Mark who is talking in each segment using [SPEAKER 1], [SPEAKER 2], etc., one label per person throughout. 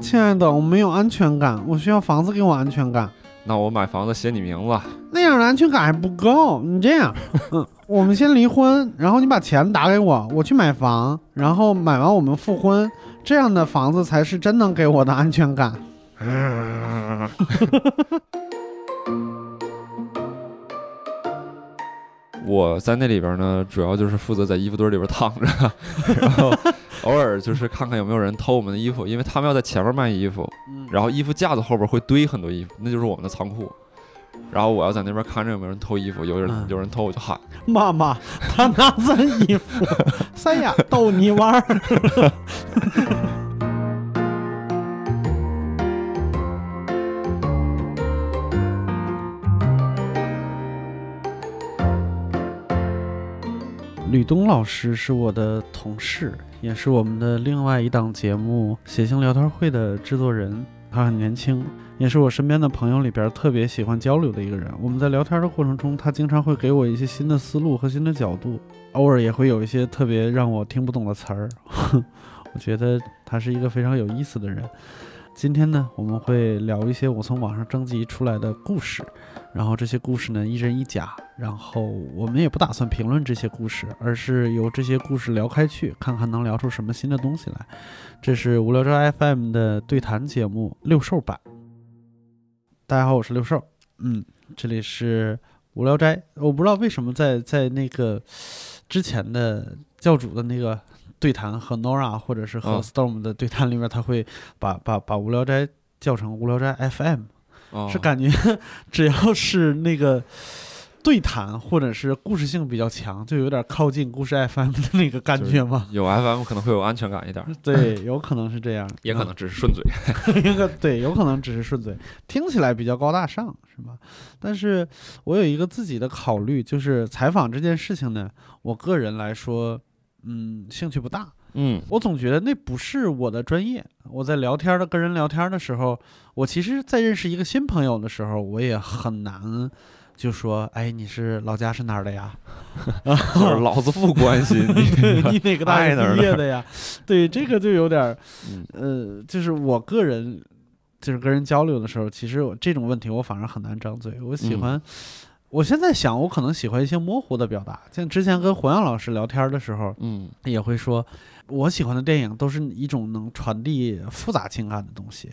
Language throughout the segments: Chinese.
[SPEAKER 1] 亲爱的，我没有安全感，我需要房子给我安全感。
[SPEAKER 2] 那我买房子写你名字，
[SPEAKER 1] 那样的安全感还不够。你这样， 嗯，我们先离婚，然后你把钱打给我，我去买房，然后买完我们复婚，这样的房子才是真能给我的安全感。
[SPEAKER 2] 我在那里边呢，主要就是负责在衣服堆里边躺着，然后偶尔就是看看有没有人偷我们的衣服，因为他们要在前面卖衣服，
[SPEAKER 1] 嗯，
[SPEAKER 2] 然后衣服架子后边会堆很多衣服，那就是我们的仓库。然后我要在那边看着有没有人偷衣服，有人
[SPEAKER 1] 嗯
[SPEAKER 2] 有人偷我就喊，
[SPEAKER 1] 妈妈，他拿咱衣服，三亚逗你玩儿。 吕东老师是我的同事，也是我们的另外一档节目《血腥聊天会》的制作人。他很年轻，也是我身边的朋友里边特别喜欢交流的一个人。我们在聊天的过程中，他经常会给我一些新的思路和新的角度，偶尔也会有一些特别让我听不懂的词儿。 我觉得他是一个非常有意思的人。今天呢，我们会聊一些我从网上征集出来的故事，然后这些故事呢一真一假，然后我们也不打算评论这些故事，而是由这些故事聊开去，看看能聊出什么新的东西来。这是无聊斋 FM 的对谈节目六兽版。大家好，我是六兽。嗯，这里是无聊斋。我不知道为什么在在那个之前的教主的那个对谈和 Nora 或者是和
[SPEAKER 2] 嗯
[SPEAKER 1] Storm 的对谈里面，他会把把把无聊斋叫成无聊斋 FM，、
[SPEAKER 2] 哦、
[SPEAKER 1] 是感觉 只要是那个。对谈或者是故事性比较强，就有点靠近故事 FM 的那个感觉 嘛。
[SPEAKER 2] 有 FM 可能会有安全感一点，
[SPEAKER 1] 对，有可能是这样，
[SPEAKER 2] 也 可能只是顺嘴。
[SPEAKER 1] 一个对，有可能只是顺嘴，听起来比较高大上，是吧？但是我有一个自己的考虑，就是采访这件事情呢，我个人来说，嗯，兴趣不大。
[SPEAKER 2] 嗯
[SPEAKER 1] 我总觉得那不是我的专业。我在聊天的跟人聊天的时候，我其实，在认识一个新朋友的时候，我也很难就说，哎，你是老家是哪儿的 呀？
[SPEAKER 2] 嗯就是老子不关心
[SPEAKER 1] 对你
[SPEAKER 2] 你。
[SPEAKER 1] 哪个大学
[SPEAKER 2] 爱哪儿
[SPEAKER 1] 毕业
[SPEAKER 2] 哪儿
[SPEAKER 1] 的呀？ 对，这个就有点儿
[SPEAKER 2] 嗯，
[SPEAKER 1] 呃，就是我个人，就是跟人交流的时候，其实我这种问题我反而很难张嘴。我
[SPEAKER 2] 嗯
[SPEAKER 1] 喜欢，我现在想，我可能喜欢一些模糊的表达，像之前跟黄阳老师聊天的时候，
[SPEAKER 2] 嗯
[SPEAKER 1] 也会说，我喜欢的电影都是一种能传递复杂情感的东西，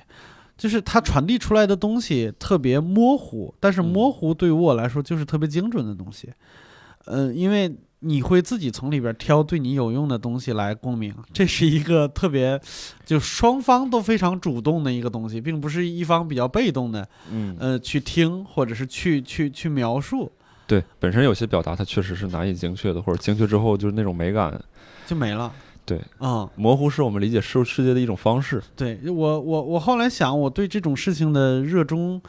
[SPEAKER 1] 就是它传递出来的东西特别模糊，但是
[SPEAKER 2] 嗯
[SPEAKER 1] 模糊对于我来说就是特别精准的东西。嗯、因为你会自己从里边挑对你有用的东西来共鸣，这是一个特别就双方都非常主动的一个东西，并不是一方比较被动的，
[SPEAKER 2] 嗯，
[SPEAKER 1] 呃，去听或者是去去去描述
[SPEAKER 2] 对，本身有些表达它确实是难以精确的，或者精确之后就是那种美感
[SPEAKER 1] 就没了。
[SPEAKER 2] 对，
[SPEAKER 1] 嗯。
[SPEAKER 2] 模糊，是我们理解事物世界的一种方式。
[SPEAKER 1] 对我，我我后来想，我对这种事情的热衷，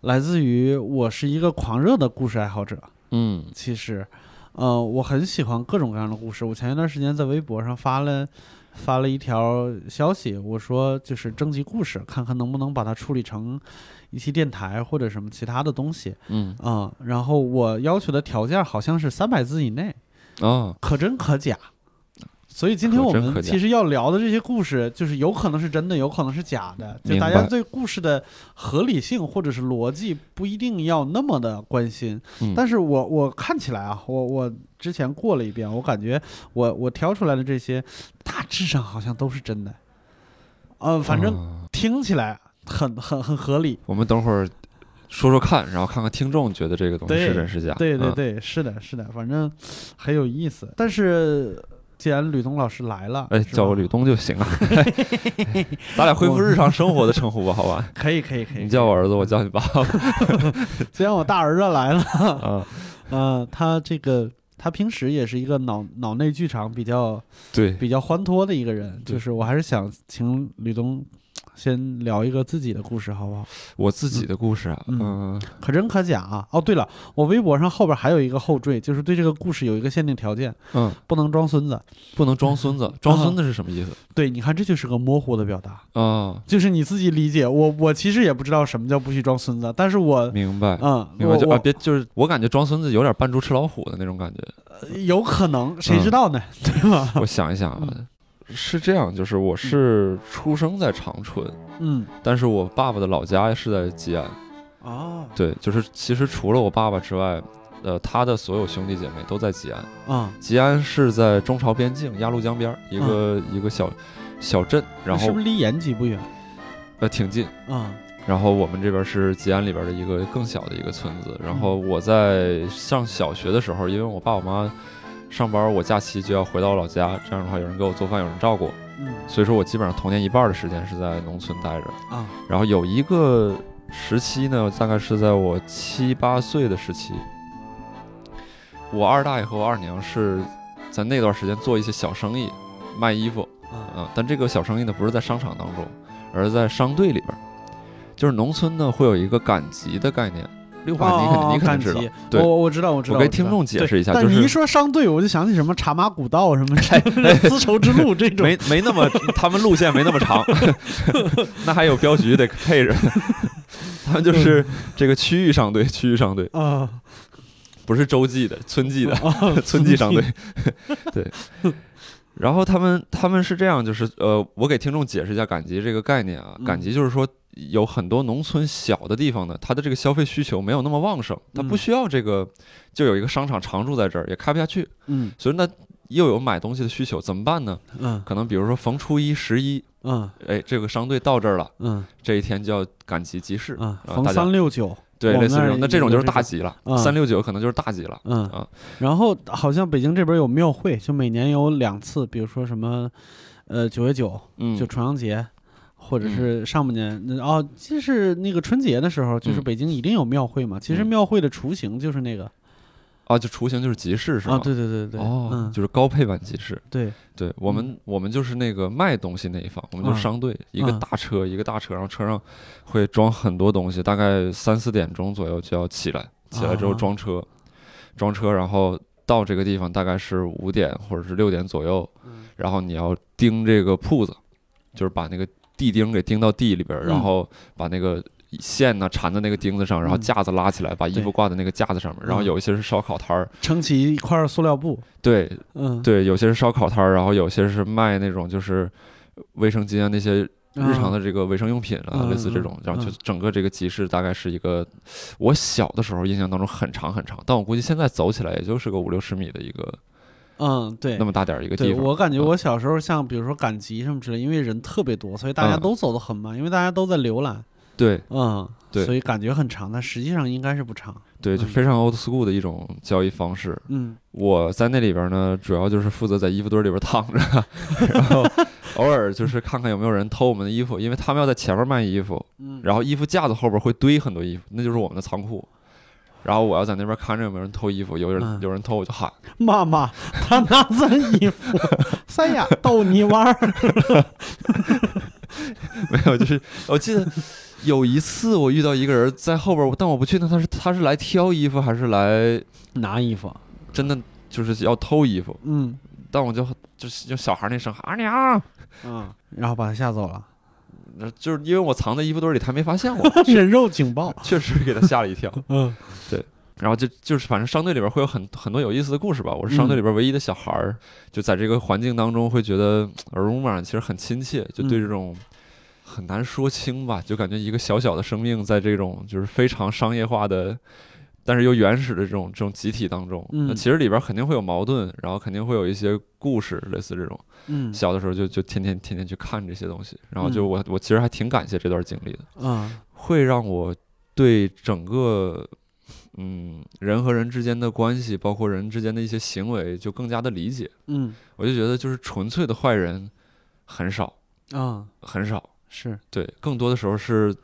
[SPEAKER 1] 来自于我是一个狂热的故事爱好者。
[SPEAKER 2] 嗯
[SPEAKER 1] 其实，呃，我很喜欢各种各样的故事。我前一段时间在微博上发了发了一条消息，我说就是征集故事，看看能不能把它处理成一期电台或者什么其他的东西
[SPEAKER 2] 嗯
[SPEAKER 1] 啊、然后我要求的条件好像是三百字以内。
[SPEAKER 2] 啊，
[SPEAKER 1] 可真可假。所以今天我
[SPEAKER 2] 可真
[SPEAKER 1] 们
[SPEAKER 2] 可假
[SPEAKER 1] 其实要聊的这些故事，就是有可能是真的，有可能是假的。就
[SPEAKER 2] 明
[SPEAKER 1] 大
[SPEAKER 2] 白
[SPEAKER 1] 家对故事的合理性或者是逻辑不一定要那么的关心。
[SPEAKER 2] 嗯
[SPEAKER 1] 但是我我看起来啊，我我之前过了一遍，我感觉我我挑出来的这些大致上好像都是真的。呃，反正
[SPEAKER 2] 啊
[SPEAKER 1] 听起来很很很合理。
[SPEAKER 2] 我们等会儿说说看，然后看看听众觉得这个东西
[SPEAKER 1] 对
[SPEAKER 2] 是真是假。
[SPEAKER 1] 对对
[SPEAKER 2] 嗯，
[SPEAKER 1] 对，是的，是的，反正很有意思。但是既然吕东老师来了，
[SPEAKER 2] 哎，
[SPEAKER 1] 是吧
[SPEAKER 2] 叫我吕东就行啊。 咱俩恢复日常生活的称呼吧，好 吧？
[SPEAKER 1] 可以可以可以，
[SPEAKER 2] 你叫我儿子，我叫你爸爸
[SPEAKER 1] 既然我大儿子来 了，
[SPEAKER 2] 啊。
[SPEAKER 1] 呃，他这个他平时也是一个脑脑内剧场比较
[SPEAKER 2] 对，
[SPEAKER 1] 比较欢脱的一个人，
[SPEAKER 2] 对
[SPEAKER 1] 就是我还是想请吕东先聊一个自己的故事，好不好？
[SPEAKER 2] 我自己的故事啊，
[SPEAKER 1] 嗯
[SPEAKER 2] 嗯，
[SPEAKER 1] 可真可假啊！哦，对了，我微博上后边还有一个后缀，就是对这个故事有一个限定条件，
[SPEAKER 2] 嗯，
[SPEAKER 1] 不能装孙子。
[SPEAKER 2] 不能装孙
[SPEAKER 1] 嗯
[SPEAKER 2] 子，装孙子是什么意思
[SPEAKER 1] 对，你看这就是个模糊的表达，
[SPEAKER 2] 啊？
[SPEAKER 1] 就是你自己理解。我我其实也不知道什么叫不许装孙子，但是我。
[SPEAKER 2] 明白，
[SPEAKER 1] 嗯，
[SPEAKER 2] 明白
[SPEAKER 1] 我
[SPEAKER 2] 就啊，
[SPEAKER 1] 我
[SPEAKER 2] 别就是我感觉装孙子有点扮猪吃老虎的那种感觉。嗯
[SPEAKER 1] 有可能，谁知道呢？对吧？
[SPEAKER 2] 我想一想啊，是这样，就是我是出生在长春，
[SPEAKER 1] 嗯，
[SPEAKER 2] 但是我爸爸的老家是在吉安。
[SPEAKER 1] 哦，
[SPEAKER 2] 对，就是其实除了我爸爸之外，呃，他的所有兄弟姐妹都在吉安。
[SPEAKER 1] 啊，
[SPEAKER 2] 吉安是在中朝边境鸭绿江边儿一个、一个小小镇，然
[SPEAKER 1] 那是
[SPEAKER 2] 后
[SPEAKER 1] 不是离延吉不远
[SPEAKER 2] 呃挺近。
[SPEAKER 1] 啊？
[SPEAKER 2] 然后我们这边是吉安里边的一个更小的一个村子。然后我在上小学的时候，因为我爸我妈上班，我假期就要回到老家，这样的话有人给我做饭，有人照顾，
[SPEAKER 1] 嗯
[SPEAKER 2] 所以说我基本上童年一半的时间是在农村待着。
[SPEAKER 1] 啊，
[SPEAKER 2] 然后有一个时期呢，大概是在我七八岁的时期，我二大爷和我二娘是在那段时间做一些小生意，卖衣服啊、
[SPEAKER 1] 啊，
[SPEAKER 2] 但这个小生意呢，不是在商场当中，而是在商队里边儿。就是农村呢，会有一个赶集的概念。六把你肯定、
[SPEAKER 1] 哦
[SPEAKER 2] 你肯定知
[SPEAKER 1] 赶集
[SPEAKER 2] 道，对
[SPEAKER 1] 我我知道，我知道。
[SPEAKER 2] 我给
[SPEAKER 1] 知道
[SPEAKER 2] 听众解释一下，
[SPEAKER 1] 对
[SPEAKER 2] 就
[SPEAKER 1] 但你一
[SPEAKER 2] 是
[SPEAKER 1] 说商队，我就想起什么茶马古道什 么这 丝绸之路这种。
[SPEAKER 2] 哎没没那么，他们路线没那么 长，那还有镖局得配着，他们就是这个区域商队，区域商队。
[SPEAKER 1] 啊，
[SPEAKER 2] 不是洲际的，村际 的，
[SPEAKER 1] 啊
[SPEAKER 2] 村际商队， 对。 然后他们他们是这样，就是呃，我给听众解释一下赶集这个概念啊
[SPEAKER 1] 嗯。
[SPEAKER 2] 赶集就是说，有很多农村小的地方呢，它的这个消费需求没有那么旺盛，它不
[SPEAKER 1] 嗯
[SPEAKER 2] 需要这个，就有一个商场常驻在这儿，也开不下去，
[SPEAKER 1] 嗯
[SPEAKER 2] 所以那又有买东西的需求，怎么办呢？
[SPEAKER 1] 嗯
[SPEAKER 2] 可能比如说逢初一、十一，
[SPEAKER 1] 嗯
[SPEAKER 2] 哎，这个商队到这儿了，
[SPEAKER 1] 嗯
[SPEAKER 2] 这一天叫赶集集市，
[SPEAKER 1] 啊，
[SPEAKER 2] 啊
[SPEAKER 1] 逢
[SPEAKER 2] 大家
[SPEAKER 1] 三六九，
[SPEAKER 2] 对，
[SPEAKER 1] 我们
[SPEAKER 2] 类似这
[SPEAKER 1] 那儿
[SPEAKER 2] 种，那这种
[SPEAKER 1] 有
[SPEAKER 2] 就是
[SPEAKER 1] 这
[SPEAKER 2] 大
[SPEAKER 1] 种
[SPEAKER 2] 集了，
[SPEAKER 1] 啊
[SPEAKER 2] 三六九可能就是大集了。
[SPEAKER 1] 嗯
[SPEAKER 2] 啊
[SPEAKER 1] 然后好像北京这边有庙会，就每年有两次，比如说什么，呃，九月九
[SPEAKER 2] 嗯，
[SPEAKER 1] 就重阳节，或者是上半年，那哦，就是那个春节的时候，就是
[SPEAKER 2] 嗯
[SPEAKER 1] 北京一定有庙会嘛。其实
[SPEAKER 2] 嗯
[SPEAKER 1] 庙会的雏形就是那个
[SPEAKER 2] 啊，就雏形就是集市是吗？
[SPEAKER 1] 啊，对对对对，
[SPEAKER 2] 哦，
[SPEAKER 1] 嗯，
[SPEAKER 2] 就是高配版集市。
[SPEAKER 1] 对，
[SPEAKER 2] 对我们、我们就是那个卖东西那一方，我们就是
[SPEAKER 1] 嗯
[SPEAKER 2] 商队，一个
[SPEAKER 1] 嗯
[SPEAKER 2] 大车、一个大车，然后车上会装很多东西，大概三四点钟左右就要起来，起来之后
[SPEAKER 1] 啊
[SPEAKER 2] 装车，装车，然后到这个地方大概是五点或者是六点左右，
[SPEAKER 1] 嗯
[SPEAKER 2] 然后你要钉这个铺子，就是把那个地钉给钉到地里边儿，然
[SPEAKER 1] 嗯
[SPEAKER 2] 后把那个。线呢缠在那个钉子上，然后
[SPEAKER 1] 嗯
[SPEAKER 2] 架子拉起来，把衣服
[SPEAKER 1] 对
[SPEAKER 2] 挂在那个架子上面。然后
[SPEAKER 1] 嗯
[SPEAKER 2] 有一些是烧烤摊儿，
[SPEAKER 1] 撑起一块塑料布，
[SPEAKER 2] 对，
[SPEAKER 1] 嗯，
[SPEAKER 2] 对，有些是烧烤摊儿，然后有些是卖那种就是卫生巾啊那些日常的这个卫生用品啊，
[SPEAKER 1] 嗯
[SPEAKER 2] 类似这种
[SPEAKER 1] 嗯。
[SPEAKER 2] 然后就
[SPEAKER 1] 嗯
[SPEAKER 2] 整个这个集市大概是一个，我小的时候印象当中很长很长，但我估计现在走起来也就是个五六十米的一个
[SPEAKER 1] 嗯，嗯，对
[SPEAKER 2] 那。么大点儿一个地
[SPEAKER 1] 对
[SPEAKER 2] 方。
[SPEAKER 1] 我感觉
[SPEAKER 2] 嗯
[SPEAKER 1] 我小时候像比如说赶集什么之类，因为人特别多，所以大家
[SPEAKER 2] 嗯
[SPEAKER 1] 都走得很慢，因为大家都在浏览，
[SPEAKER 2] 对
[SPEAKER 1] 嗯，
[SPEAKER 2] 对
[SPEAKER 1] 所以感觉很长，但实际上应该是不长，
[SPEAKER 2] 对，就
[SPEAKER 1] 嗯
[SPEAKER 2] 非常 old school 的一种交易方式。
[SPEAKER 1] 嗯
[SPEAKER 2] 我在那里边呢，主要就是负责在衣服堆里边躺着，然后偶尔就是看看有没有人偷我们的衣服，因为他们要在前面卖衣服，
[SPEAKER 1] 嗯，
[SPEAKER 2] 然后衣服架子后边会堆很多衣服，那就是我们的仓库。然后我要在那边看着有没有人偷衣服，有人、
[SPEAKER 1] 嗯
[SPEAKER 2] 有人偷我就喊，
[SPEAKER 1] 妈妈，他拿咱衣服， 三亚逗你玩 儿，
[SPEAKER 2] 没有，就是我记得有一次我遇到一个人在后边，但我不确定他是他是来挑衣服还是来
[SPEAKER 1] 拿衣服，
[SPEAKER 2] 真的就是要偷衣服，
[SPEAKER 1] 嗯
[SPEAKER 2] 但我就就是用小孩那声喊啊娘，
[SPEAKER 1] 嗯，然后把他吓走 了，
[SPEAKER 2] 就是因为我藏在衣服堆里，他没发现我，
[SPEAKER 1] 人肉警报，
[SPEAKER 2] 确实给他吓了一跳。
[SPEAKER 1] 嗯
[SPEAKER 2] 然后就就是反正商队里边会有很很多有意思的故事吧。我是商队里边唯一的小孩儿，就在这个环境当中会觉得耳濡目染，其实很亲切，就对这种。很难说清吧，就感觉一个小小的生命在这种就是非常商业化的，但是又原始的这种这种集体当中，
[SPEAKER 1] 嗯
[SPEAKER 2] 那其实里边肯定会有矛盾，然后肯定会有一些故事，类似这种。
[SPEAKER 1] 嗯
[SPEAKER 2] 小的时候就就天天天天去看这些东西，然后
[SPEAKER 1] 嗯
[SPEAKER 2] 就我我其实还挺感谢这段经历的。
[SPEAKER 1] 嗯
[SPEAKER 2] 会让我对整个嗯人和人之间的关系，包括人之间的一些行为，就更加的理解。
[SPEAKER 1] 嗯
[SPEAKER 2] 我就觉得就是纯粹的坏人很少
[SPEAKER 1] 啊
[SPEAKER 2] 很少，
[SPEAKER 1] 是，
[SPEAKER 2] 对，更多的时候是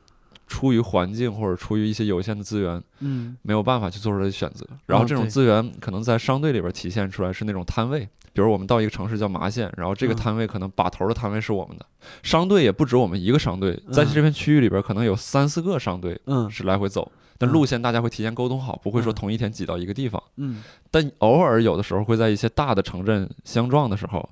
[SPEAKER 2] 出于环境或者出于一些有限的资源，
[SPEAKER 1] 嗯
[SPEAKER 2] 没有办法去做出来的选择。然后这种
[SPEAKER 1] 对
[SPEAKER 2] 资源可能在商队里边体现出来是那种摊位。比如我们到一个城市叫麻县，然后这个
[SPEAKER 1] 嗯
[SPEAKER 2] 摊位可能把头的摊位是我们的，商队也不止我们一个商队，在
[SPEAKER 1] 嗯
[SPEAKER 2] 这片区域里边可能有三四个商队，
[SPEAKER 1] 嗯
[SPEAKER 2] 是来回走，但
[SPEAKER 1] 嗯
[SPEAKER 2] 路线大家会提前沟通好，不会说
[SPEAKER 1] 嗯
[SPEAKER 2] 同一天挤到一个地方。
[SPEAKER 1] 嗯
[SPEAKER 2] 但偶尔有的时候会在一些大的城镇相撞的时候，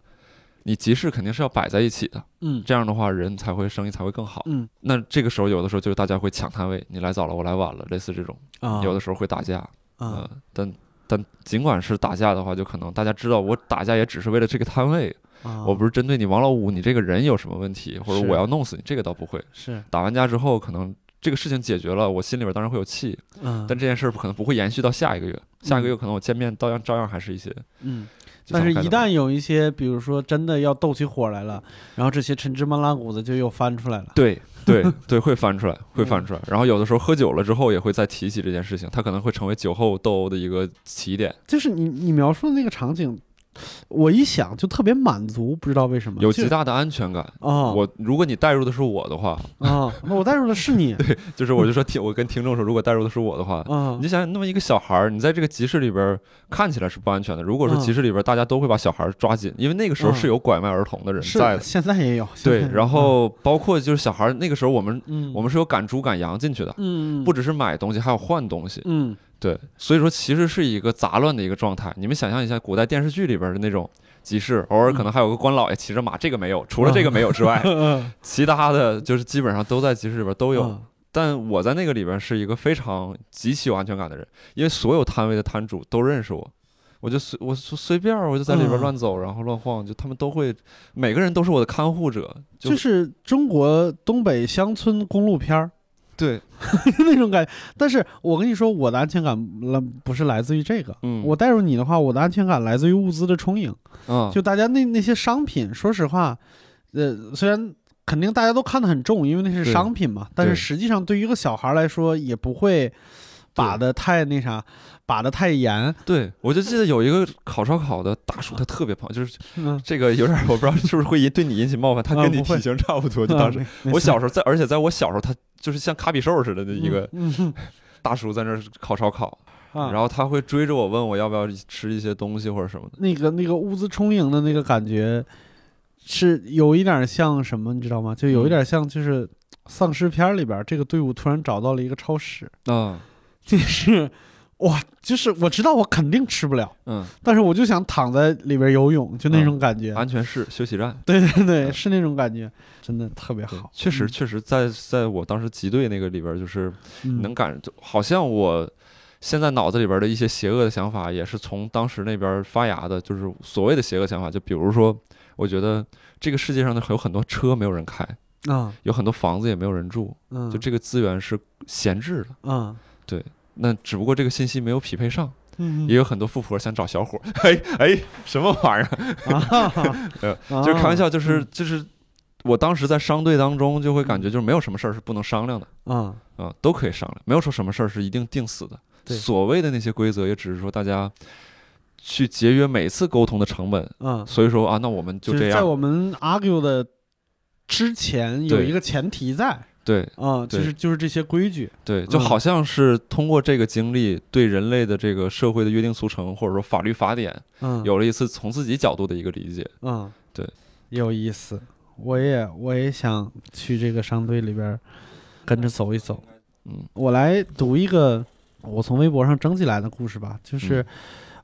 [SPEAKER 2] 你集市肯定是要摆在一起的，
[SPEAKER 1] 嗯
[SPEAKER 2] 这样的话人才会生意才会更好。
[SPEAKER 1] 嗯
[SPEAKER 2] 那这个时候有的时候就是大家会抢摊位，你来早了我来晚了，类似这种，
[SPEAKER 1] 啊
[SPEAKER 2] 有的时候会打架，
[SPEAKER 1] 啊
[SPEAKER 2] 呃，但但尽管是打架的话，就可能大家知道我打架也只是为了这个摊位，
[SPEAKER 1] 啊
[SPEAKER 2] 我不是针对你王老五，你这个人有什么问题，或者
[SPEAKER 1] 是
[SPEAKER 2] 我要弄死你，这个倒不会。
[SPEAKER 1] 是，
[SPEAKER 2] 打完架之后，可能这个事情解决了，我心里边当然会有气，
[SPEAKER 1] 嗯，
[SPEAKER 2] 但这件事儿可能不会延续到下一个月。下个月可能我见面照样照样还是一些。
[SPEAKER 1] 嗯，
[SPEAKER 2] 就
[SPEAKER 1] 但是，
[SPEAKER 2] 像
[SPEAKER 1] 一
[SPEAKER 2] 我刚才
[SPEAKER 1] 旦有一些，比如说真的要斗起火来了，然后这些陈芝麻烂谷子就又翻出来了。
[SPEAKER 2] 对对对会翻出来，会
[SPEAKER 1] 嗯
[SPEAKER 2] 翻出来。然后有的时候喝酒了之后也会再提起这件事情，它可能会成为酒后斗殴的一个起点。
[SPEAKER 1] 就是你你描述的那个场景，我一想就特别满足，不知道为什么。
[SPEAKER 2] 有
[SPEAKER 1] 就
[SPEAKER 2] 极大的安全感。
[SPEAKER 1] 嗯哦，
[SPEAKER 2] 我如果你带入的是我的 话，
[SPEAKER 1] 啊，那我带入的是 你
[SPEAKER 2] 就是我就说听我跟听众说，如果带入的是我的话，
[SPEAKER 1] 啊
[SPEAKER 2] 你就想想那么一个小孩儿，你在这个集市里边儿看起来是不安全的。如果说
[SPEAKER 1] 嗯
[SPEAKER 2] 集市里边儿大家都会把小孩儿抓紧，因为那个时候
[SPEAKER 1] 嗯
[SPEAKER 2] 是有拐卖儿童的人
[SPEAKER 1] 是
[SPEAKER 2] 在的。
[SPEAKER 1] 现在也有现 在
[SPEAKER 2] 对
[SPEAKER 1] 也，有
[SPEAKER 2] 然后包括就是小孩儿，那个时候我们
[SPEAKER 1] 嗯
[SPEAKER 2] 我们是有赶猪赶羊进去的，
[SPEAKER 1] 嗯
[SPEAKER 2] 不只是买东西，还有换东西。
[SPEAKER 1] 嗯
[SPEAKER 2] 对，所以说其实是一个杂乱的一个状态。你们想象一下，古代电视剧里边的那种集市，偶尔可能还有个官老爷骑着马，这个没有，除了这个没有之 外，
[SPEAKER 1] 嗯
[SPEAKER 2] 其他的就是基本上都在集市里边 都有。
[SPEAKER 1] 嗯
[SPEAKER 2] 但我在那个里边是一个非常极其有安全感的人，因为所有摊位的摊主都认识我，我就随我随随便儿我就在里边
[SPEAKER 1] 嗯
[SPEAKER 2] 乱走，然后乱晃，就他们都会，每个人都是我的看护者，就
[SPEAKER 1] 就是中国东北乡村公路片儿
[SPEAKER 2] 对，
[SPEAKER 1] 那种感觉。但是我跟你说，我的安全感来不是来自于这个。
[SPEAKER 2] 嗯，
[SPEAKER 1] 我带入你的话，我的安全感来自于物资的充盈。
[SPEAKER 2] 嗯
[SPEAKER 1] 就大家那那些商品，说实话，呃，虽然肯定大家都看得很重，因为那是
[SPEAKER 2] 对
[SPEAKER 1] 商品嘛，但是
[SPEAKER 2] 对
[SPEAKER 1] 实际上对于一个小孩来说，也不会把的太那啥，把的太严。
[SPEAKER 2] 对，我就记得有一个烤烧烤的大叔，他特别胖，就是
[SPEAKER 1] 嗯，
[SPEAKER 2] 这个有点儿我不知道是不是会引对你引起冒犯，他
[SPEAKER 1] 啊
[SPEAKER 2] 跟你
[SPEAKER 1] 不会
[SPEAKER 2] 体型差不多，就当时
[SPEAKER 1] 啊 没没
[SPEAKER 2] 我
[SPEAKER 1] 事
[SPEAKER 2] 小时候在，而且在我小时候他就是像卡比兽似的那一个
[SPEAKER 1] 嗯嗯
[SPEAKER 2] 大叔在那儿烤烧烤，
[SPEAKER 1] 嗯啊
[SPEAKER 2] 然后他会追着我问我要不要吃一些东西或者什么的。
[SPEAKER 1] 那个那个物资充盈的那个感觉，是有一点像什么，你知道吗？就有一
[SPEAKER 2] 嗯
[SPEAKER 1] 点像就是丧尸片里边儿这个队伍突然找到了一个超 市，
[SPEAKER 2] 啊，
[SPEAKER 1] 就是哇，就是我知道我肯定吃不了，
[SPEAKER 2] 嗯，
[SPEAKER 1] 但是我就想躺在里边游泳，就那种感觉。
[SPEAKER 2] 安全室休息站，
[SPEAKER 1] 对对对，
[SPEAKER 2] 啊嗯
[SPEAKER 1] 是那种感觉，真的特别好。
[SPEAKER 2] 确实确实在在我当时集队那个里边，就是
[SPEAKER 1] 嗯
[SPEAKER 2] 能感，好像我。现在脑子里边的一些邪恶的想法，也是从当时那边发芽的，就是所谓的邪恶想法。就比如说，我觉得这个世界上的有很多车没有人开，
[SPEAKER 1] 嗯啊
[SPEAKER 2] 有很多房子也没有人住，
[SPEAKER 1] 嗯，
[SPEAKER 2] 就这个资源是闲置的。
[SPEAKER 1] 啊
[SPEAKER 2] 那只不过这个信息没有匹配上，
[SPEAKER 1] 嗯
[SPEAKER 2] 也有很多富婆想找小伙儿。 哎哎，什么玩意儿？
[SPEAKER 1] 啊啊
[SPEAKER 2] 呃就是开玩笑，就是就是，我当时在商队当中就会感觉
[SPEAKER 1] 嗯
[SPEAKER 2] 就是没有什么事儿是不能商量的
[SPEAKER 1] 啊，
[SPEAKER 2] 啊、都可以商量，没有说什么事儿是一定定死的。
[SPEAKER 1] 对
[SPEAKER 2] 所谓的那些规则，也只是说大家去节约每次沟通的成本。
[SPEAKER 1] 嗯，
[SPEAKER 2] 所以说啊，那我们就
[SPEAKER 1] 就
[SPEAKER 2] 这
[SPEAKER 1] 是在
[SPEAKER 2] 样。
[SPEAKER 1] 我们 argue 的之前有
[SPEAKER 2] 对
[SPEAKER 1] 一个前提在
[SPEAKER 2] 对
[SPEAKER 1] 啊，就
[SPEAKER 2] 对
[SPEAKER 1] 是就是这些规矩，
[SPEAKER 2] 对，就好像是通过这个经历，对人类的这个社会的约定俗成，或者说法律法典，
[SPEAKER 1] 嗯，
[SPEAKER 2] 有了一次从自己角度的一个理解。
[SPEAKER 1] 嗯，
[SPEAKER 2] 对，
[SPEAKER 1] 有意思。我也我也想去这个商队里边儿跟着走一走。
[SPEAKER 2] 嗯
[SPEAKER 1] 我来读一个我从微博上征集来的故事吧，就是
[SPEAKER 2] 嗯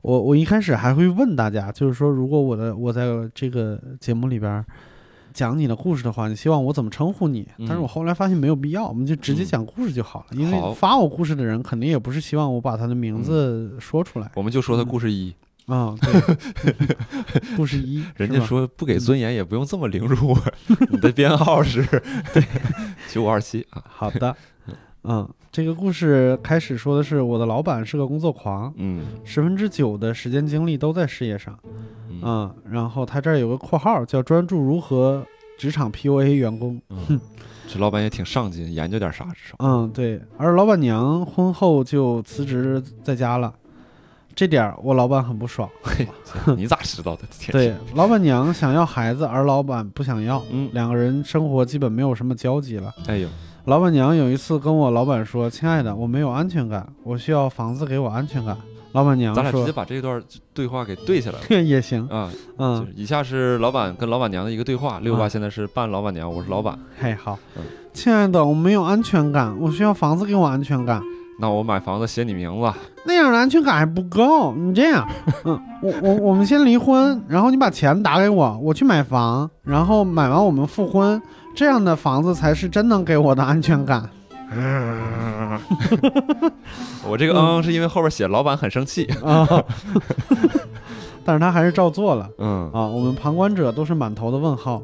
[SPEAKER 1] 我我一开始还会问大家，就是说如果我的我在这个节目里边儿讲你的故事的话，你希望我怎么称呼你？但是
[SPEAKER 2] 嗯
[SPEAKER 1] 我后来发现没有必要，我们就直接
[SPEAKER 2] 嗯
[SPEAKER 1] 讲故事就好了，因为
[SPEAKER 2] 好嗯
[SPEAKER 1] 发我故事的人肯定也不是希望我把他的名字说出来
[SPEAKER 2] 我们就说他
[SPEAKER 1] 嗯
[SPEAKER 2] 故事一，
[SPEAKER 1] 啊。对， 故事一，
[SPEAKER 2] 人
[SPEAKER 1] 是嗯
[SPEAKER 2] 家
[SPEAKER 1] 吧
[SPEAKER 2] 说不给尊严，也不用这么凌辱我。 你的编 号是 九五二七啊，
[SPEAKER 1] 好的，嗯，这个故事开始说的是我的老板是个工作狂，
[SPEAKER 2] 嗯
[SPEAKER 1] 十分之九的时间精力都在事业上，
[SPEAKER 2] 嗯
[SPEAKER 1] 嗯，然后他这儿有个括号叫专注如何职场 PUA 员工，
[SPEAKER 2] 嗯，这老板也挺上进，研究点啥 至少。
[SPEAKER 1] 嗯，对，而老板娘婚后就辞职在家了，这点儿我老板很不爽，
[SPEAKER 2] 嘿，你咋知道的？天
[SPEAKER 1] 对，，老板娘想要孩子，而老板不想要。
[SPEAKER 2] 嗯，
[SPEAKER 1] 两个人生活基本没有什么交集了。
[SPEAKER 2] 哎呦，
[SPEAKER 1] 老板娘有一次跟我老板说：“亲爱的，我没有安全感，我需要房子给我安全感。”老板娘
[SPEAKER 2] 咱俩直
[SPEAKER 1] 说。
[SPEAKER 2] 接把这段对话给对起来了
[SPEAKER 1] 也 行，
[SPEAKER 2] 啊，就
[SPEAKER 1] 嗯
[SPEAKER 2] 是，以下是老板跟老板娘的一个对话。六
[SPEAKER 1] 啊
[SPEAKER 2] 爸现在是扮老板娘，我是老板。
[SPEAKER 1] 嘿，好
[SPEAKER 2] 嗯，
[SPEAKER 1] 亲爱的，我没有安全感，我需要房子给我安全感。
[SPEAKER 2] 那我买房子写你名字，
[SPEAKER 1] 那样的安全感还不够，你这样， 嗯，我我我们先离婚，然后你把钱打给我，我去买房，然后买完我们复婚，这样的房子才是真能给我的安全感。
[SPEAKER 2] 嗯我这个嗯嗯是因为后边写老板很生气，
[SPEAKER 1] 啊， 但是他还是照做了
[SPEAKER 2] 嗯
[SPEAKER 1] 啊。我们旁观者都是满头的问号。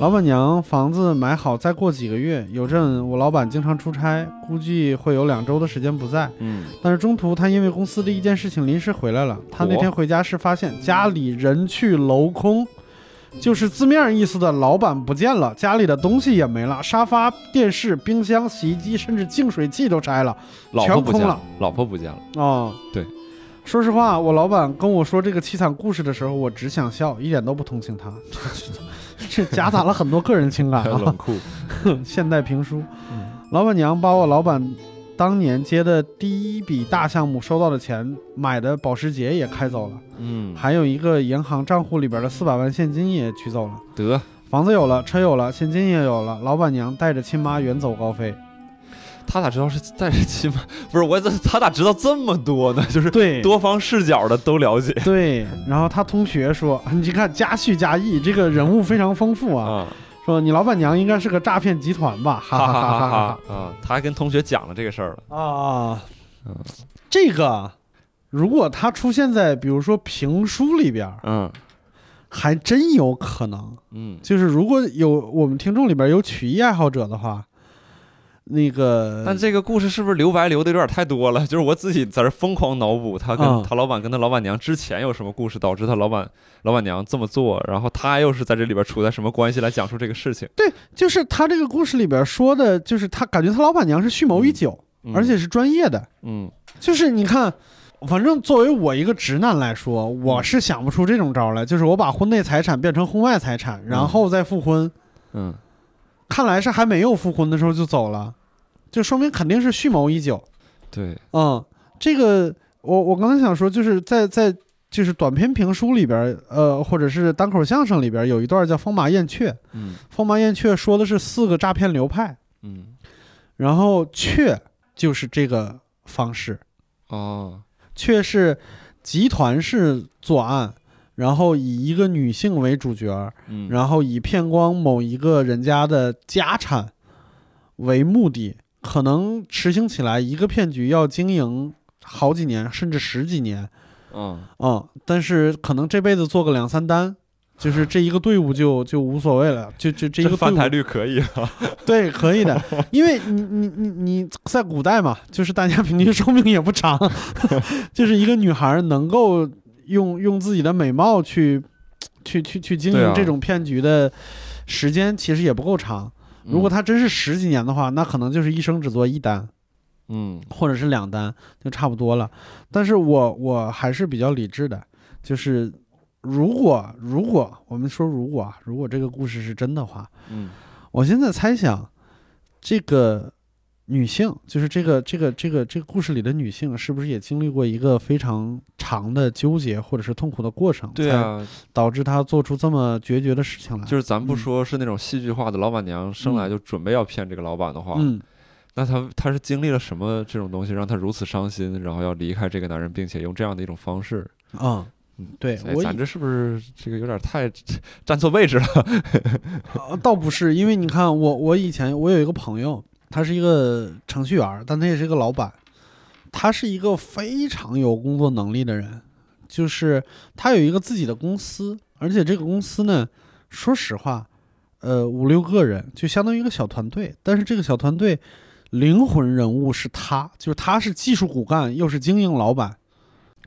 [SPEAKER 1] 老板娘房子买好，再过几个月，有阵我老板经常出差，估计会有两周的时间不在。
[SPEAKER 2] 嗯，
[SPEAKER 1] 但是中途他因为公司的一件事情临时回来了。他那天回家是发现家里人去楼空，就是字面意思的老板不见了，家里的东西也没了，沙发、电视、冰箱、洗衣机，甚至净水器都拆了。
[SPEAKER 2] 老婆不
[SPEAKER 1] 全
[SPEAKER 2] 见
[SPEAKER 1] 空了，
[SPEAKER 2] 老婆不见了，
[SPEAKER 1] 哦，
[SPEAKER 2] 对。
[SPEAKER 1] 说实话，我老板跟我说这个凄惨故事的时候，我只想笑，一点都不同情他。 这夹杂了很多个人情感
[SPEAKER 2] 还有
[SPEAKER 1] 啊
[SPEAKER 2] 冷。酷，
[SPEAKER 1] 现代评书，
[SPEAKER 2] 嗯
[SPEAKER 1] 老板娘把我老板当年接的第一笔大项目收到的钱买的保时捷也开走了，
[SPEAKER 2] 嗯，
[SPEAKER 1] 还有一个银行账户里边的四百万现金也取走了。
[SPEAKER 2] 得
[SPEAKER 1] 房子有了，车有了，现金也有了，老板娘带着亲妈远走高飞。
[SPEAKER 2] 他咋知道是带着亲妈？不是我怎他咋知道这么多呢？就是
[SPEAKER 1] 对，
[SPEAKER 2] 多方视角的都了解
[SPEAKER 1] 对，然后他同学说：“ 你看家叙家意，这个人物非常丰富啊。
[SPEAKER 2] 啊，
[SPEAKER 1] 说你老板娘应该是个诈骗集团 吧？哈哈哈哈哈
[SPEAKER 2] 哈哈啊！他还跟同学讲了这个事儿了，
[SPEAKER 1] 哈啊
[SPEAKER 2] 嗯！
[SPEAKER 1] 这个如果它出现在比如说评书里边儿，
[SPEAKER 2] 嗯
[SPEAKER 1] 还真有可能。
[SPEAKER 2] 嗯
[SPEAKER 1] 就是如果有我们听众里边有曲艺爱好者的话，那个
[SPEAKER 2] 但这个故事是不是留白留的有点太多了？就是我自己在这疯狂脑补，他跟、
[SPEAKER 1] 嗯
[SPEAKER 2] 他老板跟他老板娘之前有什么故事，导致他老板老板娘这么做，然后他又是在这里边处在什么关系来讲述这个事情？
[SPEAKER 1] 对，就是他这个故事里边说的，就是他感觉他老板娘是蓄谋已久，
[SPEAKER 2] 嗯
[SPEAKER 1] 而且是专业的。
[SPEAKER 2] 嗯
[SPEAKER 1] 就是你看，反正作为我一个直男来说，
[SPEAKER 2] 嗯
[SPEAKER 1] 我是想不出这种招儿来。就是我把婚内财产变成婚外财产，然后再复婚，
[SPEAKER 2] 嗯，
[SPEAKER 1] 看来是还没有复婚的时候就走了，就说明肯定是蓄谋已久。
[SPEAKER 2] 对，
[SPEAKER 1] 嗯，这个我我刚才想说，就是在在就是短篇评书里边儿，呃，或者是单口相声里边儿有一段叫《风马燕雀》，《
[SPEAKER 2] 嗯
[SPEAKER 1] 风马燕雀》说的是四个诈骗流派，
[SPEAKER 2] 嗯
[SPEAKER 1] 然后雀就是这个方式。
[SPEAKER 2] 哦
[SPEAKER 1] 却是集团式作案，然后以一个女性为主角，
[SPEAKER 2] 嗯，
[SPEAKER 1] 然后以骗光某一个人家的家产为目的，可能执行起来一个骗局要经营好几年甚至十几年
[SPEAKER 2] 嗯
[SPEAKER 1] 啊、但是可能这辈子做个两三单。就是这一个队伍就就无所谓了，就就这一个队
[SPEAKER 2] 翻台
[SPEAKER 1] 伍
[SPEAKER 2] 率可以啊，
[SPEAKER 1] 对可 以的，因为你你你你在古代嘛，就是大家 平均寿命也不长， 就是一个女孩能够用用自己的美貌去去去去经
[SPEAKER 2] 对
[SPEAKER 1] 营
[SPEAKER 2] 啊
[SPEAKER 1] 这种骗局的时间，其实也不够长。 如果她真是十几年的话，那可能就是一生只做一单
[SPEAKER 2] 嗯
[SPEAKER 1] 或者是两单就差不多了。但是我我还是比较理智的，就是如果如果我们说如果啊如果这个故事是真的话，
[SPEAKER 2] 嗯
[SPEAKER 1] 我现在猜想，这个女性，就是这个这个这个这个故事里的女性，是不是也经历过一个非常长的纠结或者是痛苦的过程，
[SPEAKER 2] 对，啊，
[SPEAKER 1] 导致她做出这么决绝的事情来？
[SPEAKER 2] 就是咱不
[SPEAKER 1] 嗯
[SPEAKER 2] 说是那种戏剧化的，老板娘生来就准备要骗这个老板的话，
[SPEAKER 1] 嗯，
[SPEAKER 2] 那他他是经历了什么这种东西，让他如此伤心，然后要离开这个男人，并且用这样的一种方式？
[SPEAKER 1] 啊、
[SPEAKER 2] 嗯
[SPEAKER 1] 对
[SPEAKER 2] 哎
[SPEAKER 1] 我
[SPEAKER 2] 咱
[SPEAKER 1] 以
[SPEAKER 2] 这是不是这个有点太站错位置了？
[SPEAKER 1] 呃倒不是，因为你看我，我以前我有一个朋友，他是一个程序员儿，但他也是一个老板，他是一个非常有工作能力的人，就是他有一个自己的公司，而且这个公司呢，说实话，呃，五六个人就相当于一个小团队，但是这个小团队灵魂人物是他，就是他是技术骨干，又是经营老板，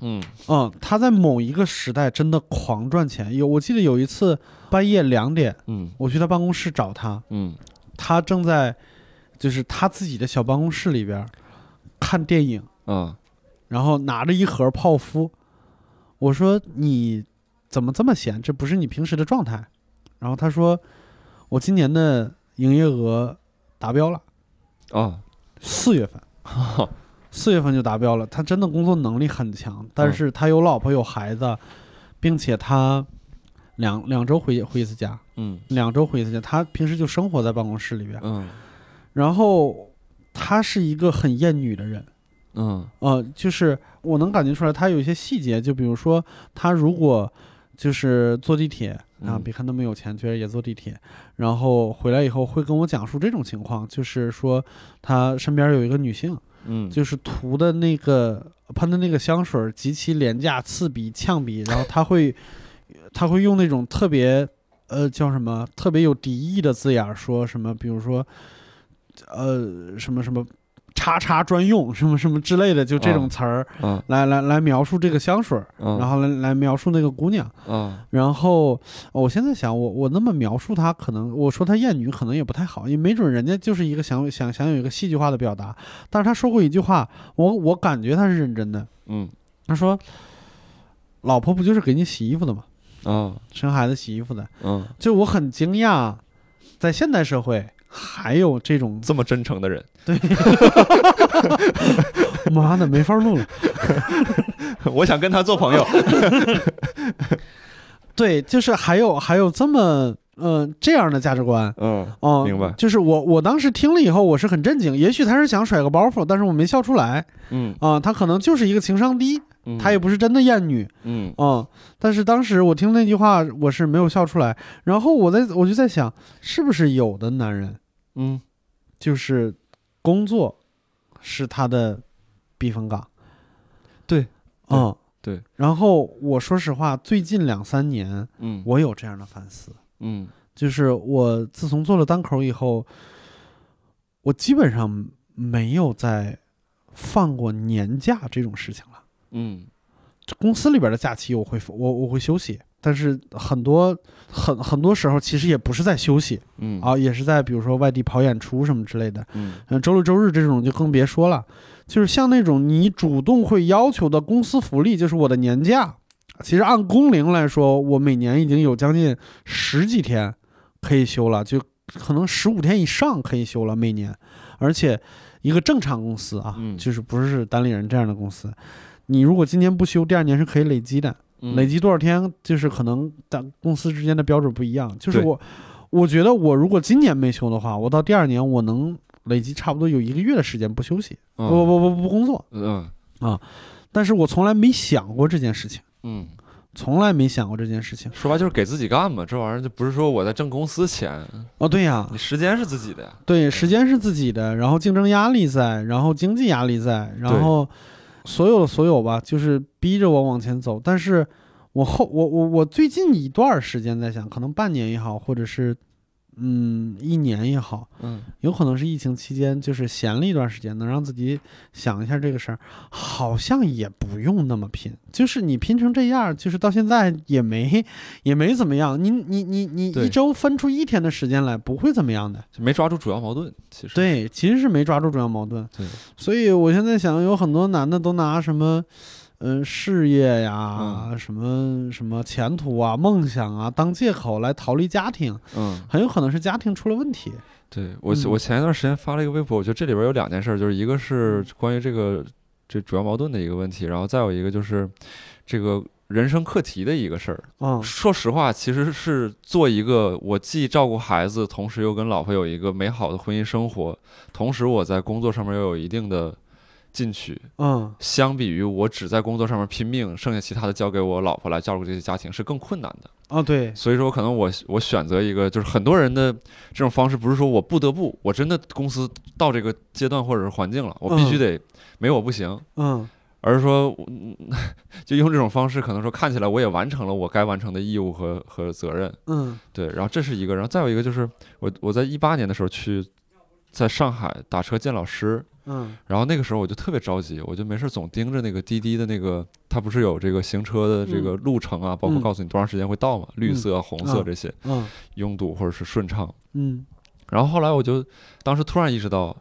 [SPEAKER 2] 嗯
[SPEAKER 1] 嗯，他在某一个时代真的狂赚钱，有我记得有一次半夜两点，
[SPEAKER 2] 嗯
[SPEAKER 1] 我去他办公室找他。
[SPEAKER 2] 嗯
[SPEAKER 1] 他正在就是他自己的小办公室里边儿看电影，
[SPEAKER 2] 啊
[SPEAKER 1] 然后拿着一盒泡芙。我说你怎么这么闲？这不是你平时的状态。然后他说我今年的营业额达标了，
[SPEAKER 2] 啊
[SPEAKER 1] 四月份，四月份就达标了。他真的工作能力很强，但是他有老婆有孩子，并且他两两周回回一次家，
[SPEAKER 2] 嗯
[SPEAKER 1] 两周回一次家。他平时就生活在办公室里边。
[SPEAKER 2] 嗯
[SPEAKER 1] 然后她是一个很厌女的人，
[SPEAKER 2] 嗯
[SPEAKER 1] 呃，就是我能感觉出来她有一些细节，就比如说她如果就是坐地铁，啊，
[SPEAKER 2] 嗯
[SPEAKER 1] 比看他们有钱，居然也坐地铁。然后回来以后会跟我讲述这种情况，就是说他身边有一个女性，
[SPEAKER 2] 嗯，
[SPEAKER 1] 就是涂的那个喷的那个香水儿极其廉价，刺鼻、呛鼻，然后他会 他会用那种特别呃叫什么特别有敌意的字眼儿说什么，比如说呃什么什么叉叉专用什么什么之类的，就这种
[SPEAKER 2] 啊
[SPEAKER 1] 词儿、
[SPEAKER 2] 啊
[SPEAKER 1] 来来来描述这个香水儿，
[SPEAKER 2] 啊
[SPEAKER 1] 然后来来描述那个姑娘。
[SPEAKER 2] 啊
[SPEAKER 1] 然后呃我现在想，我我那么描述她，可能我说她厌女可能也不太好，也没准人家就是一个想想想有一个戏剧化的表达。但是她说过一句话，我我感觉她是认真的。
[SPEAKER 2] 嗯
[SPEAKER 1] 她说：“老婆不就是给你洗衣服的吗？
[SPEAKER 2] 啊
[SPEAKER 1] 生孩子洗衣服的。
[SPEAKER 2] 嗯，”
[SPEAKER 1] 就我很惊讶，在现代社会还有这种
[SPEAKER 2] 这么真诚的人，
[SPEAKER 1] 妈的没法录了。
[SPEAKER 2] 我想跟他做 朋友。
[SPEAKER 1] 对，就是还有还有这么嗯、这样的价值观。
[SPEAKER 2] 嗯
[SPEAKER 1] 哦，
[SPEAKER 2] 明白
[SPEAKER 1] 就是我，我当时听了以后，我是很震惊。也许他是想甩个包袱，但是我没笑出来
[SPEAKER 2] 嗯，
[SPEAKER 1] 啊、他可能就是一个情商低，
[SPEAKER 2] 嗯
[SPEAKER 1] 他也不是真的厌女
[SPEAKER 2] 嗯
[SPEAKER 1] 啊、但是当时我听那句话，我是没有笑出来。然后我在我就在想，是不是有的男人
[SPEAKER 2] 嗯
[SPEAKER 1] 就是工作是他的避风港？
[SPEAKER 2] 对，
[SPEAKER 1] 嗯，
[SPEAKER 2] 对。
[SPEAKER 1] 然后我说实话，最近两三年，
[SPEAKER 2] 嗯
[SPEAKER 1] 我有这样的反思。
[SPEAKER 2] 嗯
[SPEAKER 1] 就是我自从做了单口以后，我基本上没有再放过年假这种事情了。
[SPEAKER 2] 嗯
[SPEAKER 1] 这公司里边的假期我会我我会休息，但是很多很很多时候其实也不是在休息
[SPEAKER 2] 嗯
[SPEAKER 1] 啊，也是在比如说外地跑演出什么之类的。
[SPEAKER 2] 嗯
[SPEAKER 1] 嗯，周六周日这种就更别说了，就是像那种你主动会要求的公司福利，就是我的年假。其实按工龄来说，我每年已经有将近十几天可以休了，就可能十五天以上可以休了每年。而且一个正常公司啊，
[SPEAKER 2] 嗯
[SPEAKER 1] 就是不是单立人这样的公司，你如果今年不休，第二年是可以累积的。
[SPEAKER 2] 嗯
[SPEAKER 1] 累积多少天，就是可能咱公司之间的标准不一样。就是
[SPEAKER 2] 对
[SPEAKER 1] 我，我觉得我如果今年没休的话，我到第二年我能累积差不多有一个月的时间不休息，
[SPEAKER 2] 嗯
[SPEAKER 1] 不不不不工作。
[SPEAKER 2] 嗯
[SPEAKER 1] 但是我从来没想过这件事情，
[SPEAKER 2] 嗯，
[SPEAKER 1] 从来没想过这件事情。
[SPEAKER 2] 说白就是给自己干嘛，这玩意儿就不是说我在挣公司钱，
[SPEAKER 1] 哦，对呀、
[SPEAKER 2] 你时间是自己的呀。
[SPEAKER 1] 对，时间是自己的，然后竞争压力在，然后经济压力在，然后所有的所有吧，就是逼着我往前走。但是我后我我我最近一段时间在想，可能半年也好，或者是嗯一年也好，
[SPEAKER 2] 嗯
[SPEAKER 1] 有可能是疫情期间就是闲了一段时间，能让自己想一下这个事儿，好像也不用那么拼。就是你拼成这样，就是到现在也没也没怎么样。你你你你
[SPEAKER 2] 对
[SPEAKER 1] 一周分出一天的时间来，不会怎么样的。
[SPEAKER 2] 就没抓住主要矛盾，其实。
[SPEAKER 1] 对，其实是没抓住主要矛盾。
[SPEAKER 2] 对，
[SPEAKER 1] 所以我现在想，有很多男的都拿什么，嗯、事业呀，
[SPEAKER 2] 嗯
[SPEAKER 1] 什么什么前途啊、梦想啊当借口来逃离家庭，
[SPEAKER 2] 嗯，
[SPEAKER 1] 很有可能是家庭出了问题。
[SPEAKER 2] 对我
[SPEAKER 1] 嗯
[SPEAKER 2] 我前一段时间发了一个微博，我觉得这里边有两件事儿，就是一个是关于这个
[SPEAKER 1] 嗯
[SPEAKER 2] 这主要矛盾的一个问题，然后再有一个就是这个人生课题的一个事儿。
[SPEAKER 1] 嗯
[SPEAKER 2] 说实话，其实是做一个我既照顾孩子，同时又跟老婆有一个美好的婚姻生活，同时我在工作上面又有一定的进取。
[SPEAKER 1] 嗯，
[SPEAKER 2] 相比于我只在工作上面拼命，剩下其他的交给我老婆来照顾这些家庭是更困难的。
[SPEAKER 1] 哦对，
[SPEAKER 2] 所以说，可能我我选择一个，就是很多人的这种方式，不是说我不得不，我真的公司到这个阶段或者是环境了，我必须
[SPEAKER 1] 嗯
[SPEAKER 2] 得没我不行，
[SPEAKER 1] 嗯
[SPEAKER 2] 而是说，嗯就用这种方式，可能说看起来我也完成了我该完成的义务和和责任，
[SPEAKER 1] 嗯
[SPEAKER 2] 对。然后这是一个，然后再有一个就是我我在一八年的时候去在上海打车见老师，
[SPEAKER 1] 嗯
[SPEAKER 2] 然后那个时候我就特别着急，我就没事儿总盯着那个滴滴的那个，它不是有这个行车的这个路程啊，包括
[SPEAKER 1] 嗯
[SPEAKER 2] 告诉你多长时间会到嘛，绿色、红色
[SPEAKER 1] 啊
[SPEAKER 2] 这些
[SPEAKER 1] 嗯
[SPEAKER 2] 拥堵或者是顺畅。
[SPEAKER 1] 嗯
[SPEAKER 2] 然后后来我就当时突然意识到，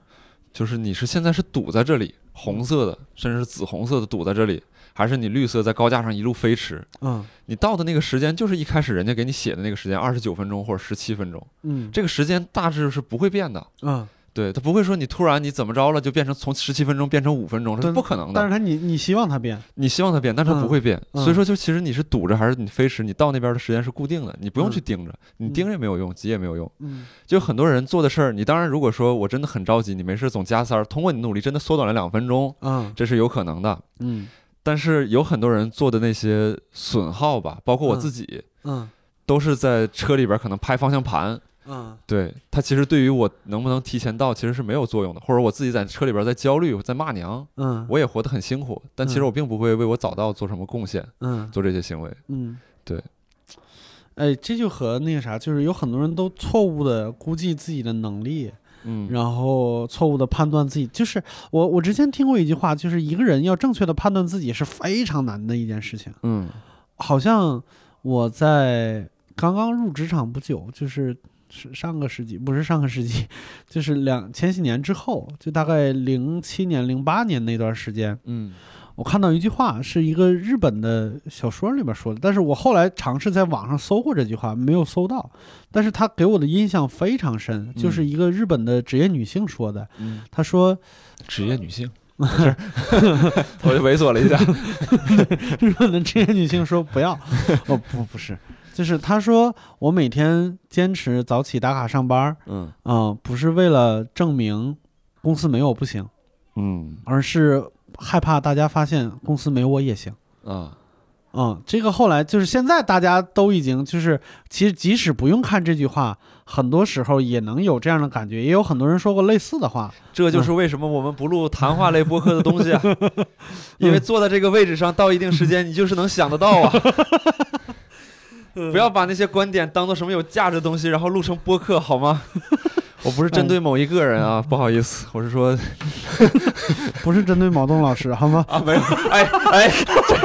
[SPEAKER 2] 就是你是现在是堵在这里，红色的甚至是紫红色的堵在这里，还是你绿色在高架上一路飞驰？
[SPEAKER 1] 嗯
[SPEAKER 2] 你到的那个时间就是一开始人家给你写的那个时间，二十九分钟或者十七分钟，
[SPEAKER 1] 嗯
[SPEAKER 2] 这个时间大致是不会变的。
[SPEAKER 1] 嗯，
[SPEAKER 2] 对他不会说你突然你怎么着了就变成从十七分钟变成五分钟，这
[SPEAKER 1] 对
[SPEAKER 2] 是不可能
[SPEAKER 1] 但
[SPEAKER 2] 的
[SPEAKER 1] 是。他你你希望他变，
[SPEAKER 2] 你希望它变，但是它
[SPEAKER 1] 嗯
[SPEAKER 2] 不会变。
[SPEAKER 1] 嗯
[SPEAKER 2] 所以说，就其实你是堵着还是你飞驰，你到那边的时间是固定的，你不用去盯着，你盯着也没有用，急也没有用。
[SPEAKER 1] 嗯
[SPEAKER 2] 就很多人做的事儿，你当然如果说我真的很着急，你没事总加塞儿，通过你努力真的缩短了两分钟，
[SPEAKER 1] 嗯
[SPEAKER 2] 这是有可能的。
[SPEAKER 1] 嗯
[SPEAKER 2] 但是有很多人做的那些损耗吧，包括我
[SPEAKER 1] 嗯
[SPEAKER 2] 自己，
[SPEAKER 1] 嗯
[SPEAKER 2] 都是在车里边可能拍方向盘，
[SPEAKER 1] 嗯
[SPEAKER 2] 对他其实对于我能不能提前到其实是没有作用的，或者我自己在车里边在焦虑，我在骂娘，
[SPEAKER 1] 嗯
[SPEAKER 2] 我也活得很辛苦，但其实我并不会为我早到做什么贡献，
[SPEAKER 1] 嗯
[SPEAKER 2] 做这些行为。
[SPEAKER 1] 嗯，
[SPEAKER 2] 对。
[SPEAKER 1] 哎，这就和那个啥，就是有很多人都错误的估计自己的能力，
[SPEAKER 2] 嗯
[SPEAKER 1] 然后错误的判断自己。就是我我之前听过一句话，就是一个人要正确的判断自己是非常难的一件事情。
[SPEAKER 2] 嗯
[SPEAKER 1] 好像我在刚刚入职场不久，就是是上个世纪，不是上个世纪， 就是两前几年之后，就大概零七年、零八年那段时间，
[SPEAKER 2] 嗯
[SPEAKER 1] 我看到一句话，是一个日本的小说里面说的，但是我后来尝试在网上搜过这句话，没有搜到，但是它给我的印象非常深，就是一个日本的职业女性说的，
[SPEAKER 2] 嗯，
[SPEAKER 1] 她说
[SPEAKER 2] 职业女 性，我就猥琐了一 下。
[SPEAKER 1] 日本的职业女性说不要，哦不不是，就是她说我每天坚持早起打卡上班儿，
[SPEAKER 2] 嗯
[SPEAKER 1] 嗯、不是为了证明公司没有不行，
[SPEAKER 2] 嗯
[SPEAKER 1] 而是害怕大家发现公司没我也行。
[SPEAKER 2] 啊
[SPEAKER 1] 嗯，这个后来就是现在大家都已经就是，其实即使不用看这句话，很多时候也能有这样的感觉，也有很多人说过类似的话。
[SPEAKER 2] 这就是为什么我们不录谈话类播客的东 西啊，因为坐在这个位置上到一定时间，你就是能想得到 啊。不要把那些观点当做什么有价值的东西，然后录成播客好吗？ 我不是针对某一个人啊，不好意思，我是说？
[SPEAKER 1] 不是针对毛东老师，好吗
[SPEAKER 2] 啊，没有，哎哎，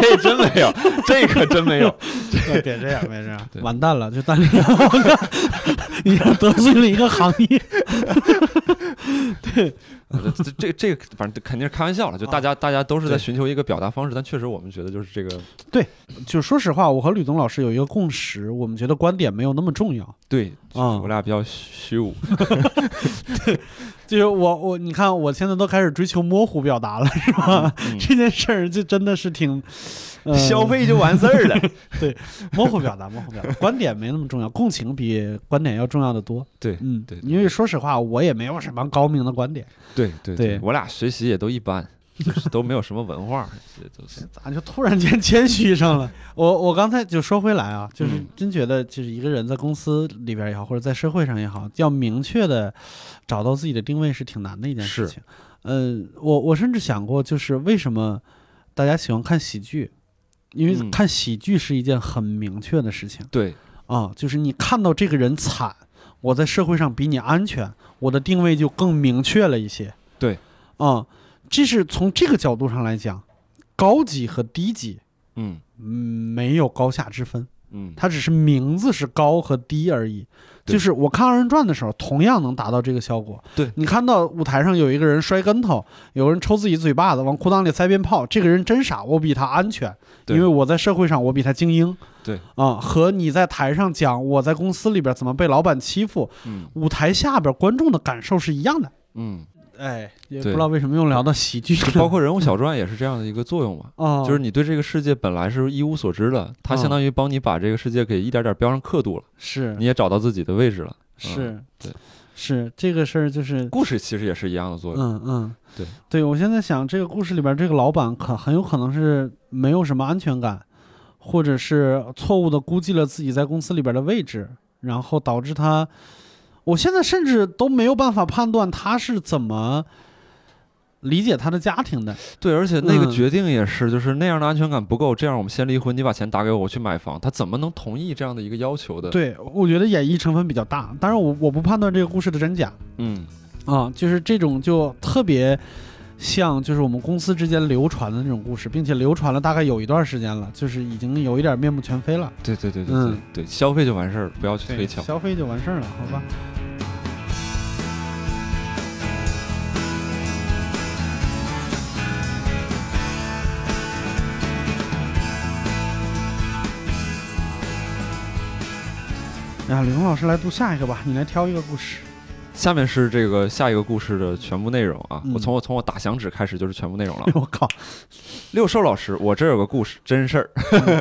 [SPEAKER 2] 这真没有，这可真没有。
[SPEAKER 1] 别这样，别这样
[SPEAKER 2] 对
[SPEAKER 1] 完蛋了，就单立人， 你得罪了一个行业。
[SPEAKER 2] 这 这这个反正肯定是开玩笑了，就大家大家都是在寻求一个表达方式，但确实我们觉得就是这个，
[SPEAKER 1] 就说实话，我和吕东老师有一个共识，我们觉得观点没有那么重要。
[SPEAKER 2] 对，
[SPEAKER 1] 嗯
[SPEAKER 2] 我俩比较虚无，
[SPEAKER 1] 就是我我你看，我现在都开始追求模糊表达了，是吧？
[SPEAKER 2] 嗯
[SPEAKER 1] 这件事儿就真的是挺、呃、
[SPEAKER 2] 消费就完事儿了。
[SPEAKER 1] 模糊表达，模糊表达，观点没那么重要，共情比观点要重要的多。
[SPEAKER 2] 对
[SPEAKER 1] 嗯，
[SPEAKER 2] 对对
[SPEAKER 1] 因为说实话，我也没有什么高明的观点，
[SPEAKER 2] 对对
[SPEAKER 1] 对
[SPEAKER 2] 我俩学习也都一般，就是都没有什么文化，也都是
[SPEAKER 1] 咋就突然间谦虚上了？我我刚才就说回来啊，就是
[SPEAKER 2] 嗯
[SPEAKER 1] 真觉得，就是一个人在公司里边也好，或者在社会上也好，要明确的找到自己的定位是挺难的一件事
[SPEAKER 2] 是
[SPEAKER 1] 情。嗯，我我甚至想过，就是为什么大家喜欢看喜剧？因为
[SPEAKER 2] 嗯
[SPEAKER 1] 看喜剧是一件很明确的事情。
[SPEAKER 2] 对，
[SPEAKER 1] 啊，就是你看到这个人惨，我在社会上比你安全，我的定位就更明确了一些。
[SPEAKER 2] 对，
[SPEAKER 1] 啊，这是从这个角度上来讲，高级和低级，
[SPEAKER 2] 嗯
[SPEAKER 1] 嗯，没有高下之分，
[SPEAKER 2] 嗯，
[SPEAKER 1] 它只是名字是高和低而已。
[SPEAKER 2] 对
[SPEAKER 1] 就是我看二人转的时候，同样能达到这个效果。
[SPEAKER 2] 对
[SPEAKER 1] 你看到舞台上有一个人摔跟头，有人抽自己嘴巴子，往裤裆里塞鞭炮，这个人真傻，我比他安全。
[SPEAKER 2] 对
[SPEAKER 1] 因为我在社会上我比他精英，
[SPEAKER 2] 对
[SPEAKER 1] 啊、和你在台上讲我在公司里边怎么被老板欺负，
[SPEAKER 2] 嗯
[SPEAKER 1] 舞台下边观众的感受是一样的。
[SPEAKER 2] 嗯，
[SPEAKER 1] 哎，也不
[SPEAKER 2] 对
[SPEAKER 1] 知道为什么又聊到喜剧
[SPEAKER 2] 就
[SPEAKER 1] 了，
[SPEAKER 2] 包括人物小传也是这样的一个作用嘛。
[SPEAKER 1] 啊，
[SPEAKER 2] 就是你对这个世界本来是一无所知的，它
[SPEAKER 1] 嗯
[SPEAKER 2] 相当于帮你把这个世界给一点点标上刻度了，
[SPEAKER 1] 是
[SPEAKER 2] 你也找到自己的位置了。嗯
[SPEAKER 1] 是
[SPEAKER 2] 对
[SPEAKER 1] 是这个事儿就是。
[SPEAKER 2] 故事其实也是一样的作用。
[SPEAKER 1] 嗯嗯，
[SPEAKER 2] 对
[SPEAKER 1] 对，我现在想这个故事里边，这个老板可很有可能是没有什么安全感，或者是错误的估计了自己在公司里边的位置，然后导致他，我现在甚至都没有办法判断他是怎么理解他的家庭的。
[SPEAKER 2] 对，而且那个
[SPEAKER 1] 嗯
[SPEAKER 2] 决定也是，就是那样的安全感不够，这样我们先离婚，你把钱打给我，我去买房，他怎么能同意这样的一个要求的？，
[SPEAKER 1] 对，我觉得演绎成分比较大，当然我我不判断这个故事的真假
[SPEAKER 2] 嗯
[SPEAKER 1] 啊，就是这种就特别。像就是我们公司之间流传的那种故事，并且流传了大概有一段时间了，就是已经有一点面目全非了。
[SPEAKER 2] 对对对对对、
[SPEAKER 1] 嗯
[SPEAKER 2] 对，消费就完事儿了，不要去推
[SPEAKER 1] 对，
[SPEAKER 2] 敲。
[SPEAKER 1] 消费就完事儿了，好吧？啊，李红老师来读下一个吧，你来挑一个故事。
[SPEAKER 2] 下面是这个下一个故事的全部内容啊！
[SPEAKER 1] 嗯
[SPEAKER 2] 我从我从我打响指开始就是全部内容了
[SPEAKER 1] 。我靠，
[SPEAKER 2] 六兽老师，我这儿有个故事，真事儿。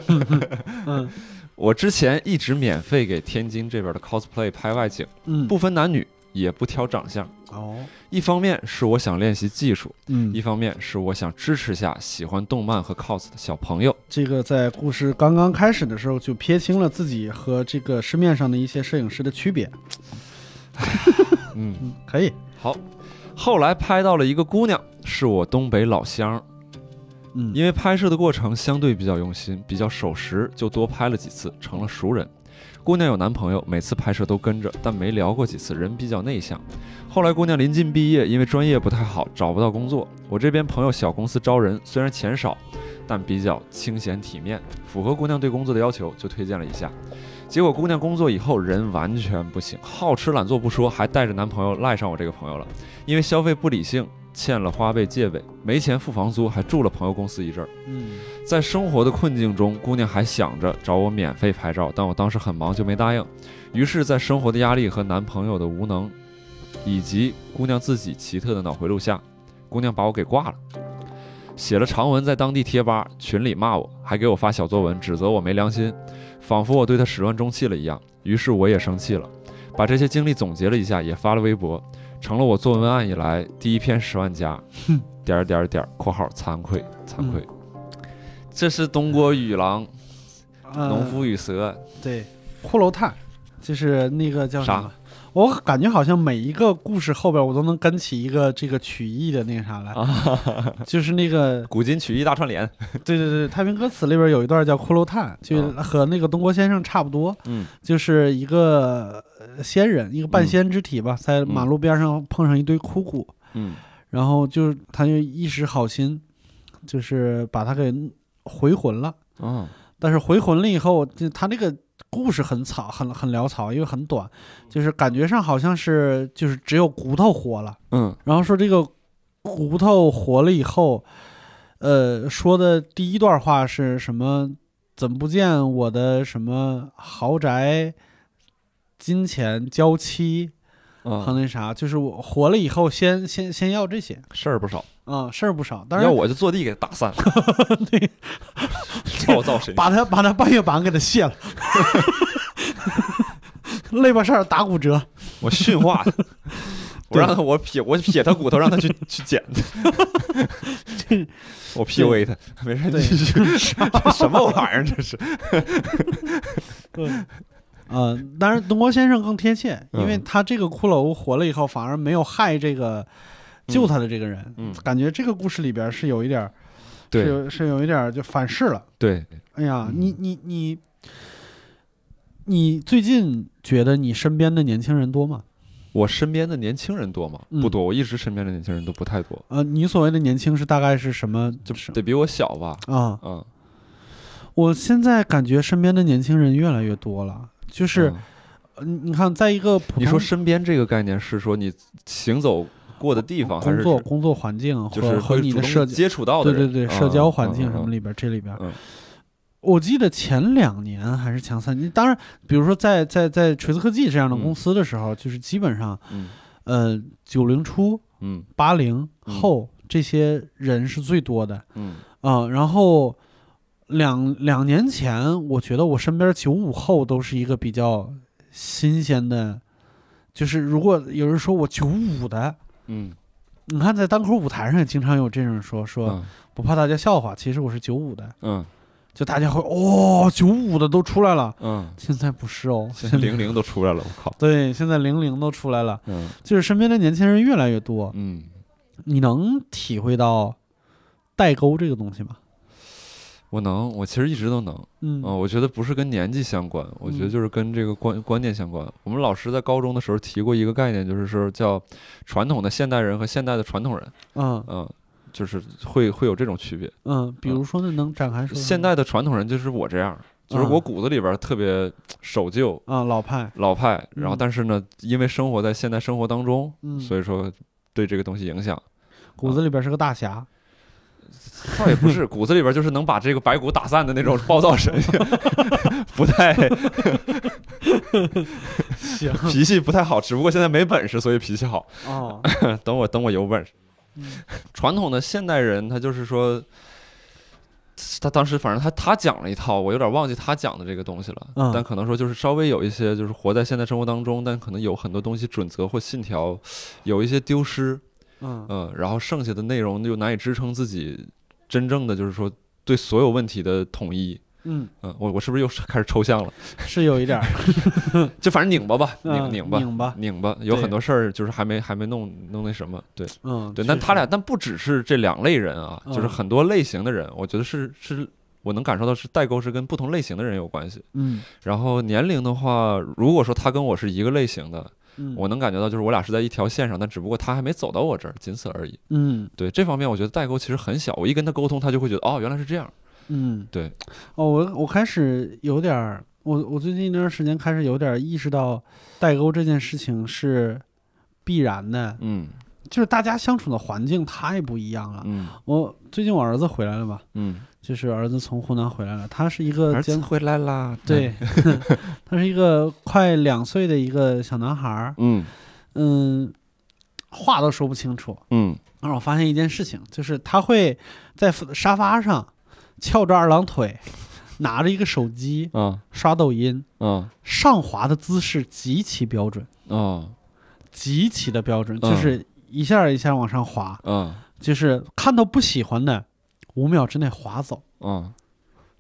[SPEAKER 1] 嗯
[SPEAKER 2] 我之前一直免费给天津这边的 cosplay 拍外景，
[SPEAKER 1] 嗯，
[SPEAKER 2] 不分男女，也不挑长相。
[SPEAKER 1] 哦，
[SPEAKER 2] 一方面是我想练习技术，
[SPEAKER 1] 嗯
[SPEAKER 2] 一，方面是我想支持下喜欢动漫和 cos 的小朋友。
[SPEAKER 1] 这个在故事刚刚开始的时候就撇清了自己和这个市面上的一些摄影师的区别。
[SPEAKER 2] 嗯，
[SPEAKER 1] 嗯，可以。
[SPEAKER 2] 好。后来拍到了一个姑娘，是我东北老乡，
[SPEAKER 1] 嗯，
[SPEAKER 2] 因为拍摄的过程相对比较用心，比较守时，就多拍了几次，成了熟人。姑娘有男朋友，每次拍摄都跟着，但没聊过几次，人比较内向。后来姑娘临近毕业，因为专业不太好，找不到工作。我这边朋友小公司招人，虽然钱少，但比较清闲体面，符合姑娘对工作的要求，就推荐了一下。结果姑娘工作以后人完全不行，好吃懒做不说，还带着男朋友赖上我这个朋友了，因为消费不理性，欠了花呗借呗，没钱付房租，还住了朋友公司一阵儿。
[SPEAKER 1] 嗯
[SPEAKER 2] 在生活的困境中，姑娘还想着找我免费拍照，但我当时很忙，就没答应。于是，在生活的压力和男朋友的无能，以及姑娘自己奇特的脑回路下，姑娘把我给挂了，写了长文在当地贴吧群里骂我，还给我发小作文指责我没良心，仿佛我对她始乱终弃了一样。于是我也生气了，把这些经历总结了一下，也发了微博，成了我做文案以来第一篇十万加。点儿点儿点儿（括号惭愧惭愧）这是东郭与狼，
[SPEAKER 1] 呃
[SPEAKER 2] 农夫与蛇。
[SPEAKER 1] 对，骷髅炭就是那个叫什
[SPEAKER 2] 啥
[SPEAKER 1] 么？我感觉好像每一个故事后边我都能跟起一个这个曲艺的那个啥来，
[SPEAKER 2] 啊
[SPEAKER 1] 就是那个
[SPEAKER 2] 古今曲艺大串联。
[SPEAKER 1] 对对对，《太平歌词》里边有一段叫骷髅炭，就
[SPEAKER 2] 啊
[SPEAKER 1] 和那个东郭先生差不多，
[SPEAKER 2] 嗯
[SPEAKER 1] 就是一个呃仙人，一个半仙之体吧，在马路边上碰上一堆枯骨，
[SPEAKER 2] 嗯
[SPEAKER 1] 然后就是他就一时好心，就是把他给回魂了。
[SPEAKER 2] 啊
[SPEAKER 1] 但是回魂了以后，就他那个故事很草，很很潦草，因为很短，就是感觉上好像是就是只有骨头活了，
[SPEAKER 2] 嗯
[SPEAKER 1] 然后说这个骨头活了以后，呃，说的第一段话是什么？怎么不见我的什么豪宅、金钱、娇妻和
[SPEAKER 2] 啊，
[SPEAKER 1] 那啥？就是我活了以后先，先先要这些
[SPEAKER 2] 事儿不少，
[SPEAKER 1] 啊、事儿不少。当
[SPEAKER 2] 要
[SPEAKER 1] 然，
[SPEAKER 2] 我就坐地给他打 散。暴躁神
[SPEAKER 1] 把他把他半月板给他卸了，累把事儿打骨 折。
[SPEAKER 2] 我驯化 他，我让他我撇我撇他骨头，让他去去捡。我 PUA 他，没事，
[SPEAKER 1] 对
[SPEAKER 2] 继 续这什么玩意儿？这是
[SPEAKER 1] 嗯，呃，当然东郭先生更贴切，
[SPEAKER 2] 嗯
[SPEAKER 1] 因为他这个骷髅活了以后，反而没有害这个救他的这个人，
[SPEAKER 2] 嗯嗯
[SPEAKER 1] 感觉这个故事里边是有一点儿，是
[SPEAKER 2] 对
[SPEAKER 1] 有是有一点儿就反噬了。
[SPEAKER 2] 对，
[SPEAKER 1] 哎呀，
[SPEAKER 2] 嗯
[SPEAKER 1] 你你你，你最近觉得你身边的年轻人多吗？
[SPEAKER 2] 我身边的年轻人多吗？
[SPEAKER 1] 嗯
[SPEAKER 2] 不多，我一直身边的年轻人都不太多，
[SPEAKER 1] 呃，你所谓的年轻是大概是什么？
[SPEAKER 2] 就是得比我小吧。
[SPEAKER 1] 啊，
[SPEAKER 2] 嗯，
[SPEAKER 1] 我现在感觉身边的年轻人越来越多了，就是、
[SPEAKER 2] 嗯
[SPEAKER 1] 呃你你看，在一个普通
[SPEAKER 2] 你说身边这个概念是说你行走过的地方，还
[SPEAKER 1] 工
[SPEAKER 2] 是
[SPEAKER 1] 作
[SPEAKER 2] 指
[SPEAKER 1] 工作环境和、
[SPEAKER 2] 就是
[SPEAKER 1] 和
[SPEAKER 2] 会
[SPEAKER 1] 你
[SPEAKER 2] 主
[SPEAKER 1] 的
[SPEAKER 2] 动
[SPEAKER 1] 社交。
[SPEAKER 2] 接触到的
[SPEAKER 1] 对对
[SPEAKER 2] 人，
[SPEAKER 1] 对，
[SPEAKER 2] 嗯
[SPEAKER 1] 社交环境什么
[SPEAKER 2] 嗯嗯
[SPEAKER 1] 里边，这里边，
[SPEAKER 2] 嗯
[SPEAKER 1] 我记得前两年还是前三年，当然，比如说在在在锤子科技这样的公司的时候，就是基本上，
[SPEAKER 2] 嗯
[SPEAKER 1] 呃，九零初、
[SPEAKER 2] 嗯
[SPEAKER 1] 八零
[SPEAKER 2] 嗯
[SPEAKER 1] 后这些人是最多的
[SPEAKER 2] 嗯
[SPEAKER 1] 啊、然后两两年前，我觉得我身边九五后都是一个比较新鲜的，就是如果有人说我九五的，
[SPEAKER 2] 嗯
[SPEAKER 1] 你看在单口舞台上也经常有这种人说说
[SPEAKER 2] 嗯
[SPEAKER 1] 不怕大家笑话，其实我是九五的。
[SPEAKER 2] 嗯
[SPEAKER 1] 就大家会哦，九五的都出来了，
[SPEAKER 2] 嗯，
[SPEAKER 1] 现在不是哦，
[SPEAKER 2] 现在零零都出来了，我靠，
[SPEAKER 1] 对，现在零零都出来了，
[SPEAKER 2] 嗯
[SPEAKER 1] 就是身边的年轻人越来越多，
[SPEAKER 2] 嗯，
[SPEAKER 1] 你能体会到代沟这个东西吗？
[SPEAKER 2] 我能，我其实一直都能，
[SPEAKER 1] 嗯
[SPEAKER 2] 嗯，我觉得不是跟年纪相关，我觉得
[SPEAKER 1] 嗯
[SPEAKER 2] 就是跟这个观观念相关。我们老师在高中的时候提过一个概念，就是说叫传统的现代人和现代的传统人，
[SPEAKER 1] 嗯
[SPEAKER 2] 嗯，就是会会有这种区别。
[SPEAKER 1] 嗯，比如说呢，能展开说说吗
[SPEAKER 2] 现代的传统人就是我这样，就是我
[SPEAKER 1] 嗯
[SPEAKER 2] 骨子里边儿特别守旧、
[SPEAKER 1] 啊，老派，
[SPEAKER 2] 老派，然后
[SPEAKER 1] 嗯
[SPEAKER 2] 但是呢，因为生活在现代生活当中，
[SPEAKER 1] 嗯，
[SPEAKER 2] 所以说对这个东西影响
[SPEAKER 1] 骨子里边是个大
[SPEAKER 2] 啊
[SPEAKER 1] 侠，
[SPEAKER 2] 倒也不是骨子里边就是能把这个白骨打散的那种暴躁神性， 不太
[SPEAKER 1] 行
[SPEAKER 2] 脾气不太好，只不过现在没本事，所以脾气好。
[SPEAKER 1] 哦，
[SPEAKER 2] 等我等我有本事
[SPEAKER 1] 嗯。
[SPEAKER 2] 传统的现代人他就是说，他当时反正他他讲了一套，我有点忘记他讲的这个东西了，
[SPEAKER 1] 嗯
[SPEAKER 2] 但可能说就是稍微有一些就是活在现代生活当中，但可能有很多东西准则或信条有一些丢失，
[SPEAKER 1] 嗯
[SPEAKER 2] 嗯，然后剩下的内容又难以支撑自己真正的就是说对所有问题的统一。
[SPEAKER 1] 嗯，
[SPEAKER 2] 嗯，我我是不是又是开始抽象了？
[SPEAKER 1] 是有一点儿，
[SPEAKER 2] 就反正拧巴吧，
[SPEAKER 1] 嗯
[SPEAKER 2] 拧拧巴，
[SPEAKER 1] 拧巴
[SPEAKER 2] 拧巴，有
[SPEAKER 1] 对
[SPEAKER 2] 很多事儿就是还没还没弄弄那什么，对
[SPEAKER 1] 嗯，
[SPEAKER 2] 对。
[SPEAKER 1] 确
[SPEAKER 2] 但他
[SPEAKER 1] 实
[SPEAKER 2] 俩，但不只是这两类人啊，就是
[SPEAKER 1] 嗯
[SPEAKER 2] 很多类型的人，我觉得是是，我能感受到是代沟是跟不同类型的人有关系。
[SPEAKER 1] 嗯
[SPEAKER 2] 然后年龄的话，如果说他跟我是一个类型的，
[SPEAKER 1] 嗯，
[SPEAKER 2] 我能感觉到就是我俩是在一条线上，但只不过他还没走到我这儿，仅此而已。
[SPEAKER 1] 嗯
[SPEAKER 2] 对这方面，我觉得代沟其实很小，我一跟他沟通，他就会觉得哦，原来是这样。
[SPEAKER 1] 嗯，
[SPEAKER 2] 对。
[SPEAKER 1] 哦，我我开始有点儿，我我最近一段时间开始有点儿意识到，代沟这件事情是必然的，
[SPEAKER 2] 嗯
[SPEAKER 1] 就是大家相处的环境太不一样了。
[SPEAKER 2] 嗯
[SPEAKER 1] 我最近我儿子回来了嘛，
[SPEAKER 2] 嗯，
[SPEAKER 1] 就是儿子从湖南回来了，他是一个
[SPEAKER 2] 儿子
[SPEAKER 1] 监
[SPEAKER 2] 回来啦。
[SPEAKER 1] 呃 对，他是一个快两岁的一个小男孩儿，
[SPEAKER 2] 嗯，
[SPEAKER 1] 嗯，话都说不清楚。
[SPEAKER 2] 嗯
[SPEAKER 1] 但是我发现一件事情，就是他会在沙发上翘着二郎腿，拿着一个手机
[SPEAKER 2] 嗯啊
[SPEAKER 1] 刷抖音，
[SPEAKER 2] 啊
[SPEAKER 1] 上滑的姿势极其标准，
[SPEAKER 2] 啊
[SPEAKER 1] 极其的标准，
[SPEAKER 2] 嗯
[SPEAKER 1] 就是一下一下往上滑，
[SPEAKER 2] 啊
[SPEAKER 1] 就是看到不喜欢的，五秒之内滑走。
[SPEAKER 2] 啊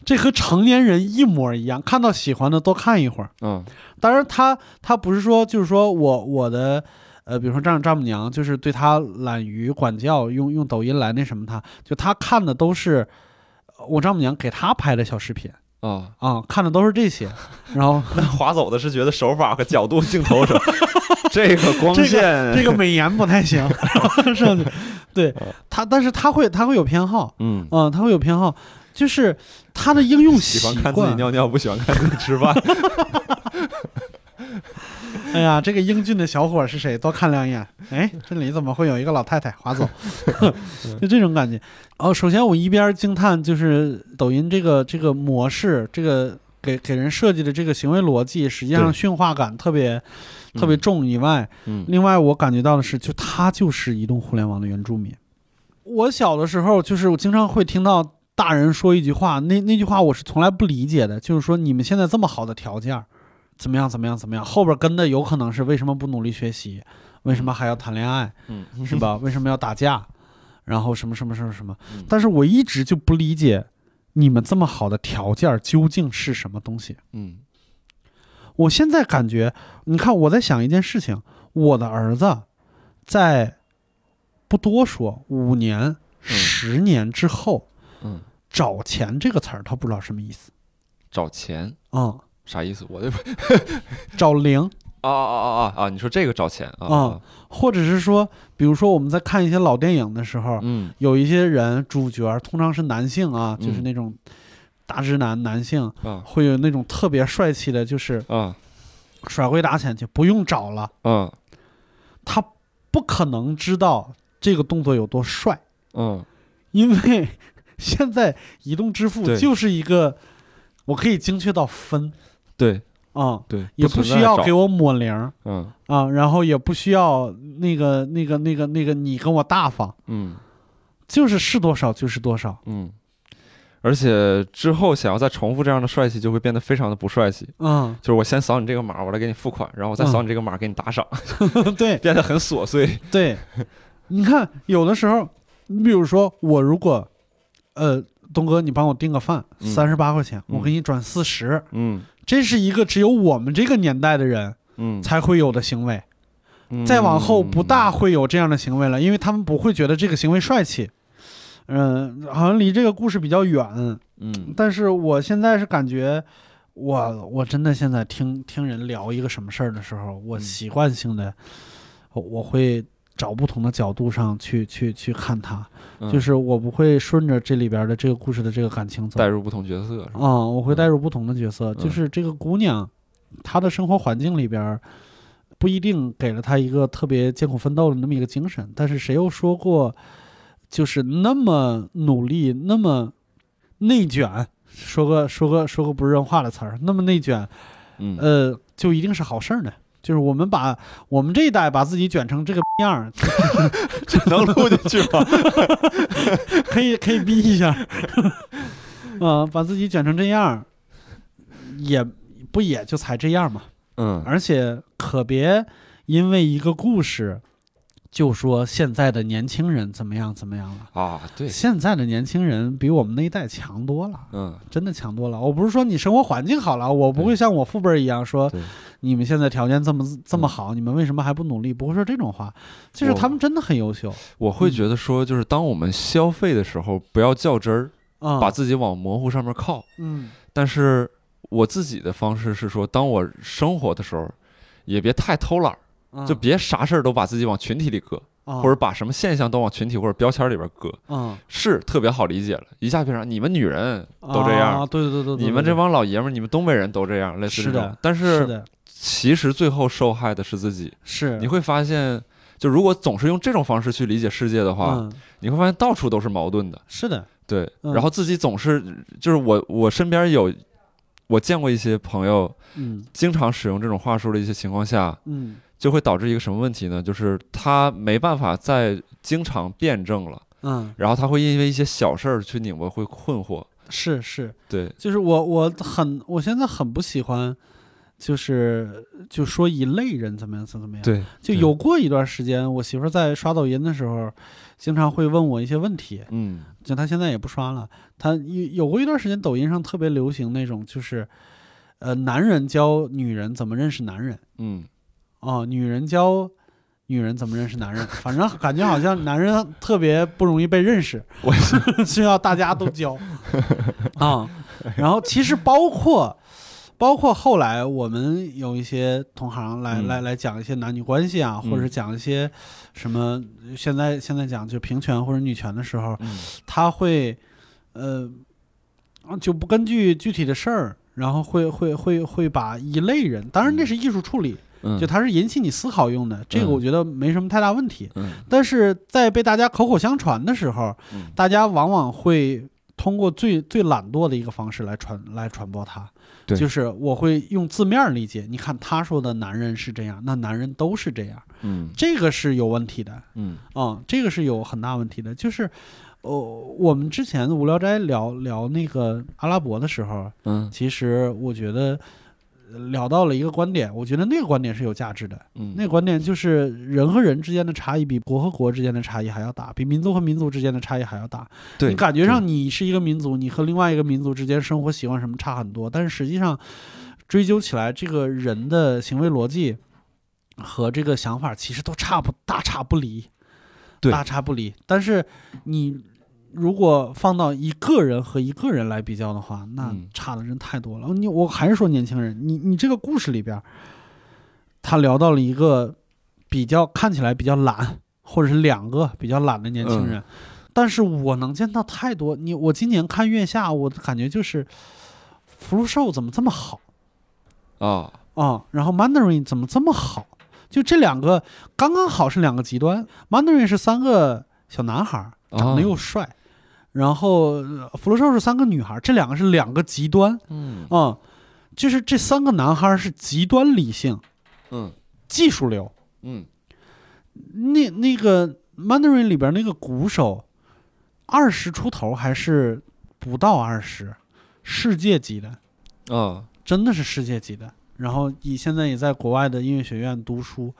[SPEAKER 1] 这和成年人一模一样，看到喜欢的多看一会儿。
[SPEAKER 2] 啊
[SPEAKER 1] 当然他，他不是说就是说我我的，呃，比如说丈丈母娘，就是对他懒于管教，用用抖音来那什么他，就他看的都是呃我丈母娘给他拍的小视频
[SPEAKER 2] 啊！
[SPEAKER 1] 啊，看的都是这些， 然后
[SPEAKER 2] 那划走的是觉得手法和角度、镜头什么， 这个光
[SPEAKER 1] 这个
[SPEAKER 2] 线，
[SPEAKER 1] 这个美颜不太行，然后上去，对他，但是他会他会有偏好，
[SPEAKER 2] 嗯，
[SPEAKER 1] 嗯、他会有偏好，就是他的应用习
[SPEAKER 2] 喜欢看自己
[SPEAKER 1] 惯，
[SPEAKER 2] 尿尿，不喜欢看自己吃饭。
[SPEAKER 1] 哎呀，这个英俊的小伙是谁？多看两眼。哎，这里怎么会有一个老太太划走？就这种感觉。哦，首先我一边惊叹，就是抖音这个这个模式，这个给给人设计的这个行为逻辑，实际上
[SPEAKER 2] 对
[SPEAKER 1] 驯化感特别特别重以外，
[SPEAKER 2] 嗯
[SPEAKER 1] 另外我感觉到的是，就它就是移动互联网的原住民。我小的时候，就是我经常会听到大人说一句话，那那句话我是从来不理解的，就是说你们现在这么好的条件，怎么样怎么样怎么样，后边跟的有可能是为什么不努力学习，为什么还要谈恋爱，
[SPEAKER 2] 嗯，
[SPEAKER 1] 是？ 吧？为什么要打架，然后什么什么什么什么
[SPEAKER 2] 嗯？
[SPEAKER 1] 但是我一直就不理解，你们这么好的条件究竟是什么东西？
[SPEAKER 2] 嗯
[SPEAKER 1] 我现在感觉，你看我在想一件事情，我的儿子在不多说五年、十年之后，
[SPEAKER 2] 嗯，
[SPEAKER 1] 找钱这个词儿他不知道什么意思
[SPEAKER 2] 找钱
[SPEAKER 1] 啊、
[SPEAKER 2] 啥意思？我这不
[SPEAKER 1] 找零，
[SPEAKER 2] 啊啊啊啊啊！你说这个找钱啊？
[SPEAKER 1] 啊或者是说，比如说我们在看一些老电影的时候，
[SPEAKER 2] 嗯
[SPEAKER 1] 有一些人主角儿通常是男性啊，
[SPEAKER 2] 嗯
[SPEAKER 1] 就是那种大直男男性，
[SPEAKER 2] 啊
[SPEAKER 1] 会有那种特别帅气的，就是
[SPEAKER 2] 啊
[SPEAKER 1] 甩灰打钱就不用找了，
[SPEAKER 2] 啊
[SPEAKER 1] 他不可能知道这个动作有多帅，
[SPEAKER 2] 嗯
[SPEAKER 1] 因为 现在移动支付
[SPEAKER 2] 对
[SPEAKER 1] 就是一个，我可以精确到分
[SPEAKER 2] 对
[SPEAKER 1] 啊、
[SPEAKER 2] 对，
[SPEAKER 1] 也
[SPEAKER 2] 不
[SPEAKER 1] 不
[SPEAKER 2] 存在
[SPEAKER 1] 需要
[SPEAKER 2] 找
[SPEAKER 1] 给我抹零儿
[SPEAKER 2] 嗯
[SPEAKER 1] 啊、然后也不需要那个那个那个那个你跟我大方，
[SPEAKER 2] 嗯
[SPEAKER 1] 就是是多少就是多少，
[SPEAKER 2] 嗯。而且之后想要再重复这样的帅气，就会变得非常的不帅气。
[SPEAKER 1] 嗯，
[SPEAKER 2] 就是我先扫你这个码，我来给你付款，然后我再扫你这个码给你打赏，
[SPEAKER 1] 对。
[SPEAKER 2] 变得很琐碎。
[SPEAKER 1] 对，你看，有的时候，你比如说我如果，呃，东哥，你帮我订个饭，
[SPEAKER 2] 嗯
[SPEAKER 1] 三十八块钱，
[SPEAKER 2] 嗯
[SPEAKER 1] 我给你转四十，
[SPEAKER 2] 嗯
[SPEAKER 1] 这是一个只有我们这个年代的人
[SPEAKER 2] 嗯，
[SPEAKER 1] 才会有的行为。再往后不大
[SPEAKER 2] 嗯
[SPEAKER 1] 会有这样的行为了，因为他们不会觉得这个行为帅气。嗯，好像离这个故事比较远，
[SPEAKER 2] 嗯
[SPEAKER 1] 但是我现在是感觉。我我真的现在听听人聊一个什么事儿的时候，我
[SPEAKER 2] 嗯
[SPEAKER 1] 习惯性的，我我会找不同的角度上去去去看它，
[SPEAKER 2] 嗯
[SPEAKER 1] 就是我不会顺着这里边的这个故事的这个感情走
[SPEAKER 2] 带，入不同角色是吧。
[SPEAKER 1] 啊、我会带入不同的角色，
[SPEAKER 2] 嗯
[SPEAKER 1] 就是这个姑娘，她的生活环境里边儿不一定给了她一个特别艰苦奋斗的那么一个精神，但是谁又说过，就是那么努力，那么内卷，说个说个说个不是人话的词儿，那么内卷，
[SPEAKER 2] 嗯
[SPEAKER 1] 呃，就一定是好事儿呢？就是我们把我们这一代把自己卷成这个样儿，
[SPEAKER 2] 能录进去吗？
[SPEAKER 1] 可以可以逼一下， 啊，把自己卷成这样儿，也不也就才这样嘛。
[SPEAKER 2] 嗯
[SPEAKER 1] 而且可别因为一个故事，就说现在的年轻人怎么样怎么样了。
[SPEAKER 2] 啊，对，
[SPEAKER 1] 现在的年轻人比我们那一代强多了，
[SPEAKER 2] 嗯
[SPEAKER 1] 真的强多了。我不是说你生活环境好了，我不会像我父辈儿一样说
[SPEAKER 2] 对，嗯
[SPEAKER 1] 你们现在条件这么这么好，你们为什么还不努力？不会说这种话，就是
[SPEAKER 2] 我
[SPEAKER 1] 他们真的很优秀
[SPEAKER 2] 我会
[SPEAKER 1] 嗯
[SPEAKER 2] 觉得说，就是当我们消费的时候，不要较真儿，
[SPEAKER 1] 啊。
[SPEAKER 2] 把自己往模糊上面靠。
[SPEAKER 1] 嗯
[SPEAKER 2] 但是我自己的方式是说，当我生活的时候，也别太偷懒儿，
[SPEAKER 1] 啊
[SPEAKER 2] 就别啥事儿都把自己往群体里搁，
[SPEAKER 1] 啊
[SPEAKER 2] 或者把什么现象都往群体或者标签里边搁，
[SPEAKER 1] 嗯
[SPEAKER 2] 是特别好理解了。一下变成你们女人都这
[SPEAKER 1] 啊
[SPEAKER 2] 样，
[SPEAKER 1] 对对对对对，
[SPEAKER 2] 你们
[SPEAKER 1] 对
[SPEAKER 2] 这帮老爷们儿，你们东北人都这样，类
[SPEAKER 1] 是
[SPEAKER 2] 似这
[SPEAKER 1] 的
[SPEAKER 2] 种。但
[SPEAKER 1] 是
[SPEAKER 2] 是
[SPEAKER 1] 的，
[SPEAKER 2] 其实最后受害的是自己。
[SPEAKER 1] 是
[SPEAKER 2] 你会发现，就如果总是用这种方式去理解世界的话，
[SPEAKER 1] 嗯
[SPEAKER 2] 你会发现到处都是矛盾的。
[SPEAKER 1] 是的，
[SPEAKER 2] 对，
[SPEAKER 1] 嗯
[SPEAKER 2] 然后自己总是就是我我身边有我见过一些朋友
[SPEAKER 1] 嗯
[SPEAKER 2] 经常使用这种话术的一些情况下，
[SPEAKER 1] 嗯
[SPEAKER 2] 就会导致一个什么问题呢？就是他没办法再经常辩证了，
[SPEAKER 1] 嗯
[SPEAKER 2] 然后他会因为一些小事儿去拧巴，会困惑。
[SPEAKER 1] 是是，
[SPEAKER 2] 对，
[SPEAKER 1] 就是我我很我现在很不喜欢，就是就说一类人怎么样怎么样，
[SPEAKER 2] 对，
[SPEAKER 1] 就有过一段时间，我媳妇儿在刷抖音的时候，经常会问我一些问题，
[SPEAKER 2] 嗯
[SPEAKER 1] 就她现在也不刷了，她有有过一段时间抖音上特别流行那种就是，呃，男人教女人怎么认识男人。
[SPEAKER 2] 嗯，
[SPEAKER 1] 哦，女人教女人怎么认识男人，反正感觉好像男人特别不容易被认识，
[SPEAKER 2] 我
[SPEAKER 1] 需要大家都教啊、然后其实包括包括后来我们有一些同行来、
[SPEAKER 2] 嗯
[SPEAKER 1] 来来讲一些男女关系啊，或者
[SPEAKER 2] 嗯
[SPEAKER 1] 讲一些什么现在现在讲就平权或者女权的时候，
[SPEAKER 2] 嗯
[SPEAKER 1] 他会呃就不根据具体的事儿。然后会会会会把一类人，当然这是艺术处理，
[SPEAKER 2] 嗯，
[SPEAKER 1] 就它是引起你思考用的，这个
[SPEAKER 2] 嗯
[SPEAKER 1] 我觉得没什么太大问题。
[SPEAKER 2] 嗯
[SPEAKER 1] 但是在被大家口口相传的时候，
[SPEAKER 2] 嗯
[SPEAKER 1] 大家往往会通过最最懒惰的一个方式来传来传播它。
[SPEAKER 2] 对
[SPEAKER 1] 就是我会用字面理解。你看他说的男人是这样，那男人都是这样，
[SPEAKER 2] 嗯
[SPEAKER 1] 这个是有问题的啊、
[SPEAKER 2] 嗯
[SPEAKER 1] 嗯这个是有很大问题的。就是，呃，我们之前无聊斋聊聊那个阿拉伯的时候，
[SPEAKER 2] 嗯
[SPEAKER 1] 其实我觉得呃聊到了一个观点，我觉得那个观点是有价值的。
[SPEAKER 2] 嗯，
[SPEAKER 1] 那个观点就是人和人之间的差异比国和国之间的差异还要大，比民族和民族之间的差异还要大。
[SPEAKER 2] 对
[SPEAKER 1] 你感觉上你是一个民族，你和另外一个民族之间生活习惯什么差很多，但是实际上追究起来，这个人的行为逻辑和这个想法其实都差不大差不离，
[SPEAKER 2] 对
[SPEAKER 1] 大差不离。但是你如果放到一个人和一个人来比较的话，那
[SPEAKER 2] 嗯
[SPEAKER 1] 差的人太多了。哦你我还是说年轻人，你你这个故事里边，他聊到了一个比较看起来比较懒，或者是两个比较懒的年轻人，但是我能见到太多。你我今年看月下，我的感觉就是福禄寿怎么这么好
[SPEAKER 2] 啊，
[SPEAKER 1] 啊、然后 Mandarin 怎么这么好？就这两个刚刚好是两个极端，Mandarin 是三个小男孩儿，长得
[SPEAKER 2] 啊
[SPEAKER 1] 又帅，然后呃福禄寿是三个女孩儿，这两个是两个极端
[SPEAKER 2] 嗯
[SPEAKER 1] 啊、就是这三个男孩儿是极端理性、
[SPEAKER 2] 嗯
[SPEAKER 1] 技术流，
[SPEAKER 2] 嗯
[SPEAKER 1] 那那个 Mandarin 里边那个鼓手，二十出头还是不到二十，世界级的，
[SPEAKER 2] 啊，
[SPEAKER 1] 真的是世界级的。然后以现在也在国外的音乐学院读书，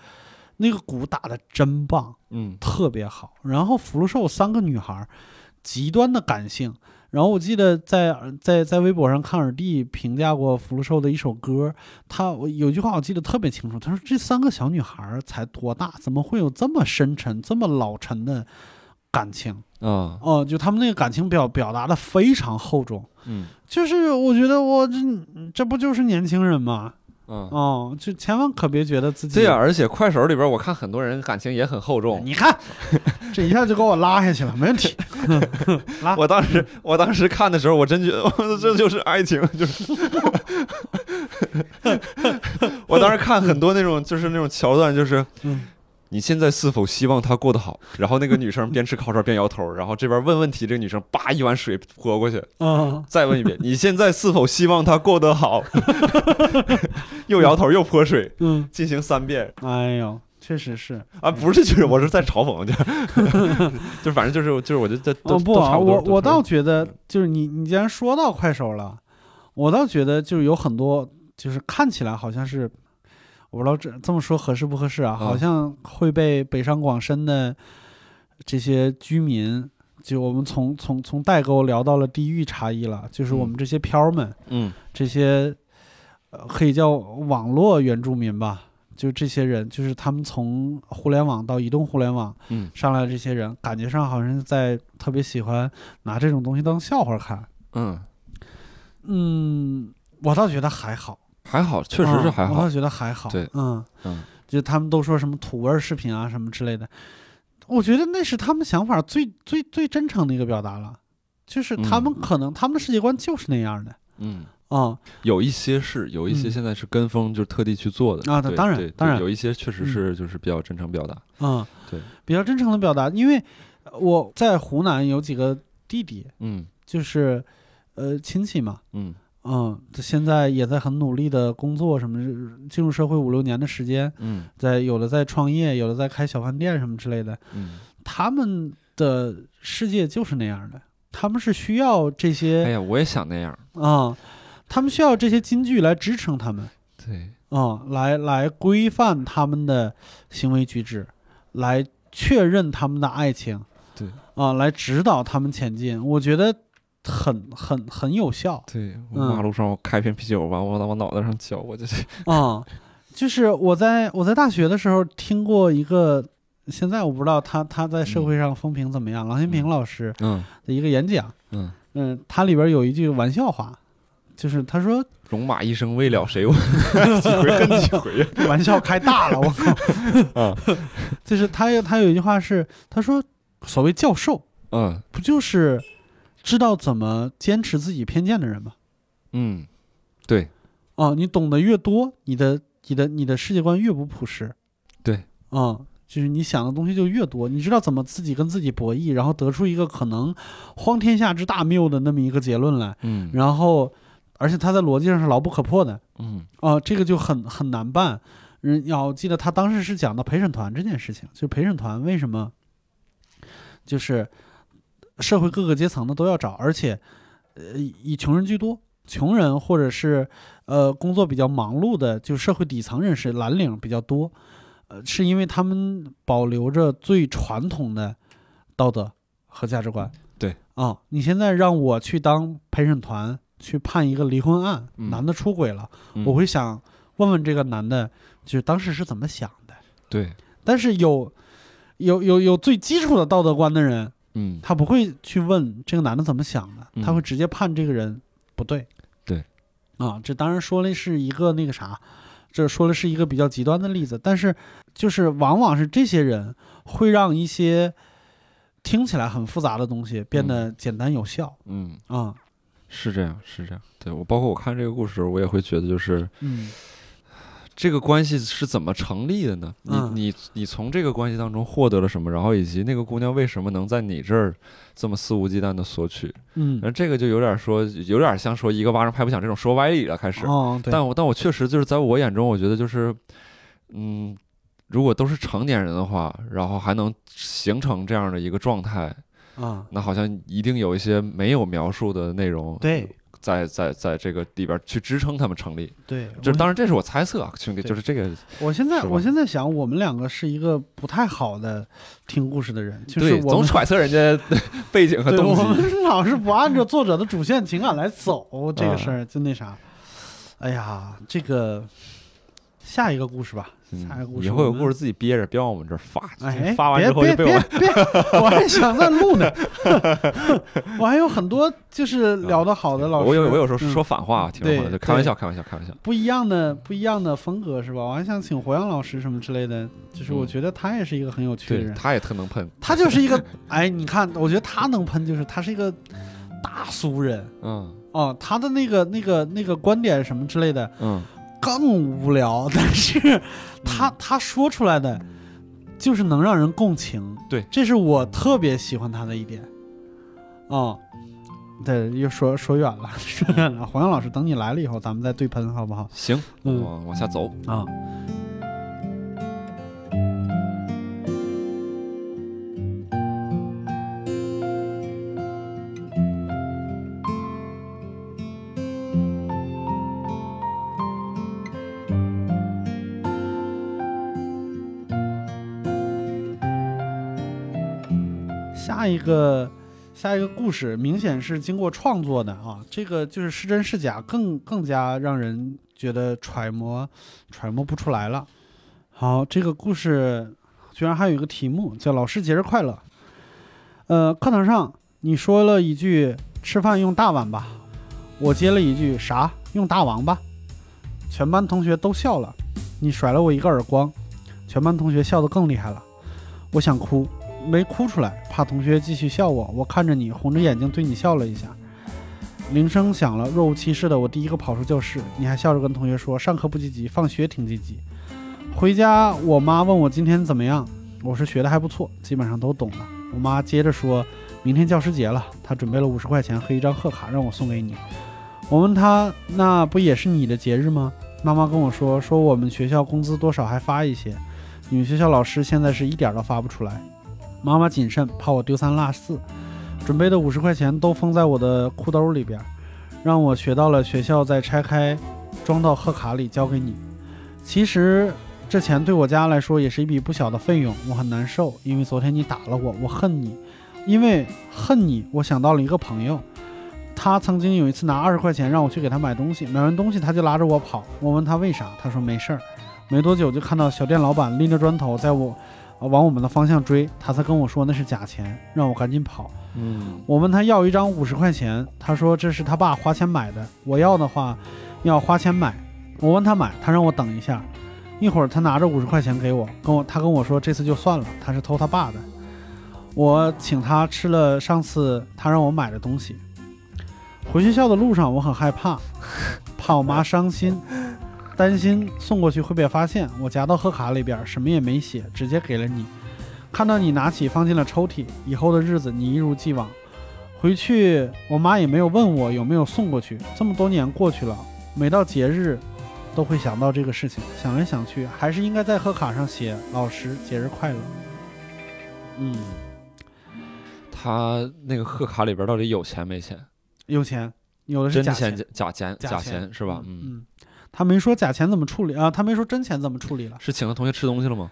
[SPEAKER 1] 那个鼓打的真棒，
[SPEAKER 2] 嗯
[SPEAKER 1] 特别好。然后福禄寿三个女孩儿，极端的感性。然后我记得在在在微博上看尔弟评价过福禄寿的一首歌，他我有句话我记得特别清楚，他说这三个小女孩儿才多大，怎么会有这么深沉、这么老沉的感情？
[SPEAKER 2] 啊，
[SPEAKER 1] 哦、就他们那个感情表表达的非常厚重，
[SPEAKER 2] 嗯
[SPEAKER 1] 就是我觉得我这嗯这不就是年轻人吗？
[SPEAKER 2] 啊。
[SPEAKER 1] 哦、就千万可别觉得自己
[SPEAKER 2] 对呀，啊而且快手里边，我看很多人感情也很厚重。
[SPEAKER 1] 你看，这一下就给我拉下去了，没问题。拉
[SPEAKER 2] 我当时，
[SPEAKER 1] 嗯
[SPEAKER 2] 我当时看的时候，我真觉得 这就是爱情，就是。 我当时看很多那种，就是那种桥段，就是
[SPEAKER 1] 嗯。
[SPEAKER 2] 你现在是否希望他过得好？然后那个女生边吃烤串边摇头，然后这边问问题，这个女生叭一碗水泼过去，
[SPEAKER 1] 嗯，
[SPEAKER 2] 再问一遍，你现在是否希望他过 得好？又摇头又泼水，
[SPEAKER 1] 嗯，
[SPEAKER 2] 进行三遍。
[SPEAKER 1] 哎呦，确实是。
[SPEAKER 2] 啊，不是，就是我是在嘲讽，就就 反正就是就是，我觉得都
[SPEAKER 1] 哦不
[SPEAKER 2] 都
[SPEAKER 1] 啊，
[SPEAKER 2] 差不多
[SPEAKER 1] 我
[SPEAKER 2] 都
[SPEAKER 1] 我
[SPEAKER 2] 差
[SPEAKER 1] 倒
[SPEAKER 2] 不
[SPEAKER 1] 觉得，就是你你既然说到快手了，我倒觉得就是有很多，就是看起来好像是，我不知道这这么说合适不合适啊，好
[SPEAKER 2] 嗯
[SPEAKER 1] 像会被北上广深的这些居民，就我们从从从代沟聊到了地域差异了，就是我
[SPEAKER 2] 嗯
[SPEAKER 1] 们这些漂儿们，
[SPEAKER 2] 多嗯
[SPEAKER 1] 这些呃可以叫网络原住民吧。就这些人，就是他们从互联网到移动互联网，
[SPEAKER 2] 嗯
[SPEAKER 1] 上来的这些人，感觉上好像是在特别喜欢拿这种东西当笑话看。
[SPEAKER 2] 嗯，
[SPEAKER 1] 嗯，我倒觉得还好，
[SPEAKER 2] 还好，确实是
[SPEAKER 1] 嗯
[SPEAKER 2] 还
[SPEAKER 1] 我
[SPEAKER 2] 好
[SPEAKER 1] 倒，觉得还好。
[SPEAKER 2] 对，
[SPEAKER 1] 嗯
[SPEAKER 2] 嗯，
[SPEAKER 1] 就他们都说什么土味儿视频啊什么之类的，我觉得那是他们想法最最最真诚的一个表达了，就是他们可能、他们的世界观就是那样的。
[SPEAKER 2] 嗯，
[SPEAKER 1] 啊、
[SPEAKER 2] 有一些是有一些
[SPEAKER 1] 嗯
[SPEAKER 2] 现在是跟风，就是特地去做的
[SPEAKER 1] 啊
[SPEAKER 2] 对
[SPEAKER 1] 当然
[SPEAKER 2] 对对
[SPEAKER 1] 当然
[SPEAKER 2] 有一些确实是就是比较真诚表达，
[SPEAKER 1] 嗯，
[SPEAKER 2] 对，
[SPEAKER 1] 比较真诚的表达，因为呃我在湖南有几个弟弟，
[SPEAKER 2] 嗯
[SPEAKER 1] 就是呃亲戚嘛，
[SPEAKER 2] 嗯
[SPEAKER 1] 嗯，这现在也在很努力的工作，什么是进入社会五六年的时间，
[SPEAKER 2] 嗯
[SPEAKER 1] 在有的在创业，有的在开小饭店什么之类的，
[SPEAKER 2] 嗯，
[SPEAKER 1] 他们的世界就是那样的，他们是需要这
[SPEAKER 2] 哎
[SPEAKER 1] 些
[SPEAKER 2] 呀，我也想那样，
[SPEAKER 1] 啊、他们需要这些金句来支撑他们
[SPEAKER 2] 对，
[SPEAKER 1] 啊、来来规范他们的行为举止，来确认他们的爱情，
[SPEAKER 2] 对
[SPEAKER 1] 啊、来指导他们前进，我觉得很很很有效。
[SPEAKER 2] 对，我
[SPEAKER 1] 嗯
[SPEAKER 2] 马路上我开瓶啤酒完，我往脑袋上浇，我就是
[SPEAKER 1] 啊、就是我在我在大学的时候听过一个，现在我不知道他他在社会上风评怎么样，郎咸平老师
[SPEAKER 2] 嗯
[SPEAKER 1] 的一个演讲，
[SPEAKER 2] 嗯，
[SPEAKER 1] 嗯，他里边有一句玩笑话，就是他说
[SPEAKER 2] 戎马一生为了谁， 我几回恨几回呀，
[SPEAKER 1] 玩笑开大了，我靠，
[SPEAKER 2] 啊
[SPEAKER 1] 就是他有他有一句话是他说所谓教授
[SPEAKER 2] 嗯
[SPEAKER 1] 不就是知道怎么坚持自己偏见的人吗？
[SPEAKER 2] 嗯，对，
[SPEAKER 1] 啊、你懂得越多，你的你的你的世界观越不朴实。
[SPEAKER 2] 对，
[SPEAKER 1] 啊、就是你想的东西就越多，你知道怎么自己跟自己博弈，然后得出一个可能荒天下之大谬的那么一个结论来，
[SPEAKER 2] 嗯
[SPEAKER 1] 然后而且它在逻辑上是牢不可破的
[SPEAKER 2] 嗯
[SPEAKER 1] 啊、这个就很很难办。人要我记得他当时是讲到陪审团这件事情，就是陪审团为什么就是社会各个阶层的都要找，而且呃以以穷人居多，穷人或者是呃工作比较忙碌的，就社会底层人士蓝领比较多，呃，是因为他们保留着最传统的道德和价值观。
[SPEAKER 2] 嗯对
[SPEAKER 1] 啊、你现在让我去当陪审团去判一个离婚案，
[SPEAKER 2] 嗯
[SPEAKER 1] 男的出轨了，
[SPEAKER 2] 嗯
[SPEAKER 1] 我会想问问这个男的，就是当时是怎么想的。
[SPEAKER 2] 对，
[SPEAKER 1] 但是有有有有最基础的道德观的人，
[SPEAKER 2] 嗯
[SPEAKER 1] 他不会去问这个男的怎么想的，
[SPEAKER 2] 嗯
[SPEAKER 1] 他会直接判这个人不对。
[SPEAKER 2] 对，
[SPEAKER 1] 啊，这当然说的是一个那个啥，这说的是一个比较极端的例子，但是就是往往是这些人会让一些听起来很复杂的东西变得简单有效
[SPEAKER 2] 嗯。
[SPEAKER 1] 啊。
[SPEAKER 2] 是这样，是这样。对我，包括我看这个故事的时候，我也会觉得，就是
[SPEAKER 1] 嗯
[SPEAKER 2] 这个关系是怎么成立的呢？你、
[SPEAKER 1] 嗯
[SPEAKER 2] 你你从这个关系当中获得了什么？然后以及那个姑娘为什么能在你这儿这么肆无忌惮的索取？
[SPEAKER 1] 嗯，
[SPEAKER 2] 那这个就有点说，有点像说一个巴掌拍不响这种说歪理了，开始。
[SPEAKER 1] 哦，对，
[SPEAKER 2] 但我但我确实就是在我眼中，我觉得就是，嗯，如果都是成年人的话，然后还能形成这样的一个状态，
[SPEAKER 1] 啊，
[SPEAKER 2] 那好像一定有一些没有描述的内容。
[SPEAKER 1] 对
[SPEAKER 2] 在在在这个里边儿去支撑他们成立。
[SPEAKER 1] 对，
[SPEAKER 2] 就
[SPEAKER 1] 我
[SPEAKER 2] 是当然这是我猜测啊，兄弟，
[SPEAKER 1] 对
[SPEAKER 2] 就是这个
[SPEAKER 1] 我现在
[SPEAKER 2] 是吧
[SPEAKER 1] 我现在想，我们两个是一个不太好的听故事的人，就是
[SPEAKER 2] 对，
[SPEAKER 1] 我
[SPEAKER 2] 总
[SPEAKER 1] 们
[SPEAKER 2] 揣测人家 背景和
[SPEAKER 1] 对
[SPEAKER 2] 动
[SPEAKER 1] 我
[SPEAKER 2] 机。嗯
[SPEAKER 1] 们老是不按照作者的主线情感来走，这个
[SPEAKER 2] 啊
[SPEAKER 1] 事儿就那啥。哎呀，这个下一个故事吧，下一个故
[SPEAKER 2] 嗯
[SPEAKER 1] 事
[SPEAKER 2] 以后有
[SPEAKER 1] 我们
[SPEAKER 2] 故事。自己憋着，别往我们这儿发。
[SPEAKER 1] 哎，
[SPEAKER 2] 发完之后
[SPEAKER 1] 别
[SPEAKER 2] 就被
[SPEAKER 1] 别
[SPEAKER 2] 我
[SPEAKER 1] 别别，我还想再录呢。 我还有很多就是聊得好的老师，
[SPEAKER 2] 啊我有我有时候
[SPEAKER 1] 嗯
[SPEAKER 2] 说反话啊，挺
[SPEAKER 1] 对
[SPEAKER 2] 好的，就开玩笑，开玩笑，开玩笑。
[SPEAKER 1] 不一样的不一样的风格是吧？我还想请火阳老师什么之类的，就是我
[SPEAKER 2] 嗯
[SPEAKER 1] 觉得他也是一个很有趣的
[SPEAKER 2] 对，
[SPEAKER 1] 人。
[SPEAKER 2] 他也特能喷。
[SPEAKER 1] 他就是一个， 哎，你看，我觉得他能喷，就是他是一个大俗人
[SPEAKER 2] 嗯
[SPEAKER 1] 哦，他的那个、那个、那个观点什么之类的
[SPEAKER 2] 嗯，
[SPEAKER 1] 更无聊，但是他他说出来的就是能让人共情，
[SPEAKER 2] 对
[SPEAKER 1] 这是我特别喜欢他的一点。哦，对，又说说远了，说远了。黄洋老师，等你来了以后，咱们再
[SPEAKER 2] 啊
[SPEAKER 1] 对喷好不好？
[SPEAKER 2] 行，
[SPEAKER 1] 嗯
[SPEAKER 2] 往往下走。
[SPEAKER 1] 啊、下一个下一个故事明显是经过创作的啊，这个就是是真是假，更更加让人觉得揣摩揣摩不出来了。好，这个故事居然还有一个题目叫“老师节日快乐”。呃，课堂上你说了一句“吃饭用大碗吧”，我接了一句“啥用大王吧”，全班同学都笑了，你甩了我一个耳光，全班同学笑得更厉害了。我想哭，没哭出来，怕同学继续笑我。我看着你，红着眼睛对你笑了一下。铃声响了，若无其事的我第一个跑出教室，你还笑着跟同学说上课不积极，放学挺积极。回家，我妈问我今天怎么样，我说学的还不错，基本上都懂了。我妈接着说，明天教师节了，她准备了五十块钱和一张贺卡让我送给你。我问她，那不也是你的节日吗？妈妈跟我说，说我们学校工资多少还发一些，你们学校老师现在是一点儿都发不出来。妈妈谨慎，怕我丢三落四，准备的五十块钱都封在我的裤兜里边儿，让我学到了学校再拆开装到贺卡里交给你。其实这钱对我家来说也是一笔不小的费用，我很难受，因为昨天你打了我，我恨你，因为恨你，我想到了一个朋友，他曾经有一次拿二十块钱让我去给他买东西，买完东西他就拉着我跑，我问他为啥，他说没事儿。没多久就看到小店老板拎着砖头在我、呃往我们的方向追，他才跟我说那是假钱，让我赶紧跑。
[SPEAKER 2] 嗯
[SPEAKER 1] 我问他要一张五十块钱，他说这是他爸花钱买的，我要的话要花钱买。我问他买，他让我等一下，一会儿他拿着五十块钱给我，跟我他跟我说这次就算了，他是偷他爸的。我请他吃了上次他让我买的东西。回学校的路上，我很害怕，怕我妈伤心，担心送过去会被发现。我夹到贺卡里边，什么也没写，直接给了你。看到你拿起放进了抽屉，以后的日子你一如既往。回去，我妈也没有问我有没有送过去。这么多年过去了，每到节日都会想到这个事情，想来想去，还是应该在贺卡上写“老师节日快乐”。嗯，
[SPEAKER 2] 他那个贺卡里边到底有钱没钱？
[SPEAKER 1] 有钱，有的是
[SPEAKER 2] 真
[SPEAKER 1] 假
[SPEAKER 2] 钱假假钱
[SPEAKER 1] 假
[SPEAKER 2] 假
[SPEAKER 1] 钱
[SPEAKER 2] 钱是吧？嗯，
[SPEAKER 1] 嗯，他没说假钱怎么处理啊，他没说真钱怎么处理了，
[SPEAKER 2] 是请了同学吃东西了吗？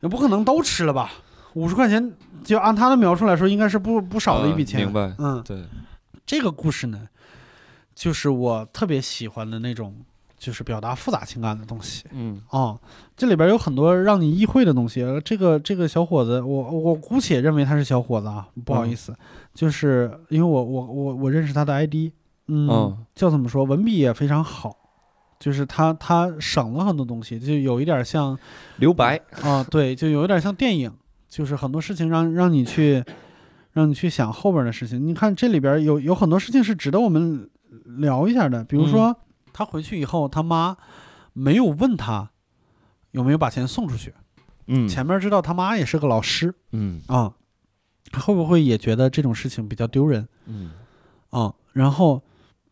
[SPEAKER 1] 也不可能都吃了吧？五十块钱，就按他的描述来说，应该是不不少的一笔
[SPEAKER 2] 啊
[SPEAKER 1] 钱。
[SPEAKER 2] 明白？
[SPEAKER 1] 嗯，
[SPEAKER 2] 对，
[SPEAKER 1] 这个故事呢，就是我特别喜欢的那种，就是表达复杂情感的东西。
[SPEAKER 2] 嗯
[SPEAKER 1] 哦，这里边有很多让你意会的东西。呃这个这个小伙子，我我姑且认为他是小伙子啊，不好意思，就是因为我我我我认识他的 ID，嗯，
[SPEAKER 2] 嗯
[SPEAKER 1] 叫怎么说，文笔也非常好，就是他他省了很多东西，就有一点像
[SPEAKER 2] 留白，
[SPEAKER 1] 啊，对，就有一点像电影，就是很多事情让让你去，让你去想后边的事情。你看这里边有有很多事情是值得我们聊一下的，比如说、他回去以后，他妈没有问他有没有把钱送出去，
[SPEAKER 2] 嗯
[SPEAKER 1] 前面知道他妈也是个老师
[SPEAKER 2] 嗯
[SPEAKER 1] 啊，他会不会也觉得这种事情比较丢人
[SPEAKER 2] 嗯
[SPEAKER 1] 啊？然后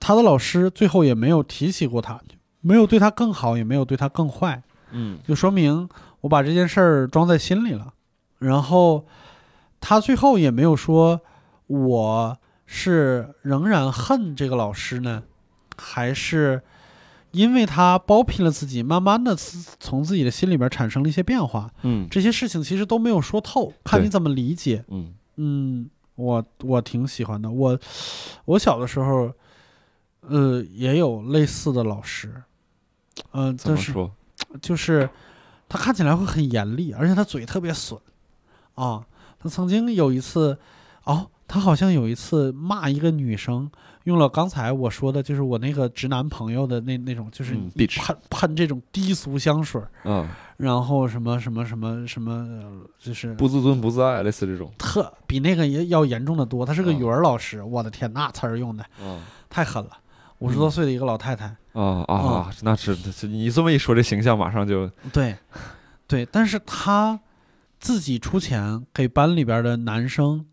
[SPEAKER 1] 他的老师最后也没有提起过他，没有对他更好，也没有对他更坏。
[SPEAKER 2] 嗯
[SPEAKER 1] 就说明我把这件事儿装在心里了。然后他最后也没有说我是仍然恨这个老师呢，还是因为他包庇了自己，慢慢的从自己的心里边产生了一些变化。
[SPEAKER 2] 嗯
[SPEAKER 1] 这些事情其实都没有说透，看你怎么理解。
[SPEAKER 2] 嗯
[SPEAKER 1] 嗯，我我挺喜欢的。我我小的时候，呃，也有类似的老师，嗯、
[SPEAKER 2] 怎
[SPEAKER 1] 但
[SPEAKER 2] 么
[SPEAKER 1] 是
[SPEAKER 2] 说？
[SPEAKER 1] 就是他看起来会很严厉，而且他嘴特别损啊。他曾经有一次，哦，他好像有一次骂一个女生，用了刚才我说的，就是我那个直男朋友的那那种，就是
[SPEAKER 2] 嗯，bitch
[SPEAKER 1] 喷、喷这种低俗香水儿，
[SPEAKER 2] 嗯，
[SPEAKER 1] 然后什么什么什么什么，呃就是
[SPEAKER 2] 不自尊不自爱，类似这种。
[SPEAKER 1] 特比那个也要严重的多。他是个
[SPEAKER 2] 嗯
[SPEAKER 1] 语文老师，我的天，那词儿用的
[SPEAKER 2] 啊
[SPEAKER 1] 太狠了。五
[SPEAKER 2] 嗯
[SPEAKER 1] 十多岁的一个老太太，
[SPEAKER 2] 啊啊啊！那是这你这么一说，这形象马上就
[SPEAKER 1] 对，对，但是他自己出钱给班里边的男生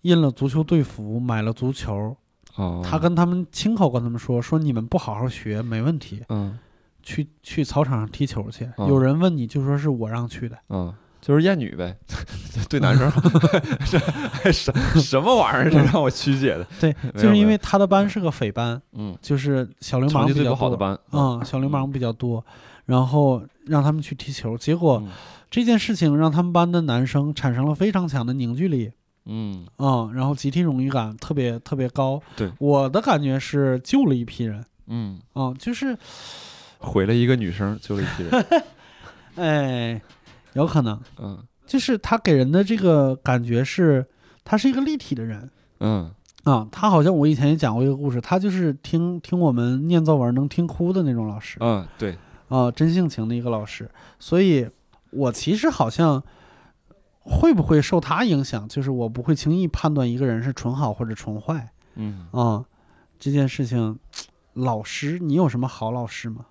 [SPEAKER 1] 印了足球队服，买了足球。
[SPEAKER 2] 啊，
[SPEAKER 1] 他跟他们亲口跟他们说：“说你们不好好学没问题，
[SPEAKER 2] 嗯
[SPEAKER 1] 去去操场上踢球去。
[SPEAKER 2] 嗯
[SPEAKER 1] 有人问你就说是我让去的。
[SPEAKER 2] 嗯，就是厌女呗， 对男生 这哎什什么玩意儿？这让我曲解的。
[SPEAKER 1] 对，
[SPEAKER 2] 没
[SPEAKER 1] 就
[SPEAKER 2] 有
[SPEAKER 1] 是因
[SPEAKER 2] 没
[SPEAKER 1] 为他的班是个匪班，
[SPEAKER 2] 嗯，
[SPEAKER 1] 就是小流
[SPEAKER 2] 成
[SPEAKER 1] 氓
[SPEAKER 2] 绩
[SPEAKER 1] 比
[SPEAKER 2] 最
[SPEAKER 1] 较
[SPEAKER 2] 不好的
[SPEAKER 1] 多。
[SPEAKER 2] 班。哦
[SPEAKER 1] 嗯，小流氓比较多，然后让他们去踢球，结果
[SPEAKER 2] 嗯
[SPEAKER 1] 这件事情让他们班的男生产生了非常强的凝聚力。
[SPEAKER 2] 嗯，
[SPEAKER 1] 嗯，然后集体荣誉感特别特别高。
[SPEAKER 2] 对，
[SPEAKER 1] 我的感觉是救了一批人，
[SPEAKER 2] 嗯，
[SPEAKER 1] 嗯，就是
[SPEAKER 2] 毁了一个女生，救了一批人。
[SPEAKER 1] 哎，有可能
[SPEAKER 2] 嗯
[SPEAKER 1] 就是他给人的这个感觉是，他是一个立体的人。
[SPEAKER 2] 嗯
[SPEAKER 1] 啊、他好像我以前也讲过一个故事，他就是听听我们念作文能听哭的那种老师啊、
[SPEAKER 2] 嗯，对，
[SPEAKER 1] 真性情的一个老师。所以，我其实好像会不会受他影响，就是我不会轻易判断一个人是纯好或者纯坏。
[SPEAKER 2] 嗯，
[SPEAKER 1] 啊、这件事情，老师，你有什么好老师吗？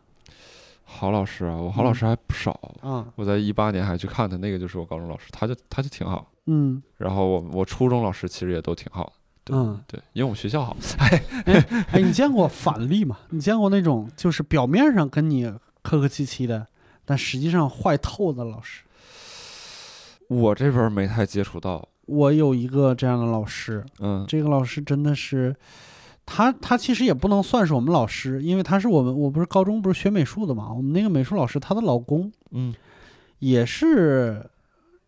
[SPEAKER 2] 郝老师啊，我郝老师还不少。
[SPEAKER 1] 啊，
[SPEAKER 2] 我在一八年还去看他，那个就是我高中老师，他就他就挺好。
[SPEAKER 1] 嗯，
[SPEAKER 2] 然后我我初中老师其实也都挺好的，对、
[SPEAKER 1] 嗯
[SPEAKER 2] 对，因为我们学校好。
[SPEAKER 1] 哎，你见过反例吗？你见过那种就是表面上跟你客客气气的，但实际上坏透的老师？
[SPEAKER 2] 我这边没太接触到，
[SPEAKER 1] 我有一个这样的老师，
[SPEAKER 2] 嗯
[SPEAKER 1] 这个老师真的是，他他其实也不能算是我们老师，因为他是我们，我不是高中不是学美术的嘛，我们那个美术老师她的老公
[SPEAKER 2] 嗯
[SPEAKER 1] 也是。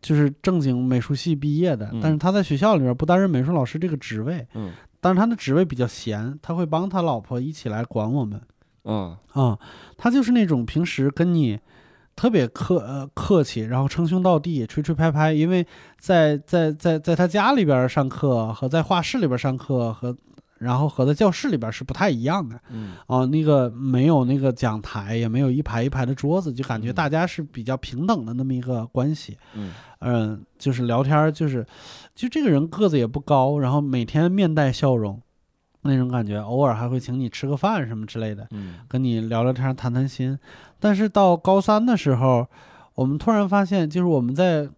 [SPEAKER 1] 就是正经美术系毕业的，
[SPEAKER 2] 嗯
[SPEAKER 1] 但是他在学校里边不担任美术老师这个职位，
[SPEAKER 2] 嗯
[SPEAKER 1] 但是他的职位比较闲，他会帮他老婆一起来管我们
[SPEAKER 2] 嗯
[SPEAKER 1] 啊、他就是那种平时跟你特别客呃客气，然后称兄道弟，吹吹拍拍。因为在在在在他家里边上课和在画室里边上课和然后和在教室里边是不太一样的
[SPEAKER 2] 嗯
[SPEAKER 1] 啊、那个没有那个讲台，也没有一排一排的桌子，就感觉
[SPEAKER 2] 嗯
[SPEAKER 1] 大家是比较平等的那么一个关系。
[SPEAKER 2] 嗯
[SPEAKER 1] 嗯，就是聊天儿，就是就这个人个子也不高，然后每天面带笑容，那种感觉，偶尔还会请你吃个饭什么之类的，
[SPEAKER 2] 嗯
[SPEAKER 1] 跟你聊聊天儿、谈谈心。但是到高三的时候，我们突然发现，就是我们在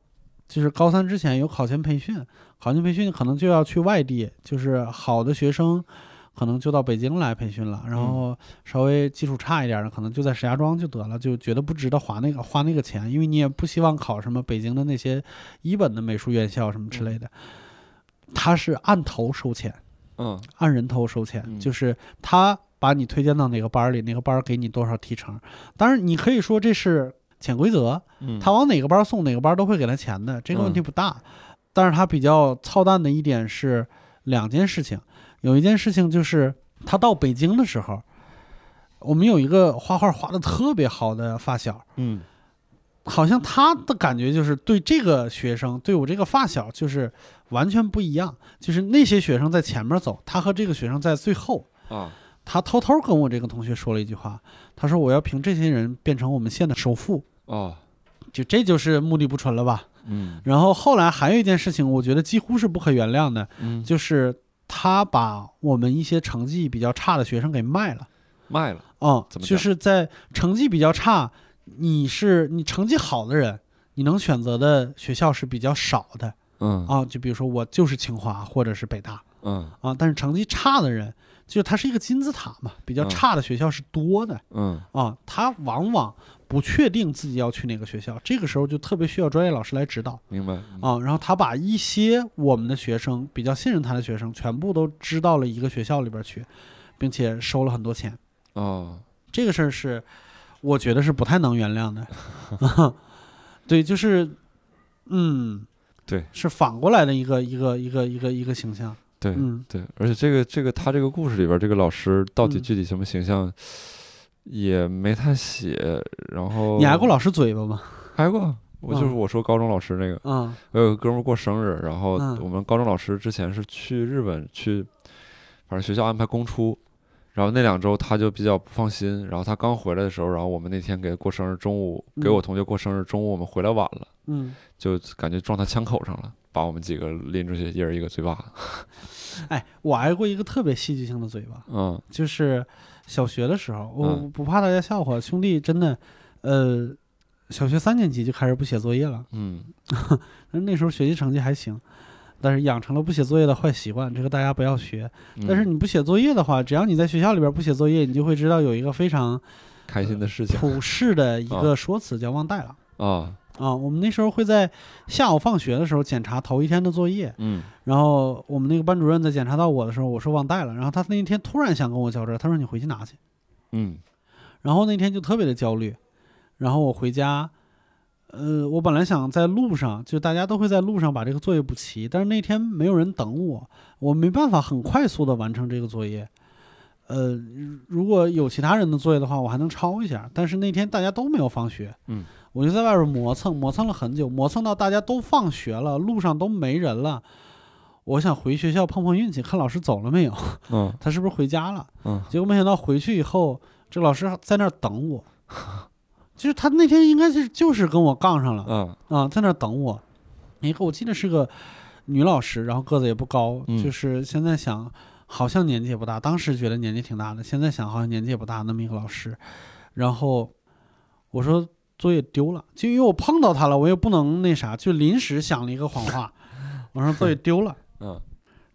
[SPEAKER 1] 就是高三之前有考前培训，考前培训可能就要去外地，就是好的学生。可能就到北京来培训了，然后稍微基础差一点的，可能就在石家庄就得了，就觉得不值得花那个花那个钱，因为你也不希望考什么北京的那些一本的美术院校什么之类的。他是按头收钱，
[SPEAKER 2] 嗯
[SPEAKER 1] 按人头收钱，
[SPEAKER 2] 嗯
[SPEAKER 1] 就是他把你推荐到哪个班儿里，哪个班儿给你多少提成。当然，你可以说这是潜规则，
[SPEAKER 2] 嗯，
[SPEAKER 1] 他往哪个班儿送，哪个班儿都会给他钱的，这个问题
[SPEAKER 2] 嗯
[SPEAKER 1] 不大。但是他比较操蛋的一点是两件事情，有一件事情就是他到北京的时候，我们有一个画画画的特别好的发小，
[SPEAKER 2] 嗯
[SPEAKER 1] 好像他的感觉就是对这个学生，对我这个发小就是完全不一样。就是那些学生在前面走，他和这个学生在最后。
[SPEAKER 2] 啊
[SPEAKER 1] 他偷偷跟我这个同学说了一句话，他说：“我要凭这些人变成我们县的首富。
[SPEAKER 2] 哦”
[SPEAKER 1] 就这就是目的不纯了吧？
[SPEAKER 2] 嗯
[SPEAKER 1] 然后后来还有一件事情，我觉得几乎是不可原谅的，
[SPEAKER 2] 嗯，
[SPEAKER 1] 就是他把我们一些成绩比较差的学生给卖了。
[SPEAKER 2] 卖了，
[SPEAKER 1] 嗯，
[SPEAKER 2] 怎么
[SPEAKER 1] 就
[SPEAKER 2] 讲
[SPEAKER 1] 是在成绩比较差，你是你成绩好的人，你能选择的学校是比较少的
[SPEAKER 2] 嗯
[SPEAKER 1] 啊。就比如说我就是清华或者是北大
[SPEAKER 2] 嗯
[SPEAKER 1] 啊，但是成绩差的人，就是它是一个金字塔嘛，比较
[SPEAKER 2] 嗯
[SPEAKER 1] 差的学校是多的
[SPEAKER 2] 嗯
[SPEAKER 1] 啊。他往往不确定自己要去哪个学校，这个时候就特别需要专业老师来指导
[SPEAKER 2] 明白，
[SPEAKER 1] 啊。然后他把一些我们的学生比较信任他的学生，全部都支到了一个学校里边去，并且收了很多钱。
[SPEAKER 2] 哦
[SPEAKER 1] 这个事儿是我觉得是不太能原谅的。 对，就是，嗯，
[SPEAKER 2] 对，
[SPEAKER 1] 是反过来的一个一个一个一个一个形象。
[SPEAKER 2] 对
[SPEAKER 1] 嗯
[SPEAKER 2] 对，而且这个这个他这个故事里边儿这个老师到底
[SPEAKER 1] 嗯
[SPEAKER 2] 具体什么形象也没太写，然后
[SPEAKER 1] 你挨过老师嘴巴吗？
[SPEAKER 2] 挨过，我就是
[SPEAKER 1] 嗯
[SPEAKER 2] 我说高中老师那个，
[SPEAKER 1] 嗯
[SPEAKER 2] 我有个呃哥们儿过生日，然后
[SPEAKER 1] 嗯
[SPEAKER 2] 我们高中老师之前是去日本去，反正学校安排公出，然后那两周他就比较不放心，然后他刚回来的时候，然后我们那天给他过生日，中午给
[SPEAKER 1] 嗯
[SPEAKER 2] 我同学过生日，中午我们回来晚了，
[SPEAKER 1] 嗯，
[SPEAKER 2] 就感觉撞他枪口上了，把我们几个拎出去，一人一个嘴巴，
[SPEAKER 1] 哎，我挨过一个特别戏剧性的嘴巴，
[SPEAKER 2] 嗯
[SPEAKER 1] 就是小学的时候，我
[SPEAKER 2] 嗯
[SPEAKER 1] 不怕大家笑话，兄弟真的，呃，小学三年级就开始不写作业了，
[SPEAKER 2] 嗯
[SPEAKER 1] 但是那时候学习成绩还行。但是养成了不写作业的坏习惯，这个大家不要学。
[SPEAKER 2] 嗯，
[SPEAKER 1] 但是你不写作业的话，只要你在学校里边不写作业，你就会知道有一个非常
[SPEAKER 2] 开心的事情
[SPEAKER 1] 普世的一
[SPEAKER 2] 啊
[SPEAKER 1] 个说辞叫忘带了
[SPEAKER 2] 啊，
[SPEAKER 1] 啊。我们那时候会在下午放学的时候检查头一天的作业，
[SPEAKER 2] 嗯
[SPEAKER 1] 然后我们那个班主任在检查到我的时候，我说忘带了，然后他那一天突然想跟我较真儿，他说你回去拿去，
[SPEAKER 2] 嗯
[SPEAKER 1] 然后那天就特别的焦虑，然后我回家。呃，我本来想在路上，就大家都会在路上把这个作业补齐，但是那天没有人等我，我没办法很快速的完成这个作业。呃，如果有其他人的作业的话，我还能抄一下。但是那天大家都没有放学，
[SPEAKER 2] 嗯，
[SPEAKER 1] 我就在外边磨蹭，磨蹭了很久，磨蹭到大家都放学了，路上都没人了。我想回学校碰碰运气，看老师走了没有，
[SPEAKER 2] 嗯
[SPEAKER 1] 他是不是回家了？
[SPEAKER 2] 嗯
[SPEAKER 1] 结果没想到回去以后，这老师在那儿等我， 就是他那天应该是就是跟我杠上了。
[SPEAKER 2] 嗯
[SPEAKER 1] 啊，在那儿等我。一个我记得是个女老师，然后个子也不高，
[SPEAKER 2] 嗯
[SPEAKER 1] 就是现在想好像年纪也不大，当时觉得年纪挺大的，现在想好像年纪也不大那么一个老师。然后我说作业丢了，就因为我碰到她了，我也不能那啥，就临时想了一个谎话，我说作业丢了，
[SPEAKER 2] 嗯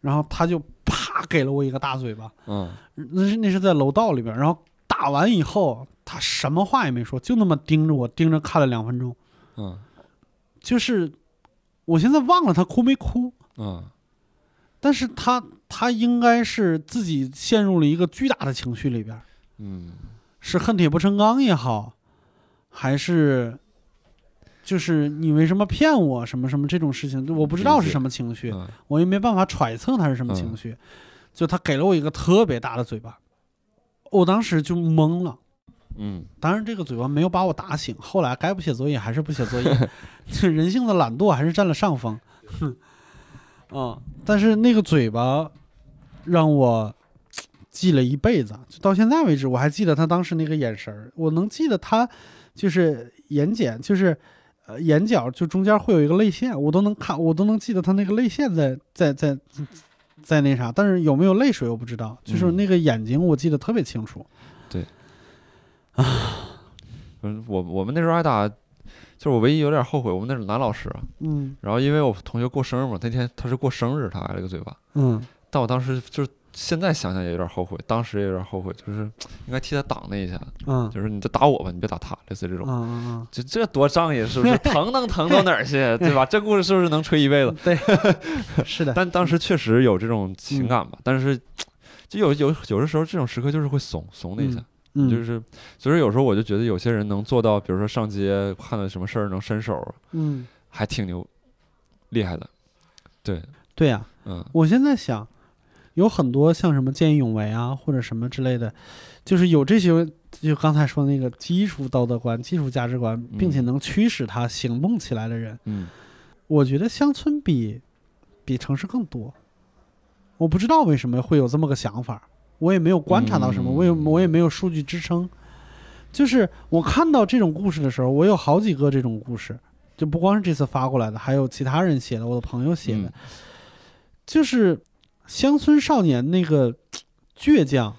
[SPEAKER 1] 然后她就啪给了我一个大嘴巴，
[SPEAKER 2] 嗯
[SPEAKER 1] 那是那是在楼道里边儿，然后打完以后，她什么话也没说，就那么盯着我盯着看了两分钟。
[SPEAKER 2] 嗯
[SPEAKER 1] 就是我现在忘了他哭没哭，
[SPEAKER 2] 嗯
[SPEAKER 1] 但是他他应该是自己陷入了一个巨大的情绪里边儿，
[SPEAKER 2] 嗯
[SPEAKER 1] 是恨铁不成钢也好，还是就是你为什么骗我什么什么这种事情，我不知道是什么情绪，
[SPEAKER 2] 嗯
[SPEAKER 1] 我也没办法揣测他是什么情绪，就他给了我一个特别大的嘴巴，我当时就懵了。
[SPEAKER 2] 嗯
[SPEAKER 1] 当然，这个嘴巴没有把我打醒。后来该不写作业还是不写作业，这人性的懒惰还是占了上风。哼，啊、但是那个嘴巴让我嘖记了一辈子，就到现在为止，我还记得他当时那个眼神儿，我能记得他就是眼睑，就是呃眼角，就中间会有一个泪腺，我都能看，我都能记得他那个泪腺在在在在那啥，但是有没有泪水我不知道，就是
[SPEAKER 2] 嗯
[SPEAKER 1] 那个眼睛我记得特别清楚。
[SPEAKER 2] 反正嗯我我们那时候挨打，就是我唯一有点后悔，我们那是男老师，
[SPEAKER 1] 嗯
[SPEAKER 2] 然后因为我同学过生日嘛，那天他是过生日，他挨了个嘴巴，
[SPEAKER 1] 嗯
[SPEAKER 2] 但我当时就是现在想想也有点后悔，当时也有点后悔，就是应该替他挡那一下，
[SPEAKER 1] 嗯。
[SPEAKER 2] 就是你就打我吧，你别打他，类似这种。
[SPEAKER 1] 嗯
[SPEAKER 2] 这这多仗义是不 是？疼能疼到哪儿去，对吧？这故事是不是能吹一辈子？
[SPEAKER 1] 对， 是的，
[SPEAKER 2] 但当时确实有这种
[SPEAKER 1] 嗯
[SPEAKER 2] 情感吧，但是就有有有的时候这种时刻就是会怂怂那一下，
[SPEAKER 1] 嗯，
[SPEAKER 2] 就是所以说有时候我就觉得有些人能做到，比如说上街看到什么事儿能伸手，
[SPEAKER 1] 嗯，
[SPEAKER 2] 还挺牛厉害的。对，
[SPEAKER 1] 对呀、
[SPEAKER 2] 嗯
[SPEAKER 1] 我现在想，有很多像什么见义勇为啊，或者什么之类的，就是有这些，就刚才说的那个基础道德观、基础价值观，并且能驱使他行动起来的人，
[SPEAKER 2] 嗯
[SPEAKER 1] 我觉得乡村比比城市更多。我不知道为什么会有这么个想法，我也没有观察到什么，
[SPEAKER 2] 嗯
[SPEAKER 1] 我也我也没有数据支撑。就是我看到这种故事的时候，我有好几个这种故事，就不光是这次发过来的，还有其他人写的，我的朋友写的，
[SPEAKER 2] 嗯
[SPEAKER 1] 就是乡村少年那个倔强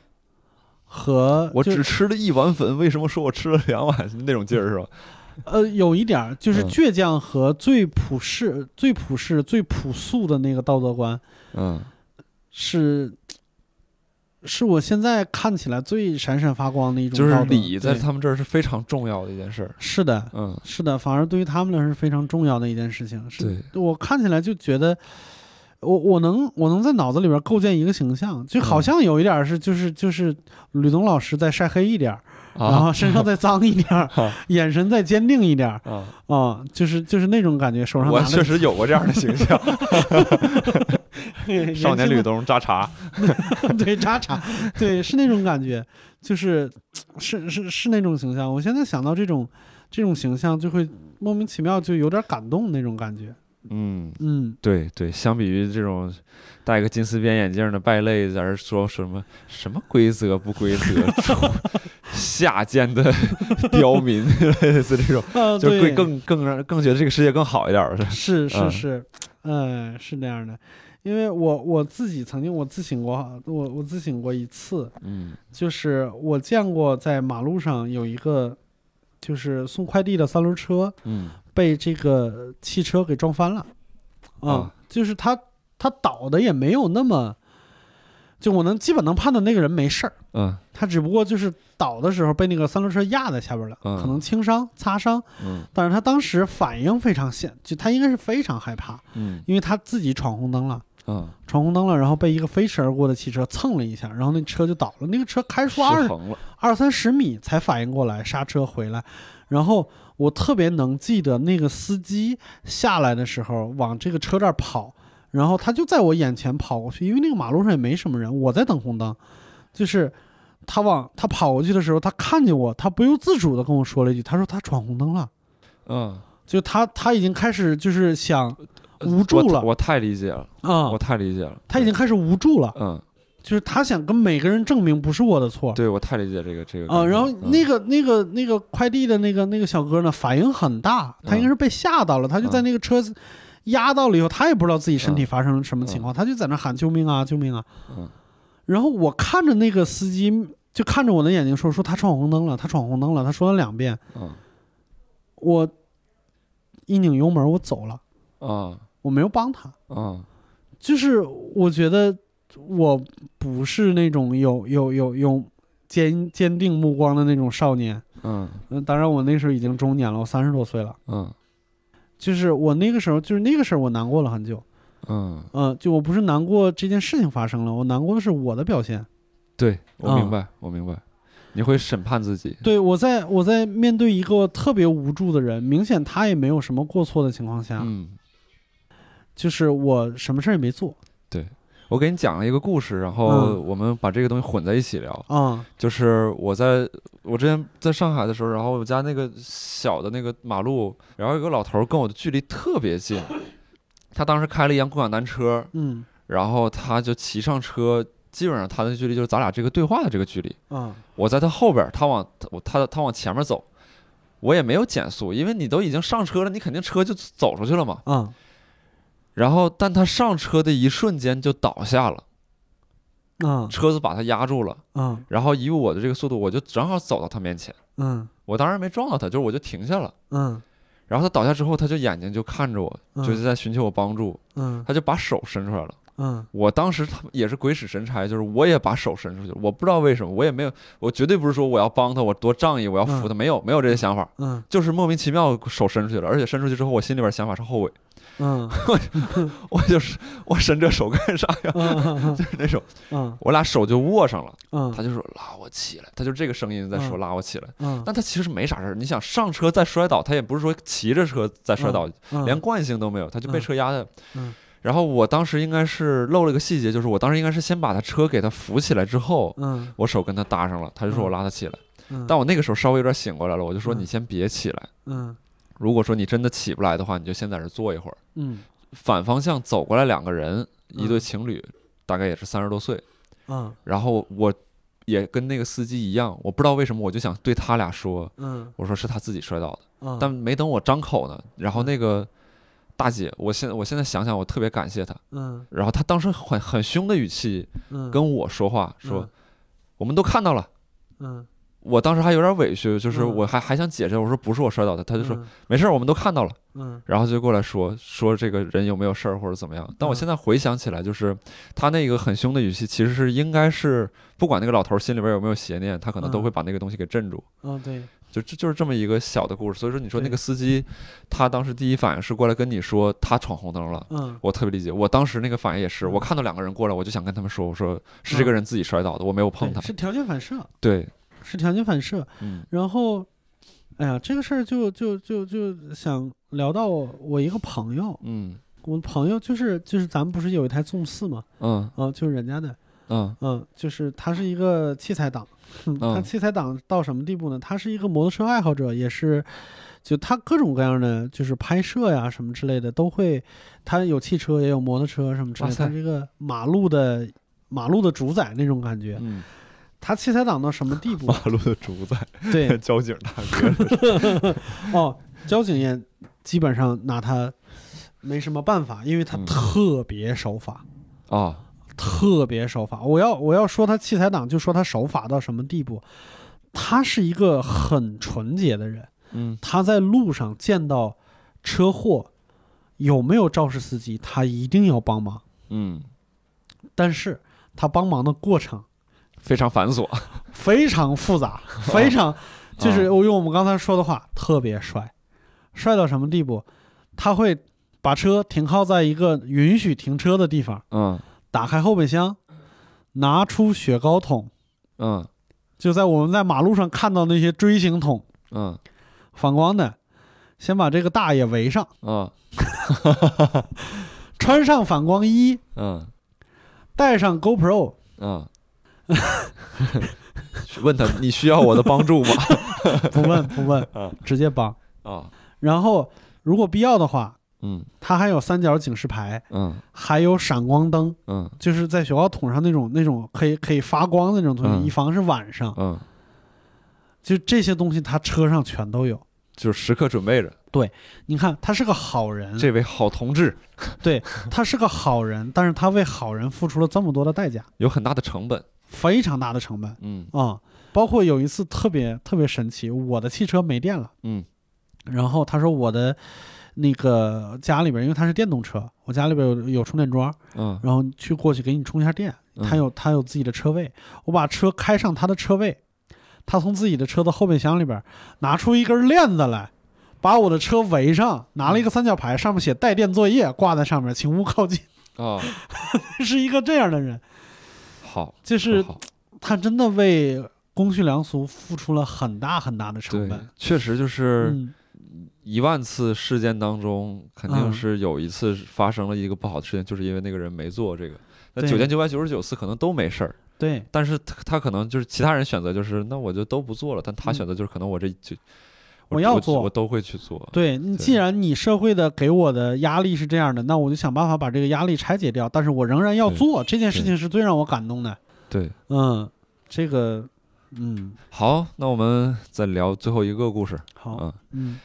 [SPEAKER 1] 和
[SPEAKER 2] 我
[SPEAKER 1] 就
[SPEAKER 2] 只吃了一碗粉，为什么说我吃了两碗那种劲儿是吧？
[SPEAKER 1] 呃，有一点儿就是
[SPEAKER 2] 嗯
[SPEAKER 1] 倔强和最普世、最普世、最朴素的那个道德观，
[SPEAKER 2] 嗯
[SPEAKER 1] 是是我现在看起来最闪闪发光的一种
[SPEAKER 2] 就是
[SPEAKER 1] 道德
[SPEAKER 2] 礼在
[SPEAKER 1] 对
[SPEAKER 2] 他们这儿是非常重要的一件事儿。
[SPEAKER 1] 是的，
[SPEAKER 2] 嗯
[SPEAKER 1] 是的，反而对于他们来说是非常重要的一件事情。是我看起来就觉得。我我能我能在脑子里边构建一个形象，就好
[SPEAKER 2] 嗯
[SPEAKER 1] 像有一点儿是就是就是吕东老师再晒黑一点儿，然
[SPEAKER 2] 啊
[SPEAKER 1] 后身上再脏一点儿，
[SPEAKER 2] 啊
[SPEAKER 1] 眼神再坚定一点儿
[SPEAKER 2] 啊！
[SPEAKER 1] 啊、就是就是那种感觉，手上
[SPEAKER 2] 我
[SPEAKER 1] 拿
[SPEAKER 2] 确
[SPEAKER 1] 着
[SPEAKER 2] 实有过这样的形象，
[SPEAKER 1] 对
[SPEAKER 2] 少年
[SPEAKER 1] 年轻
[SPEAKER 2] 吕
[SPEAKER 1] 的
[SPEAKER 2] 东 扎茶。
[SPEAKER 1] 对渣渣，对，是那种感觉，就是是是是那种形象。我现在想到这种这种形象，就会莫名其妙就有点感动那种感觉。
[SPEAKER 2] 嗯，
[SPEAKER 1] 嗯，
[SPEAKER 2] 对对，相比于这种戴个金丝边眼镜的败类，在这说什么什么规则不规则， 出下贱的刁民， 类似这种，
[SPEAKER 1] 呃，
[SPEAKER 2] 就
[SPEAKER 1] 对
[SPEAKER 2] 更，更更让更觉得这个世界更好一点儿了。
[SPEAKER 1] 是是
[SPEAKER 2] 嗯
[SPEAKER 1] 是，嗯、是那样的。因为我我自己曾经我自省过，我我自省过一次，
[SPEAKER 2] 嗯
[SPEAKER 1] 就是我见过在马路上有一个，就是送快递的三轮车
[SPEAKER 2] 嗯
[SPEAKER 1] 被这个汽车给撞翻了，啊、
[SPEAKER 2] 啊
[SPEAKER 1] 就是他他倒的也没有那么，就我能基本能判断那个人没事儿，
[SPEAKER 2] 嗯
[SPEAKER 1] 他只不过就是倒的时候被那个三轮车压在下边了，
[SPEAKER 2] 嗯
[SPEAKER 1] 可能轻伤擦伤，
[SPEAKER 2] 嗯
[SPEAKER 1] 但是他当时反应非常现，就他应该是非常害怕，
[SPEAKER 2] 嗯
[SPEAKER 1] 因为他自己闯红灯了，
[SPEAKER 2] 嗯，
[SPEAKER 1] 闯红灯了，然后被一个飞驰而过的汽车蹭了一下，然后那车就倒了。那个车开出二
[SPEAKER 2] 失
[SPEAKER 1] 十
[SPEAKER 2] 衡了，
[SPEAKER 1] 二三十米才反应过来，刹车回来。然后我特别能记得那个司机下来的时候往这个车这儿跑，然后他就在我眼前跑过去，因为那个马路上也没什么人，我在等红灯，就是。他往他跑过去的时候，他看见我，他不由自主的跟我说了一句：“他说他闯红灯了。
[SPEAKER 2] 嗯，”
[SPEAKER 1] 就他他已经开始就是想无助
[SPEAKER 2] 我
[SPEAKER 1] 了
[SPEAKER 2] 我太理解了，
[SPEAKER 1] 啊、
[SPEAKER 2] 我太理解了，
[SPEAKER 1] 他已经开始无助了，
[SPEAKER 2] 嗯，
[SPEAKER 1] 就是他想跟每个人证明不是我的错。
[SPEAKER 2] 对我太理解这个这个
[SPEAKER 1] 啊、
[SPEAKER 2] 感
[SPEAKER 1] 然后
[SPEAKER 2] 觉嗯
[SPEAKER 1] 那个、那个、那个快递的那个那个小哥呢，反应很大，他
[SPEAKER 2] 嗯
[SPEAKER 1] 应该是被吓到了，他就在那个车子压到了以后，他也不知道自己身体发生了什么情况，他就在那喊救命啊，救命啊！
[SPEAKER 2] 嗯
[SPEAKER 1] 然后我看着那个司机，就看着我的眼睛说说他闯红灯了，他闯红灯了，他说了两遍，
[SPEAKER 2] 嗯
[SPEAKER 1] 我一拧油门我走了，
[SPEAKER 2] 嗯
[SPEAKER 1] 我没有帮他，
[SPEAKER 2] 嗯
[SPEAKER 1] 就是我觉得我不是那种有有有有坚坚定目光的那种少年。
[SPEAKER 2] 嗯
[SPEAKER 1] 嗯，当然我那时候已经中年了，我三十多岁了。
[SPEAKER 2] 嗯
[SPEAKER 1] 就是我那个时候，就是那个事儿，我难过了很久。
[SPEAKER 2] 嗯，
[SPEAKER 1] 嗯、就我不是难过这件事情发生了，我难过的是我的表现。
[SPEAKER 2] 对我
[SPEAKER 1] 嗯
[SPEAKER 2] 明白，我明白，你会审判自己，
[SPEAKER 1] 对我在我在面对一个特别无助的人，明显他也没有什么过错的情况下，
[SPEAKER 2] 嗯。
[SPEAKER 1] 就是我什么事儿也没做
[SPEAKER 2] 我给你讲了一个故事，然后
[SPEAKER 1] 嗯
[SPEAKER 2] 我们把这个东西混在一起聊。
[SPEAKER 1] 啊。
[SPEAKER 2] 就是我在我之前在上海的时候，然后我家那个小的那个马路，然后有个老头儿跟我的距离特别 近，他当时开了一辆共享单车，
[SPEAKER 1] 嗯
[SPEAKER 2] 然后他就骑上车，基本上他的距离就是咱俩这个对话的这个距离。
[SPEAKER 1] 啊
[SPEAKER 2] 我在他后边儿，他往我他他往前面走，我也没有减速，因为你都已经上车了，你肯定车就走出去了嘛。
[SPEAKER 1] 啊
[SPEAKER 2] 然后，但他上车的一瞬间就倒下了，
[SPEAKER 1] 啊
[SPEAKER 2] 车子把他压住了。
[SPEAKER 1] 啊
[SPEAKER 2] 然后以我的这个速度，我就正好走到他面前，
[SPEAKER 1] 嗯
[SPEAKER 2] 我当然没撞到他，就是我就停下了。
[SPEAKER 1] 嗯
[SPEAKER 2] 然后他倒下之后，他就眼睛就看着我，
[SPEAKER 1] 嗯
[SPEAKER 2] 就是在寻求我帮助，
[SPEAKER 1] 嗯
[SPEAKER 2] 他就把手伸出来了。
[SPEAKER 1] 嗯
[SPEAKER 2] 我当时他也是鬼使神差，就是我也把手伸出去，我不知道为什么，我也没有，我绝对不是说我要帮他，我多仗义，我要扶他，没有没有这些想法，
[SPEAKER 1] 嗯
[SPEAKER 2] 就是莫名其妙手伸出去了，而且伸出去之后，我心 里边想法是后悔，
[SPEAKER 1] 嗯
[SPEAKER 2] 我就是我伸这手干啥呀？
[SPEAKER 1] 嗯
[SPEAKER 2] 就是那种，
[SPEAKER 1] 嗯
[SPEAKER 2] 我俩手就握上了，
[SPEAKER 1] 嗯
[SPEAKER 2] 他就说拉我起来，他就这个声音在说
[SPEAKER 1] 嗯
[SPEAKER 2] 拉我起来。
[SPEAKER 1] 嗯，
[SPEAKER 2] 但他其实没啥事儿。你想上车再摔倒，他也不是说骑着车再摔倒，连惯性都没有，他就被
[SPEAKER 1] 嗯
[SPEAKER 2] 车压的。
[SPEAKER 1] 嗯
[SPEAKER 2] 然后我当时应该是漏了个细节，就是我当时应该是先把他车给他扶起来之后，
[SPEAKER 1] 嗯
[SPEAKER 2] 我手跟他搭上了，他就说我拉他起来。
[SPEAKER 1] 嗯，
[SPEAKER 2] 但我那个时候稍微有点醒过来了，我就说
[SPEAKER 1] 嗯
[SPEAKER 2] 你先别起来。
[SPEAKER 1] 嗯
[SPEAKER 2] 如果说你真的起不来的话，你就先在这坐一会儿。
[SPEAKER 1] 嗯
[SPEAKER 2] 反方向走过来两个人，
[SPEAKER 1] 嗯
[SPEAKER 2] 一对情侣，大概也是三十多岁。
[SPEAKER 1] 嗯
[SPEAKER 2] 然后我也跟那个司机一样，我不知道为什么，我就想对他俩说，
[SPEAKER 1] 嗯
[SPEAKER 2] 我说是他自己摔倒的。
[SPEAKER 1] 嗯，
[SPEAKER 2] 但没等我张口呢，然后那个大姐，我现我现在想想，我特别感谢她。
[SPEAKER 1] 嗯
[SPEAKER 2] 然后她当时很很凶的语气
[SPEAKER 1] 嗯
[SPEAKER 2] 跟我说话，说
[SPEAKER 1] 嗯
[SPEAKER 2] 我们都看到了。
[SPEAKER 1] 嗯，
[SPEAKER 2] 我当时还有点委屈，就是
[SPEAKER 1] 嗯
[SPEAKER 2] 我还还想解释，我说不是我摔倒的，她
[SPEAKER 1] 他
[SPEAKER 2] 就说没事儿，我们都看到了。
[SPEAKER 1] 嗯
[SPEAKER 2] 然后就过来说说这个人有没有事儿或者怎么样。但我
[SPEAKER 1] 嗯
[SPEAKER 2] 现在回想起来，就是她那个很凶的语气，其实是应该是不管那个老头儿心里边有没有邪念，他可能都
[SPEAKER 1] 嗯
[SPEAKER 2] 会把那个东西给镇住。
[SPEAKER 1] 嗯对，
[SPEAKER 2] 就这就是这么一个小的故事。所以说，你说那
[SPEAKER 1] 对
[SPEAKER 2] 个司机，他当时第一反应是过来跟你说他闯红灯了。
[SPEAKER 1] 嗯
[SPEAKER 2] 我特别理解，我当时那个反应也是，
[SPEAKER 1] 嗯
[SPEAKER 2] 我看到两个人过来，我就想跟他们说，我说是这个人自己摔倒的，我没有碰
[SPEAKER 1] 对
[SPEAKER 2] 他。
[SPEAKER 1] 是条件反射，
[SPEAKER 2] 对，
[SPEAKER 1] 是条件反射。
[SPEAKER 2] 嗯
[SPEAKER 1] 然后，哎呀，这个事儿就就就就想聊到我我一个朋友，
[SPEAKER 2] 嗯
[SPEAKER 1] 我朋友就是就是咱们不是有一台纵四嘛，
[SPEAKER 2] 嗯
[SPEAKER 1] 啊、就是人家的，
[SPEAKER 2] 嗯
[SPEAKER 1] 嗯、就是他是一个器材党，哼他
[SPEAKER 2] 嗯
[SPEAKER 1] 器材党到什么地步呢？他是一个摩托车爱好者，也是。就他各种各样的，就是拍摄呀什么之类的都会，他有汽车也有摩托车什么之类的，
[SPEAKER 2] 哇塞
[SPEAKER 1] 他是一个马路的马路的主宰那种感觉。
[SPEAKER 2] 嗯，
[SPEAKER 1] 他器材党到什么地步？
[SPEAKER 2] 路的主宰，
[SPEAKER 1] 对，
[SPEAKER 2] 交警大哥，
[SPEAKER 1] 哦，交警也基本上拿他没什么办法，因为他
[SPEAKER 2] 嗯
[SPEAKER 1] 特别守法，
[SPEAKER 2] 啊，
[SPEAKER 1] 特别守法。我要我要说他器材党，就说他守法到什么地步。他是一个很纯洁的人，
[SPEAKER 2] 嗯
[SPEAKER 1] 他在路上见到车祸，有没有肇事司机，他一定要帮忙。
[SPEAKER 2] 嗯，
[SPEAKER 1] 但是他帮忙的过程
[SPEAKER 2] 非常繁琐，
[SPEAKER 1] 非常复杂，非常就是
[SPEAKER 2] 啊
[SPEAKER 1] 我用我们刚才说的话，特别帅，帅到什么地步？他会把车停靠在一个允许停车的地方，
[SPEAKER 2] 嗯
[SPEAKER 1] 打开后备箱，拿出雪糕桶，
[SPEAKER 2] 嗯
[SPEAKER 1] 就在我们在马路上看到那些锥形桶，
[SPEAKER 2] 嗯
[SPEAKER 1] 反光的，先把这个大爷围上，
[SPEAKER 2] 嗯
[SPEAKER 1] 穿上反光衣，
[SPEAKER 2] 嗯
[SPEAKER 1] 带上 GoPro，
[SPEAKER 2] 嗯， 问他你需要我的帮 助吗？
[SPEAKER 1] 不 问不问
[SPEAKER 2] 啊，
[SPEAKER 1] 直接帮。
[SPEAKER 2] 啊，
[SPEAKER 1] 然后如果必要的话，
[SPEAKER 2] 嗯
[SPEAKER 1] 它还有三角警示牌，
[SPEAKER 2] 嗯
[SPEAKER 1] 还有闪光灯，
[SPEAKER 2] 嗯
[SPEAKER 1] 就是在雪糕桶上那种那种可以可以发光的那种东
[SPEAKER 2] 嗯
[SPEAKER 1] 西，以防是晚上。
[SPEAKER 2] 嗯，
[SPEAKER 1] 就这些东西，他车上全都有。
[SPEAKER 2] 就是时刻准备着。
[SPEAKER 1] 你看，他是个好人，
[SPEAKER 2] 这位好同志
[SPEAKER 1] 他是个好人，但是他为好人付出了这么多的代价，
[SPEAKER 2] 有很大的成本。
[SPEAKER 1] 非常大的成本
[SPEAKER 2] 嗯
[SPEAKER 1] 啊、包括有一次特别特别神奇，我的汽车没电了，
[SPEAKER 2] 嗯
[SPEAKER 1] 然后他说我的那个家里边，因为它是电动车，我家里边有有充电桩，
[SPEAKER 2] 嗯
[SPEAKER 1] 然后去过去给你充一下电。
[SPEAKER 2] 嗯
[SPEAKER 1] 他有他有自己的车位，我把车开上他的车位，他从自己的车的后备箱里边拿出一根链子来，把我的车围上，拿了一个三角牌，上面写“带电作业”，挂在上面，请勿靠近。
[SPEAKER 2] 啊，
[SPEAKER 1] 是一个这样的人，
[SPEAKER 2] 好，
[SPEAKER 1] 就是
[SPEAKER 2] 好
[SPEAKER 1] 他真的为公序良俗付出了很大很大的成
[SPEAKER 2] 对
[SPEAKER 1] 本。，
[SPEAKER 2] 确实就是
[SPEAKER 1] 嗯，
[SPEAKER 2] 一万次事件当中，肯定
[SPEAKER 1] 嗯
[SPEAKER 2] 是有一次发生了一个不好的事情，就是因为那个人没做这个。那
[SPEAKER 1] 对
[SPEAKER 2] 九千九百九十九次可能都没事儿，
[SPEAKER 1] 对
[SPEAKER 2] 但是他他可能就是其他人选择就是那我就都不做了，但他
[SPEAKER 1] 嗯
[SPEAKER 2] 选择就是可能我这就
[SPEAKER 1] 我要做
[SPEAKER 2] 做，我都会去做。
[SPEAKER 1] 对，你既然你社会的给我的压力是这样的，那我就想办法把这个压力拆解掉，但是我仍然要
[SPEAKER 2] 对
[SPEAKER 1] 做这件事
[SPEAKER 2] 对
[SPEAKER 1] 情，是最让我感动的。
[SPEAKER 2] 对，
[SPEAKER 1] 嗯，这个，嗯，
[SPEAKER 2] 好，那我们再聊最后一个故事。
[SPEAKER 1] 好，
[SPEAKER 2] 嗯，
[SPEAKER 1] 嗯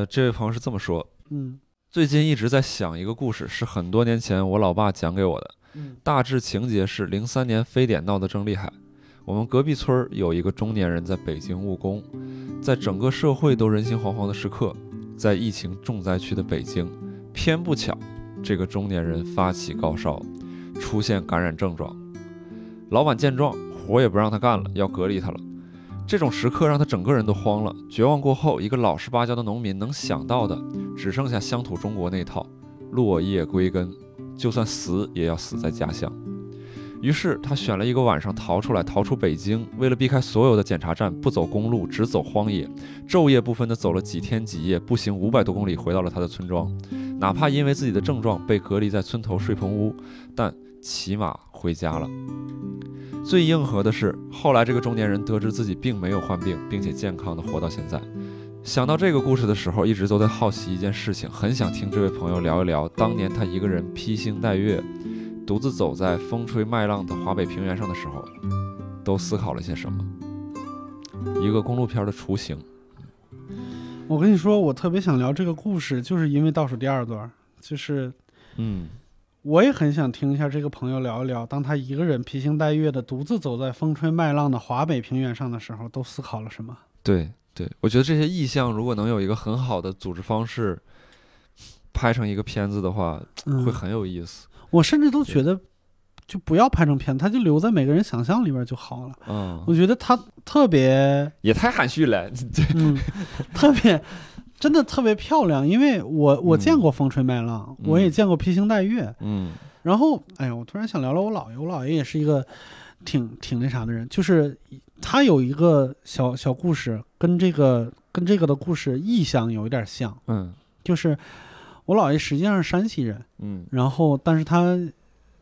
[SPEAKER 2] 呃，这位朋友是这么说，
[SPEAKER 1] 嗯
[SPEAKER 2] 最近一直在想一个故事，是很多年前我老爸讲给我的。
[SPEAKER 1] 嗯
[SPEAKER 2] 大致情节是零三年非典闹得正厉害，我们隔壁村儿有一个中年人在北京务工，在整个社会都人心惶惶的时刻，在疫情重灾区的北京，偏不巧，这个中年人发起高烧，出现感染症状，老板见状，活也不让他干了，要隔离他了。这种时刻让他整个人都慌了，绝望过后，一个老实巴交的农民能想到的只剩下乡土中国那套落叶归根，就算死也要死在家乡。于是他选了一个晚上逃出来，逃出北京。为了避开所有的检查站，不走公路，只走荒野，昼夜不分地走了几天几夜，步行五百多公里，回到了他的村庄。哪怕因为自己的症状被隔离在村头睡棚屋，但起码回家了。最硬核的是，后来这个中年人得知自己并没有患病，并且健康的活到现在。想到这个故事的时候，一直都在好奇一件事情，很想听这位朋友聊一聊当年他一个人披星戴月，独自走在风吹麦浪的华北平原上的时候，都思考了些什么。一个公路片的雏形，
[SPEAKER 1] 我跟你说，我特别想聊这个故事，就是因为倒数第二段，就是
[SPEAKER 2] 嗯
[SPEAKER 1] 我也很想听一下这个朋友聊一聊，当他一个人披星戴月的独自走在风吹麦浪的华北平原上的时候，都思考了什么。
[SPEAKER 2] 对对，我觉得这些意象如果能有一个很好的组织方式，拍成一个片子的话，会
[SPEAKER 1] 嗯，
[SPEAKER 2] 很有意思。
[SPEAKER 1] 我甚至都觉得，就不要拍成片，他就留在每个人想象里边就好了。
[SPEAKER 2] 嗯，
[SPEAKER 1] 我觉得他特别
[SPEAKER 2] 也太含蓄了，这
[SPEAKER 1] 嗯，特别真的特别漂亮，因为我我
[SPEAKER 2] 嗯
[SPEAKER 1] 见过风吹麦浪，我也
[SPEAKER 2] 嗯
[SPEAKER 1] 见过披星戴月。
[SPEAKER 2] 嗯
[SPEAKER 1] 然后，哎呀，我突然想聊聊我姥爷，我姥爷也是一个挺挺那啥的人，就是他有一个小小故事，跟这个跟这个的故事意象有一点像，
[SPEAKER 2] 嗯
[SPEAKER 1] 就是我姥爷实际上是山西人，
[SPEAKER 2] 嗯
[SPEAKER 1] 然后但是他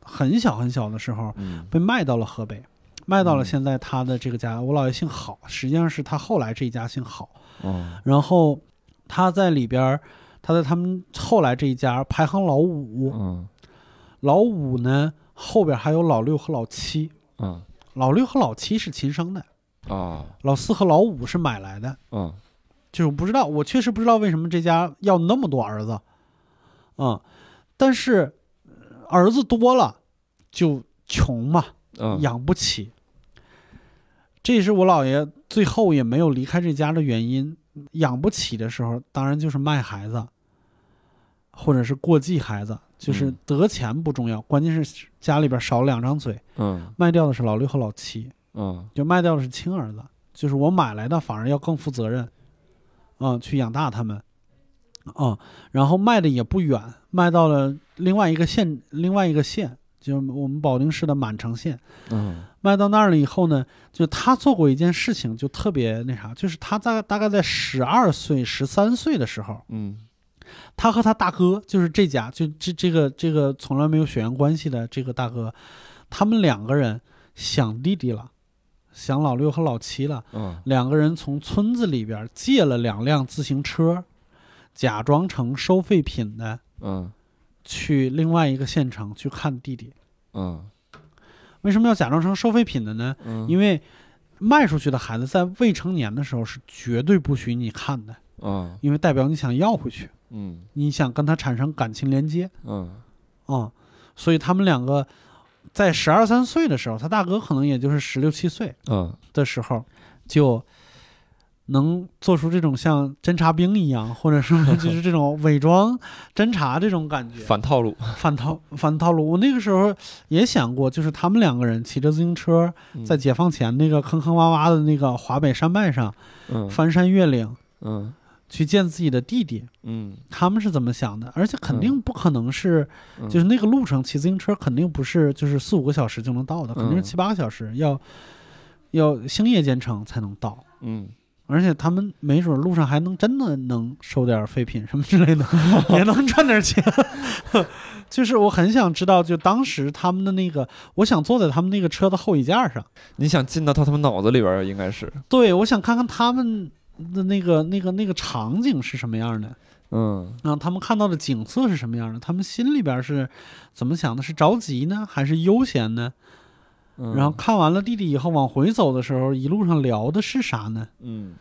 [SPEAKER 1] 很小很小的时候
[SPEAKER 2] 嗯
[SPEAKER 1] 被卖到了河北。卖到了
[SPEAKER 2] 嗯
[SPEAKER 1] 现在他的这个家，我姥爷姓郝，实际上是他后来这一家姓郝，
[SPEAKER 2] 哦
[SPEAKER 1] 然后他在里边儿，他在他们后来这一家排行老五，
[SPEAKER 2] 嗯
[SPEAKER 1] 老五呢后边还有老六和老七，
[SPEAKER 2] 嗯
[SPEAKER 1] 老六和老七是亲生的，
[SPEAKER 2] 哦
[SPEAKER 1] 老四和老五是买来的，
[SPEAKER 2] 嗯
[SPEAKER 1] 就是我不知道，我确实不知道为什么这家要那么多儿子，嗯，但是呃儿子多了就穷嘛，
[SPEAKER 2] 嗯
[SPEAKER 1] 养不起。这也是我姥爷最后也没有离开这家的原因。养不起的时候，当然就是卖孩子，或者是过继孩子，就是
[SPEAKER 2] 嗯
[SPEAKER 1] 得钱不重要，关键是家里边少两张嘴。
[SPEAKER 2] 嗯
[SPEAKER 1] 卖掉的是老六和老七，
[SPEAKER 2] 嗯
[SPEAKER 1] 就卖掉的是亲儿子，就是我买来的，反而要更负责任，嗯，去养大他们。啊、然后卖的也不远，卖到了另外一个县，另外一个县，就是我们保定市的满城县。
[SPEAKER 2] 嗯
[SPEAKER 1] 卖到那儿了以后呢，就他做过一件事情，就特别那啥，就是他在大概在十二岁、十三岁的时候，
[SPEAKER 2] 嗯
[SPEAKER 1] 他和他大哥，就是这家就这这个这个从来没有血缘关系的这个大哥，他们两个人想弟弟了，想老六和老七了，
[SPEAKER 2] 嗯
[SPEAKER 1] 两个人从村子里边借了两辆自行车，假装成收废品的
[SPEAKER 2] 嗯
[SPEAKER 1] 去另外一个县城去看弟弟。
[SPEAKER 2] 嗯
[SPEAKER 1] 为什么要假装成收废品的呢？
[SPEAKER 2] 嗯，
[SPEAKER 1] 因为卖出去的孩子在未成年的时候是绝对不许你看的，
[SPEAKER 2] 嗯
[SPEAKER 1] 因为代表你想要回去，
[SPEAKER 2] 嗯
[SPEAKER 1] 你想跟他产生感情连接。
[SPEAKER 2] 嗯
[SPEAKER 1] 啊、所以他们两个在十二三岁的时候，他大哥可能也就是十六七岁
[SPEAKER 2] 嗯
[SPEAKER 1] 的时候，就能做出这种像侦察兵一样，或者说就是这种伪装侦察这种感觉，
[SPEAKER 2] 反套路，
[SPEAKER 1] 反套反套路。我那个时候也想过，就是他们两个人骑着自行车，
[SPEAKER 2] 嗯
[SPEAKER 1] 在解放前那个坑坑洼洼的那个华北山脉上
[SPEAKER 2] 嗯
[SPEAKER 1] 翻山越岭
[SPEAKER 2] 嗯
[SPEAKER 1] 去见自己的弟弟。
[SPEAKER 2] 嗯
[SPEAKER 1] 他们是怎么想的？而且肯定
[SPEAKER 2] 嗯
[SPEAKER 1] 不可能是，
[SPEAKER 2] 嗯
[SPEAKER 1] 就是那个路程骑自行车肯定不是就是四五个小时就能到的，肯定是
[SPEAKER 2] 嗯
[SPEAKER 1] 七八个小时，要要星夜兼程才能到。
[SPEAKER 2] 嗯
[SPEAKER 1] 而且他们没准路上还能真的能收点废品什么之类的， 也能赚点钱。 就是我很想知道，就当时他们的那个，我想坐在他们那个车的后椅架上，
[SPEAKER 2] 你想进到他他们脑子里边儿，应该是，
[SPEAKER 1] 对我想看看他们的那个那个那个场景是什么样的。
[SPEAKER 2] 嗯
[SPEAKER 1] 让他们看到的景色是什么样的？他们心里边是怎么想的？是着急呢，还是悠闲呢？
[SPEAKER 2] 嗯，
[SPEAKER 1] 然后看完了弟弟以后，往回走的时候，一路上聊的是啥呢？
[SPEAKER 2] 嗯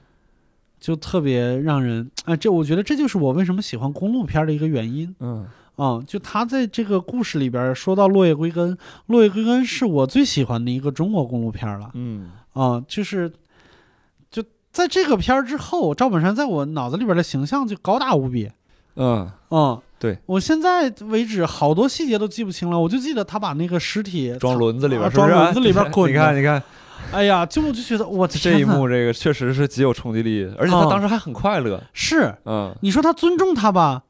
[SPEAKER 1] 就特别让人哎，这我觉得这就是我为什么喜欢公路片的一个原因
[SPEAKER 2] 嗯
[SPEAKER 1] 啊、就他在这个故事里边说到落叶归根，落叶归根是我最喜欢的一个中国公路片了
[SPEAKER 2] 嗯
[SPEAKER 1] 啊、就是就在这个片儿之后，赵本山在我脑子里边的形象就高大无比。
[SPEAKER 2] 嗯
[SPEAKER 1] 嗯，
[SPEAKER 2] 对，
[SPEAKER 1] 我现在为止好多细节都记不清了，我就记得他把那个尸体
[SPEAKER 2] 装轮子里边
[SPEAKER 1] 啊
[SPEAKER 2] 儿，是不是
[SPEAKER 1] 装轮子里边儿滚
[SPEAKER 2] 你看，你看
[SPEAKER 1] 哎呀，就我就觉得我的
[SPEAKER 2] 这一
[SPEAKER 1] 天呐
[SPEAKER 2] 幕，这个确实是极有冲击力，而且他
[SPEAKER 1] 嗯
[SPEAKER 2] 当时还很快乐。
[SPEAKER 1] 是
[SPEAKER 2] 嗯
[SPEAKER 1] 你说他尊重他吧，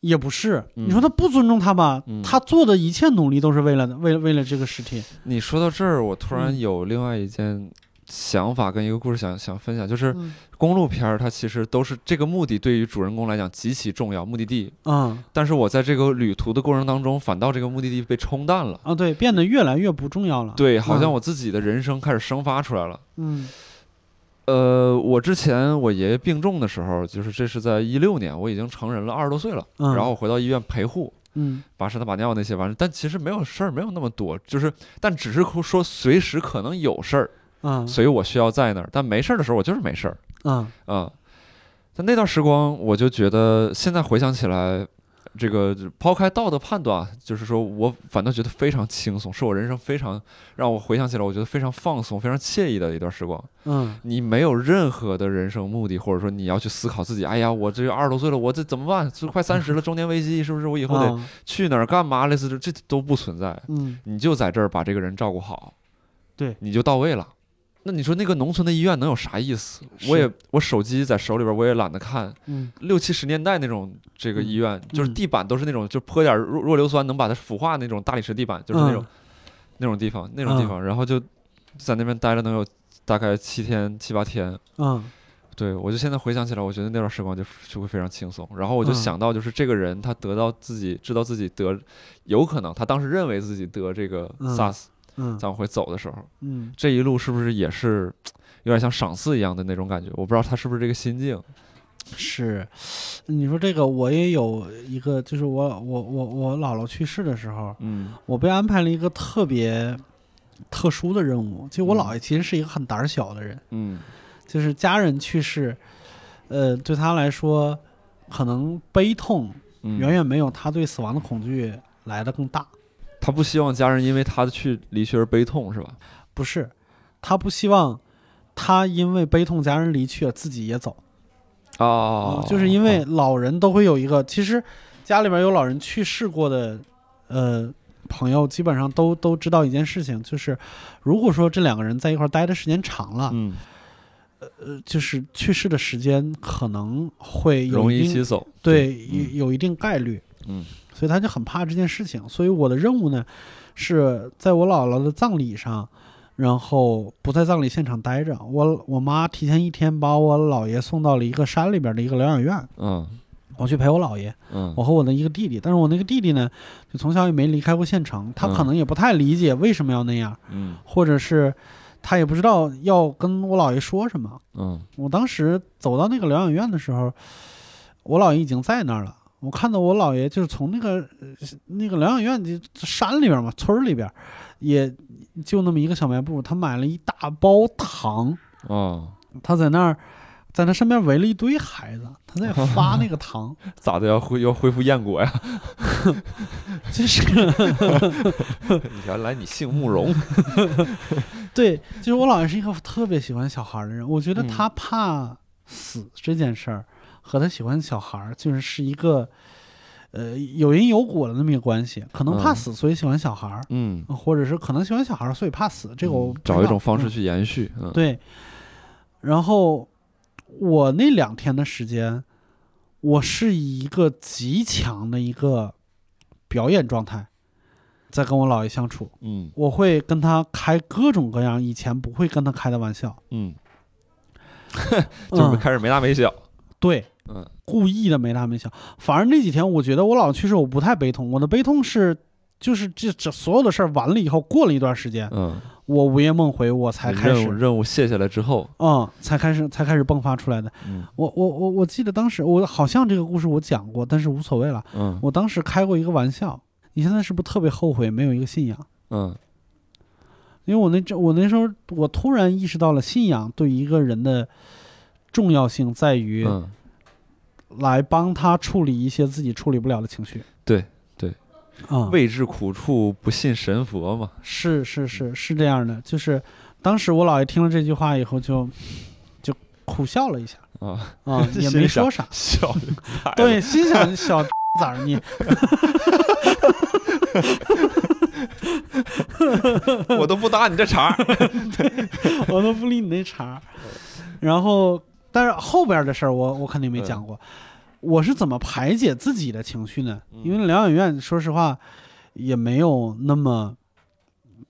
[SPEAKER 1] 也不是；
[SPEAKER 2] 嗯
[SPEAKER 1] 你说他不尊重他吧，
[SPEAKER 2] 嗯
[SPEAKER 1] 他做的一切努力都是为了为了为了这个尸体。
[SPEAKER 2] 你说到这儿，我突然
[SPEAKER 1] 嗯
[SPEAKER 2] 有另外一件想法跟一个故事想想分享，就是
[SPEAKER 1] 嗯
[SPEAKER 2] 公路片儿它其实都是这个目的对于主人公来讲极其重要，目的地。
[SPEAKER 1] 嗯
[SPEAKER 2] 但是我在这个旅途的过程当中，反倒这个目的地被冲淡了。
[SPEAKER 1] 啊，对，变得越来越不重要了。
[SPEAKER 2] 对，好像
[SPEAKER 1] 嗯
[SPEAKER 2] 我自己的人生开始生发出来了。
[SPEAKER 1] 嗯
[SPEAKER 2] 呃，我之前我爷爷病重的时候，就是这是在一六年，我已经成人了，二十多岁了。
[SPEAKER 1] 嗯
[SPEAKER 2] 然后我回到医院陪护，
[SPEAKER 1] 嗯
[SPEAKER 2] 跋屎、打把尿那些玩意儿，但其实没有事儿，没有那么多，就是但只是说随时可能有事儿，
[SPEAKER 1] 嗯
[SPEAKER 2] 所以我需要在那儿。但没事儿的时候，我就是没事儿
[SPEAKER 1] 嗯
[SPEAKER 2] 啊、但那段时光，我就觉得现在回想起来，这个抛开道德判断啊，就是说我反倒觉得非常轻松，是我人生非常让我回想起来，我觉得非常放松、非常惬意的一段时光。
[SPEAKER 1] 嗯
[SPEAKER 2] 你没有任何的人生目的，或者说你要去思考自己，哎呀，我这二十多岁了，我这怎么办？这快三十了，中年危机是不是？我以后得
[SPEAKER 1] 啊
[SPEAKER 2] 去哪儿干嘛？类似这这都不存在，
[SPEAKER 1] 嗯
[SPEAKER 2] 你就在这儿把这个人照顾好，
[SPEAKER 1] 对
[SPEAKER 2] 你就到位了。那你说那个农村的医院能有啥意思？我也我手机在手里边，我也懒得看。
[SPEAKER 1] 嗯
[SPEAKER 2] 六七十年代那种这个医院，就是
[SPEAKER 1] 嗯
[SPEAKER 2] 地板都是那种就泼点弱弱硫酸能把它腐化那种大理石地板，就是
[SPEAKER 1] 嗯
[SPEAKER 2] 那种、那种地方那种地方，然后就在那边待了能有大概七天七八天。
[SPEAKER 1] 嗯
[SPEAKER 2] 对，我就现在回想起来，我觉得那段时光就就会非常轻松。然后我就
[SPEAKER 1] 嗯
[SPEAKER 2] 想到，就是这个人他得到自己知道自己得，有可能他当时认为自己得这个
[SPEAKER 1] 嗯
[SPEAKER 2] SARS，、
[SPEAKER 1] 嗯
[SPEAKER 2] 在往回走的时候，
[SPEAKER 1] 嗯
[SPEAKER 2] 这一路是不是也是有点像赏赐一样的那种感觉？我不知道他是不是这个心境。
[SPEAKER 1] 是，你说这个我也有一个，就是我我我我姥姥去世的时候，
[SPEAKER 2] 嗯
[SPEAKER 1] 我被安排了一个特别特殊的任务。就我姥爷其实是一个很胆儿小的人，
[SPEAKER 2] 嗯
[SPEAKER 1] 就是家人去世，呃，对他来说，可能悲痛
[SPEAKER 2] 嗯，
[SPEAKER 1] 远远没有他对死亡的恐惧来的更大。
[SPEAKER 2] 他不希望家人因为他的去离去而悲痛，是吧？
[SPEAKER 1] 不是，他不希望他因为悲痛家人离去，自己也走。
[SPEAKER 2] 哦
[SPEAKER 1] 啊，，就是因为老人都会有一个，其实家里边有老人去世过的，呃，朋友基本上都啊都知道一件事情，就是如果说这两个人在一块儿待的时间长了，
[SPEAKER 2] 嗯
[SPEAKER 1] 呃，就是去世的时间可能会有
[SPEAKER 2] 容易
[SPEAKER 1] 一
[SPEAKER 2] 一
[SPEAKER 1] 定
[SPEAKER 2] 起走。
[SPEAKER 1] 对
[SPEAKER 2] 嗯
[SPEAKER 1] 有有一定概率，
[SPEAKER 2] 嗯，
[SPEAKER 1] 所以他就很怕这件事情。所以我的任务呢，是在我姥姥的葬礼上，然后不在葬礼现场待着。我我妈提前一天把我姥爷送到了一个山里边的一个疗养院，
[SPEAKER 2] 嗯
[SPEAKER 1] 我去陪我姥爷，
[SPEAKER 2] 嗯
[SPEAKER 1] 我和我的一个弟弟。但是我那个弟弟呢，就从小也没离开过县城，他可能也不太理解为什么要那样，
[SPEAKER 2] 嗯
[SPEAKER 1] 或者是他也不知道要跟我姥爷说什么。
[SPEAKER 2] 嗯
[SPEAKER 1] 我当时走到那个疗养院的时候，我姥爷已经在那儿了。我看到我姥爷就是从那个呃那个疗养院就山里边嘛，村儿里边，也就那么一个小卖部，他买了一大包糖，
[SPEAKER 2] 哦，
[SPEAKER 1] 他在那儿，在他身边围了一堆孩子，他在发那个糖，
[SPEAKER 2] 咋的要恢要恢复燕国呀？
[SPEAKER 1] 就是
[SPEAKER 2] 原来你姓慕容。
[SPEAKER 1] 对， 就是我姥爷是一个特别喜欢小孩儿的人，我觉得
[SPEAKER 2] 嗯
[SPEAKER 1] 他怕死这件事儿、和他喜欢小孩儿就是是一个，呃，有因有果的那么一个关系。可能怕
[SPEAKER 2] 嗯
[SPEAKER 1] 死，所以喜欢小孩儿、 呃
[SPEAKER 2] 嗯，
[SPEAKER 1] 或者是可能喜欢小孩儿，所以怕死。这个我
[SPEAKER 2] 嗯
[SPEAKER 1] 不知
[SPEAKER 2] 找一
[SPEAKER 1] 道
[SPEAKER 2] 种方
[SPEAKER 1] 嗯
[SPEAKER 2] 式去延续。嗯，
[SPEAKER 1] 对，然后我那两天的时间，我是以一个极强的一个表演状态，在跟我姥爷相处。
[SPEAKER 2] 嗯
[SPEAKER 1] 我会跟他开各种各样以前不会跟他开的玩笑，
[SPEAKER 2] 嗯，就是
[SPEAKER 1] 嗯
[SPEAKER 2] 开始没大没小。
[SPEAKER 1] 对，
[SPEAKER 2] 嗯
[SPEAKER 1] 故意的没大没小。反而那几天，我觉得我姥姥去世，我不太悲痛，我的悲痛是。就是这这所有的事儿完了以后，过了一段时间，
[SPEAKER 2] 嗯，
[SPEAKER 1] 我午夜梦回，我才开
[SPEAKER 2] 任务
[SPEAKER 1] 始，
[SPEAKER 2] 任务卸下来之后，
[SPEAKER 1] 嗯，才开始才开始迸发出来的。
[SPEAKER 2] 嗯
[SPEAKER 1] 我我我我记得当时我好像这个故事我讲过，但是无所谓了。
[SPEAKER 2] 嗯
[SPEAKER 1] 我当时开过一个玩笑，你现在是不是特别后悔没有一个信仰？
[SPEAKER 2] 嗯
[SPEAKER 1] 因为我那阵我那时候我突然意识到了信仰对一个人的重要性在于
[SPEAKER 2] 嗯，
[SPEAKER 1] 来帮他处理一些自己处理不了的情绪。
[SPEAKER 2] 对对，
[SPEAKER 1] 啊、
[SPEAKER 2] 未至苦处不信神佛嘛。
[SPEAKER 1] 是是是是这样的，就是当时我姥爷听了这句话以后就就苦笑了一下
[SPEAKER 2] 啊，
[SPEAKER 1] 啊、 也
[SPEAKER 2] 心
[SPEAKER 1] 没
[SPEAKER 2] 里想
[SPEAKER 1] 说啥，
[SPEAKER 2] 笑就开了
[SPEAKER 1] 对，心想小 崽儿你
[SPEAKER 2] 我都不搭你这茬儿。
[SPEAKER 1] 我都不理你那茬儿。然后，但是后边的事儿我我肯定没讲过。我是怎么排解自己的情绪呢？
[SPEAKER 2] 嗯
[SPEAKER 1] 因为疗养院说实话也没有那么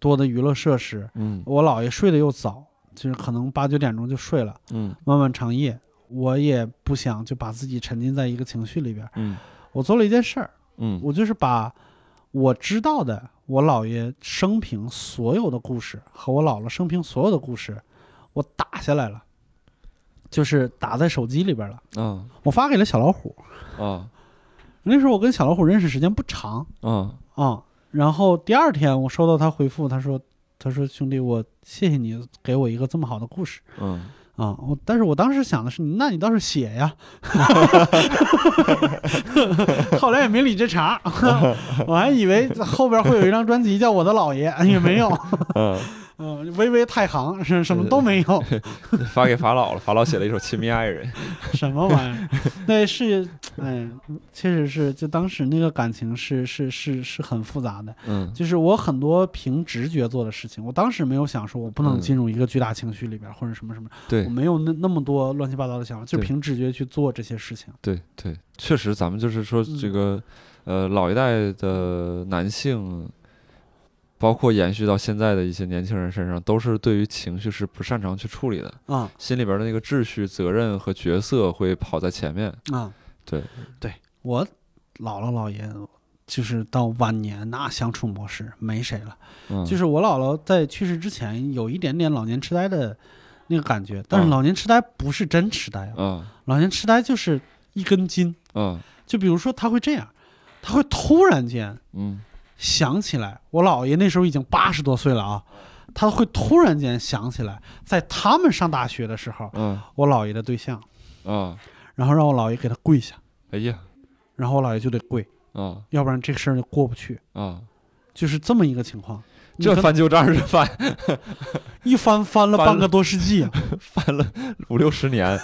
[SPEAKER 1] 多的娱乐设施。
[SPEAKER 2] 嗯
[SPEAKER 1] 我姥爷睡得又早，就是可能八九点钟就睡了，
[SPEAKER 2] 嗯
[SPEAKER 1] 漫漫长夜，我也不想就把自己沉浸在一个情绪里边儿。
[SPEAKER 2] 嗯
[SPEAKER 1] 我做了一件事儿，
[SPEAKER 2] 嗯
[SPEAKER 1] 我就是把我知道的我姥爷生平所有的故事和我姥姥生平所有的故事，我打下来了，就是打在手机里边了。
[SPEAKER 2] 啊
[SPEAKER 1] 我发给了小老虎。
[SPEAKER 2] 啊
[SPEAKER 1] 那时候我跟小老虎认识时间不长
[SPEAKER 2] 啊
[SPEAKER 1] 啊、然后第二天我收到他回复，他说：“他说兄弟，我谢谢你给我一个这么好的故事
[SPEAKER 2] 嗯，
[SPEAKER 1] 啊、我但是我当时想的是，那你倒是写呀。 后来也没理这茬儿， 我还以为后边会有一张专辑叫《我的姥爷》，也没有，
[SPEAKER 2] 嗯，
[SPEAKER 1] 嗯、微微太行是什么都没有，
[SPEAKER 2] 发给法老了，法老写了一首《亲密爱人》。
[SPEAKER 1] 什么玩意儿？那是，哎，确实是，就当时那个感情是是是是很复杂的，
[SPEAKER 2] 嗯
[SPEAKER 1] 就是我很多凭直觉做的事情，我当时没有想说我不能
[SPEAKER 2] 嗯
[SPEAKER 1] 进入一个巨大情绪里边儿或者什么什么，
[SPEAKER 2] 对
[SPEAKER 1] 我没有那那么多乱七八糟的想法，就
[SPEAKER 2] 对
[SPEAKER 1] 凭直觉去做这些事情。
[SPEAKER 2] 对对，确实，咱们就是说这个，呃，老一代的男性，包括延续到现在的一些年轻人身上，都是对于情绪是不擅长去处理的，
[SPEAKER 1] 啊
[SPEAKER 2] 心里边的那个秩序、责任和角色会跑在前面。
[SPEAKER 1] 啊，
[SPEAKER 2] 对
[SPEAKER 1] 对，我姥姥姥爷就是到晚年那相处模式没谁了。
[SPEAKER 2] 嗯，
[SPEAKER 1] 就是我姥姥在去世之前有一点点老年痴呆的那个感觉，但是
[SPEAKER 2] 嗯
[SPEAKER 1] 老年痴呆不是真痴呆啊，
[SPEAKER 2] 嗯
[SPEAKER 1] 老年痴呆就是一根筋。
[SPEAKER 2] 嗯
[SPEAKER 1] 就比如说他会这样，他会突然间
[SPEAKER 2] 嗯
[SPEAKER 1] 想起来，我姥爷那时候已经八十多岁了啊，他会突然间想起来，在他们上大学的时候，
[SPEAKER 2] 嗯
[SPEAKER 1] 我姥爷的对象，
[SPEAKER 2] 嗯，
[SPEAKER 1] 然后让我姥爷给他跪下，
[SPEAKER 2] 哎呀，
[SPEAKER 1] 然后我姥爷就得跪，
[SPEAKER 2] 啊
[SPEAKER 1] 要不然这个事儿就过不去，
[SPEAKER 2] 啊，
[SPEAKER 1] 就是这么一个情况。你
[SPEAKER 2] 这
[SPEAKER 1] 跟
[SPEAKER 2] 翻旧账是翻
[SPEAKER 1] 一翻翻了
[SPEAKER 2] 翻了
[SPEAKER 1] 半个多世纪啊！
[SPEAKER 2] 翻了五六十年。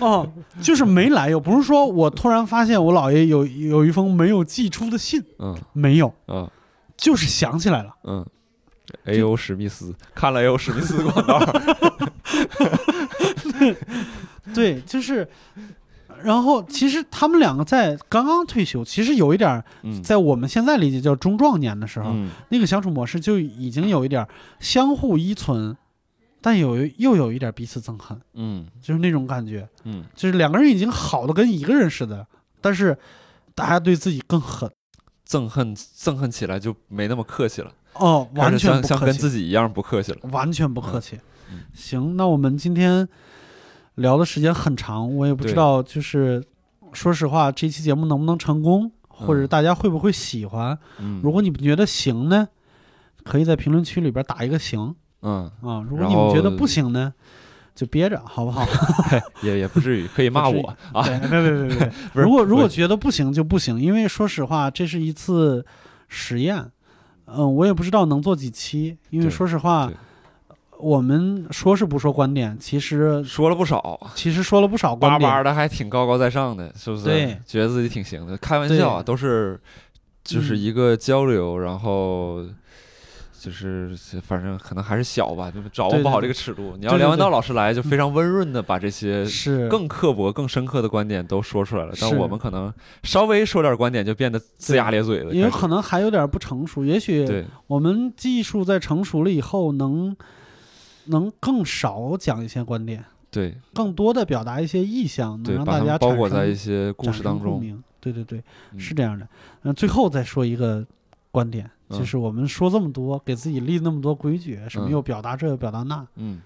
[SPEAKER 1] 哦，就是没来由，不是说我突然发现我姥爷有有一封没有寄出的信，
[SPEAKER 2] 嗯
[SPEAKER 1] 没有，
[SPEAKER 2] 啊
[SPEAKER 1] 就是想起来了。
[SPEAKER 2] 嗯，A.O. 史密斯看了 A.O. 史密斯广告，
[SPEAKER 1] 对，就是，然后其实他们两个在刚刚退休，其实有一点儿
[SPEAKER 2] 嗯
[SPEAKER 1] 在我们现在理解叫中壮年的时候，
[SPEAKER 2] 嗯
[SPEAKER 1] 那个相处模式就已经有一点儿相互依存，但有又有一点儿彼此憎恨，
[SPEAKER 2] 嗯
[SPEAKER 1] 就是那种感觉，
[SPEAKER 2] 嗯，
[SPEAKER 1] 就是两个人已经好的跟一个人似的，但是大家对自己更狠
[SPEAKER 2] 憎恨憎恨起来就没那么客气了，
[SPEAKER 1] 哦，完全
[SPEAKER 2] 开始像
[SPEAKER 1] 不
[SPEAKER 2] 像
[SPEAKER 1] 客
[SPEAKER 2] 跟
[SPEAKER 1] 气，
[SPEAKER 2] 自己一样不客气了。
[SPEAKER 1] 完全不客气。
[SPEAKER 2] 嗯
[SPEAKER 1] 行，那我们今天聊的时间很长，我也不知
[SPEAKER 2] 对
[SPEAKER 1] 道，就是说实话，这期节目能不能成功，或者
[SPEAKER 2] 嗯
[SPEAKER 1] 大家会不会喜欢？
[SPEAKER 2] 嗯，
[SPEAKER 1] 如果你们觉得行呢，可以在评论区里边打一个行
[SPEAKER 2] 嗯
[SPEAKER 1] 啊；如果
[SPEAKER 2] 然
[SPEAKER 1] 你们觉得
[SPEAKER 2] 后
[SPEAKER 1] 不行呢，就憋着，好不好？
[SPEAKER 2] 也也不至于可以骂
[SPEAKER 1] 不至于
[SPEAKER 2] 我啊，
[SPEAKER 1] 对，别别 别别
[SPEAKER 2] 不是
[SPEAKER 1] 如果如果
[SPEAKER 2] 我
[SPEAKER 1] 觉得不行就不行，因为说实话，这是一次实验。嗯，我也不知道能做几期，因为
[SPEAKER 2] 对
[SPEAKER 1] 说实话
[SPEAKER 2] 对，
[SPEAKER 1] 我们说是不说观点，其实
[SPEAKER 2] 说了不少，
[SPEAKER 1] 其实说了不少观
[SPEAKER 2] 巴
[SPEAKER 1] 点。
[SPEAKER 2] 巴的还挺高高在上的，是不是？
[SPEAKER 1] 对
[SPEAKER 2] 觉得自己挺行的，开玩笑啊，都是就是一个交流，然后。就是反正可能还是小吧，就是掌握
[SPEAKER 1] 对
[SPEAKER 2] 不
[SPEAKER 1] 对
[SPEAKER 2] 好
[SPEAKER 1] 对
[SPEAKER 2] 这个尺度。你
[SPEAKER 1] 对
[SPEAKER 2] 要
[SPEAKER 1] 对
[SPEAKER 2] 梁文道
[SPEAKER 1] 对
[SPEAKER 2] 老师来，就非常温润的把这些
[SPEAKER 1] 是
[SPEAKER 2] 更刻薄、更深刻的观点都说出来了，但
[SPEAKER 1] 是
[SPEAKER 2] 我们可能稍微说点观点就变得龇牙咧嘴了。
[SPEAKER 1] 也有
[SPEAKER 2] 开始
[SPEAKER 1] 可能还有点不成熟，也许
[SPEAKER 2] 对，
[SPEAKER 1] 我们技术在成熟了以后能，能更少讲一些观点，
[SPEAKER 2] 对
[SPEAKER 1] 更多的表达一些意向，能
[SPEAKER 2] 对，
[SPEAKER 1] 让
[SPEAKER 2] 把
[SPEAKER 1] 大
[SPEAKER 2] 它
[SPEAKER 1] 家
[SPEAKER 2] 们包
[SPEAKER 1] 产
[SPEAKER 2] 裹
[SPEAKER 1] 生
[SPEAKER 2] 在一些故
[SPEAKER 1] 产
[SPEAKER 2] 事
[SPEAKER 1] 生
[SPEAKER 2] 当
[SPEAKER 1] 共
[SPEAKER 2] 中。
[SPEAKER 1] 鸣。对对对，
[SPEAKER 2] 嗯
[SPEAKER 1] 是这样的。嗯，最后再说一个观点，就
[SPEAKER 2] 嗯
[SPEAKER 1] 是我们说这么多，给自己立那么多规矩，什么
[SPEAKER 2] 嗯
[SPEAKER 1] 又表达这又表达那，
[SPEAKER 2] 嗯，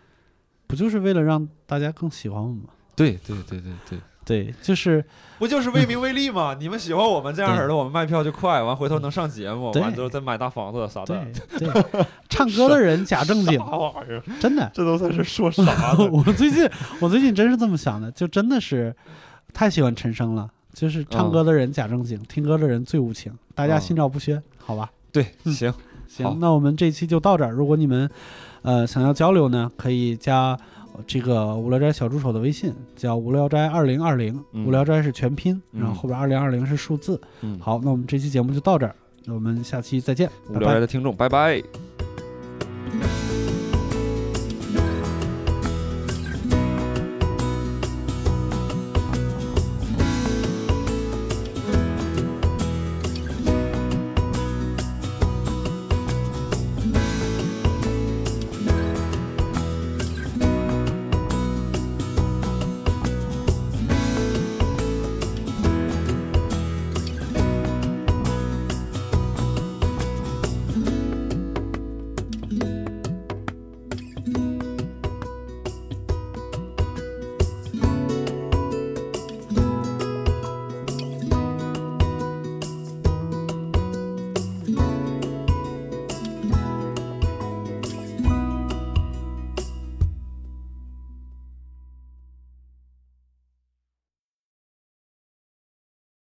[SPEAKER 1] 不就是为了让大家更喜欢我们吗？
[SPEAKER 2] 对对对对对，
[SPEAKER 1] 对，就是
[SPEAKER 2] 不就是为名为 利吗？你们喜欢我们这样
[SPEAKER 1] 对
[SPEAKER 2] 式的，我们卖票就快，完回头能上节目，
[SPEAKER 1] 对
[SPEAKER 2] 完之后再买大房子啥
[SPEAKER 1] 对
[SPEAKER 2] 的。 啊
[SPEAKER 1] 对，唱歌的人假正经
[SPEAKER 2] 啥，玩意儿？
[SPEAKER 1] 真 的。
[SPEAKER 2] 这都算是说 啥呢？
[SPEAKER 1] 我最近我最近真是这么想的，就真的是太喜欢陈升了。就是唱
[SPEAKER 2] 嗯
[SPEAKER 1] 歌的人假正经，听歌的人最无情。大家
[SPEAKER 2] 嗯
[SPEAKER 1] 心照不宣，好吧？
[SPEAKER 2] 对，行，好
[SPEAKER 1] 行，那我们这期就到这儿。如果你们呃想要交流呢，可以加呃这个无聊斋小助手的微信，叫无聊斋二零二零，
[SPEAKER 2] 嗯
[SPEAKER 1] 无聊斋是全拼，
[SPEAKER 2] 嗯
[SPEAKER 1] 然后后边二零二零是数字。
[SPEAKER 2] 嗯，
[SPEAKER 1] 好，那我们这期节目就到这儿，我们下期再见，
[SPEAKER 2] 无
[SPEAKER 1] 拜
[SPEAKER 2] 聊
[SPEAKER 1] 拜
[SPEAKER 2] 斋。的听众，拜拜。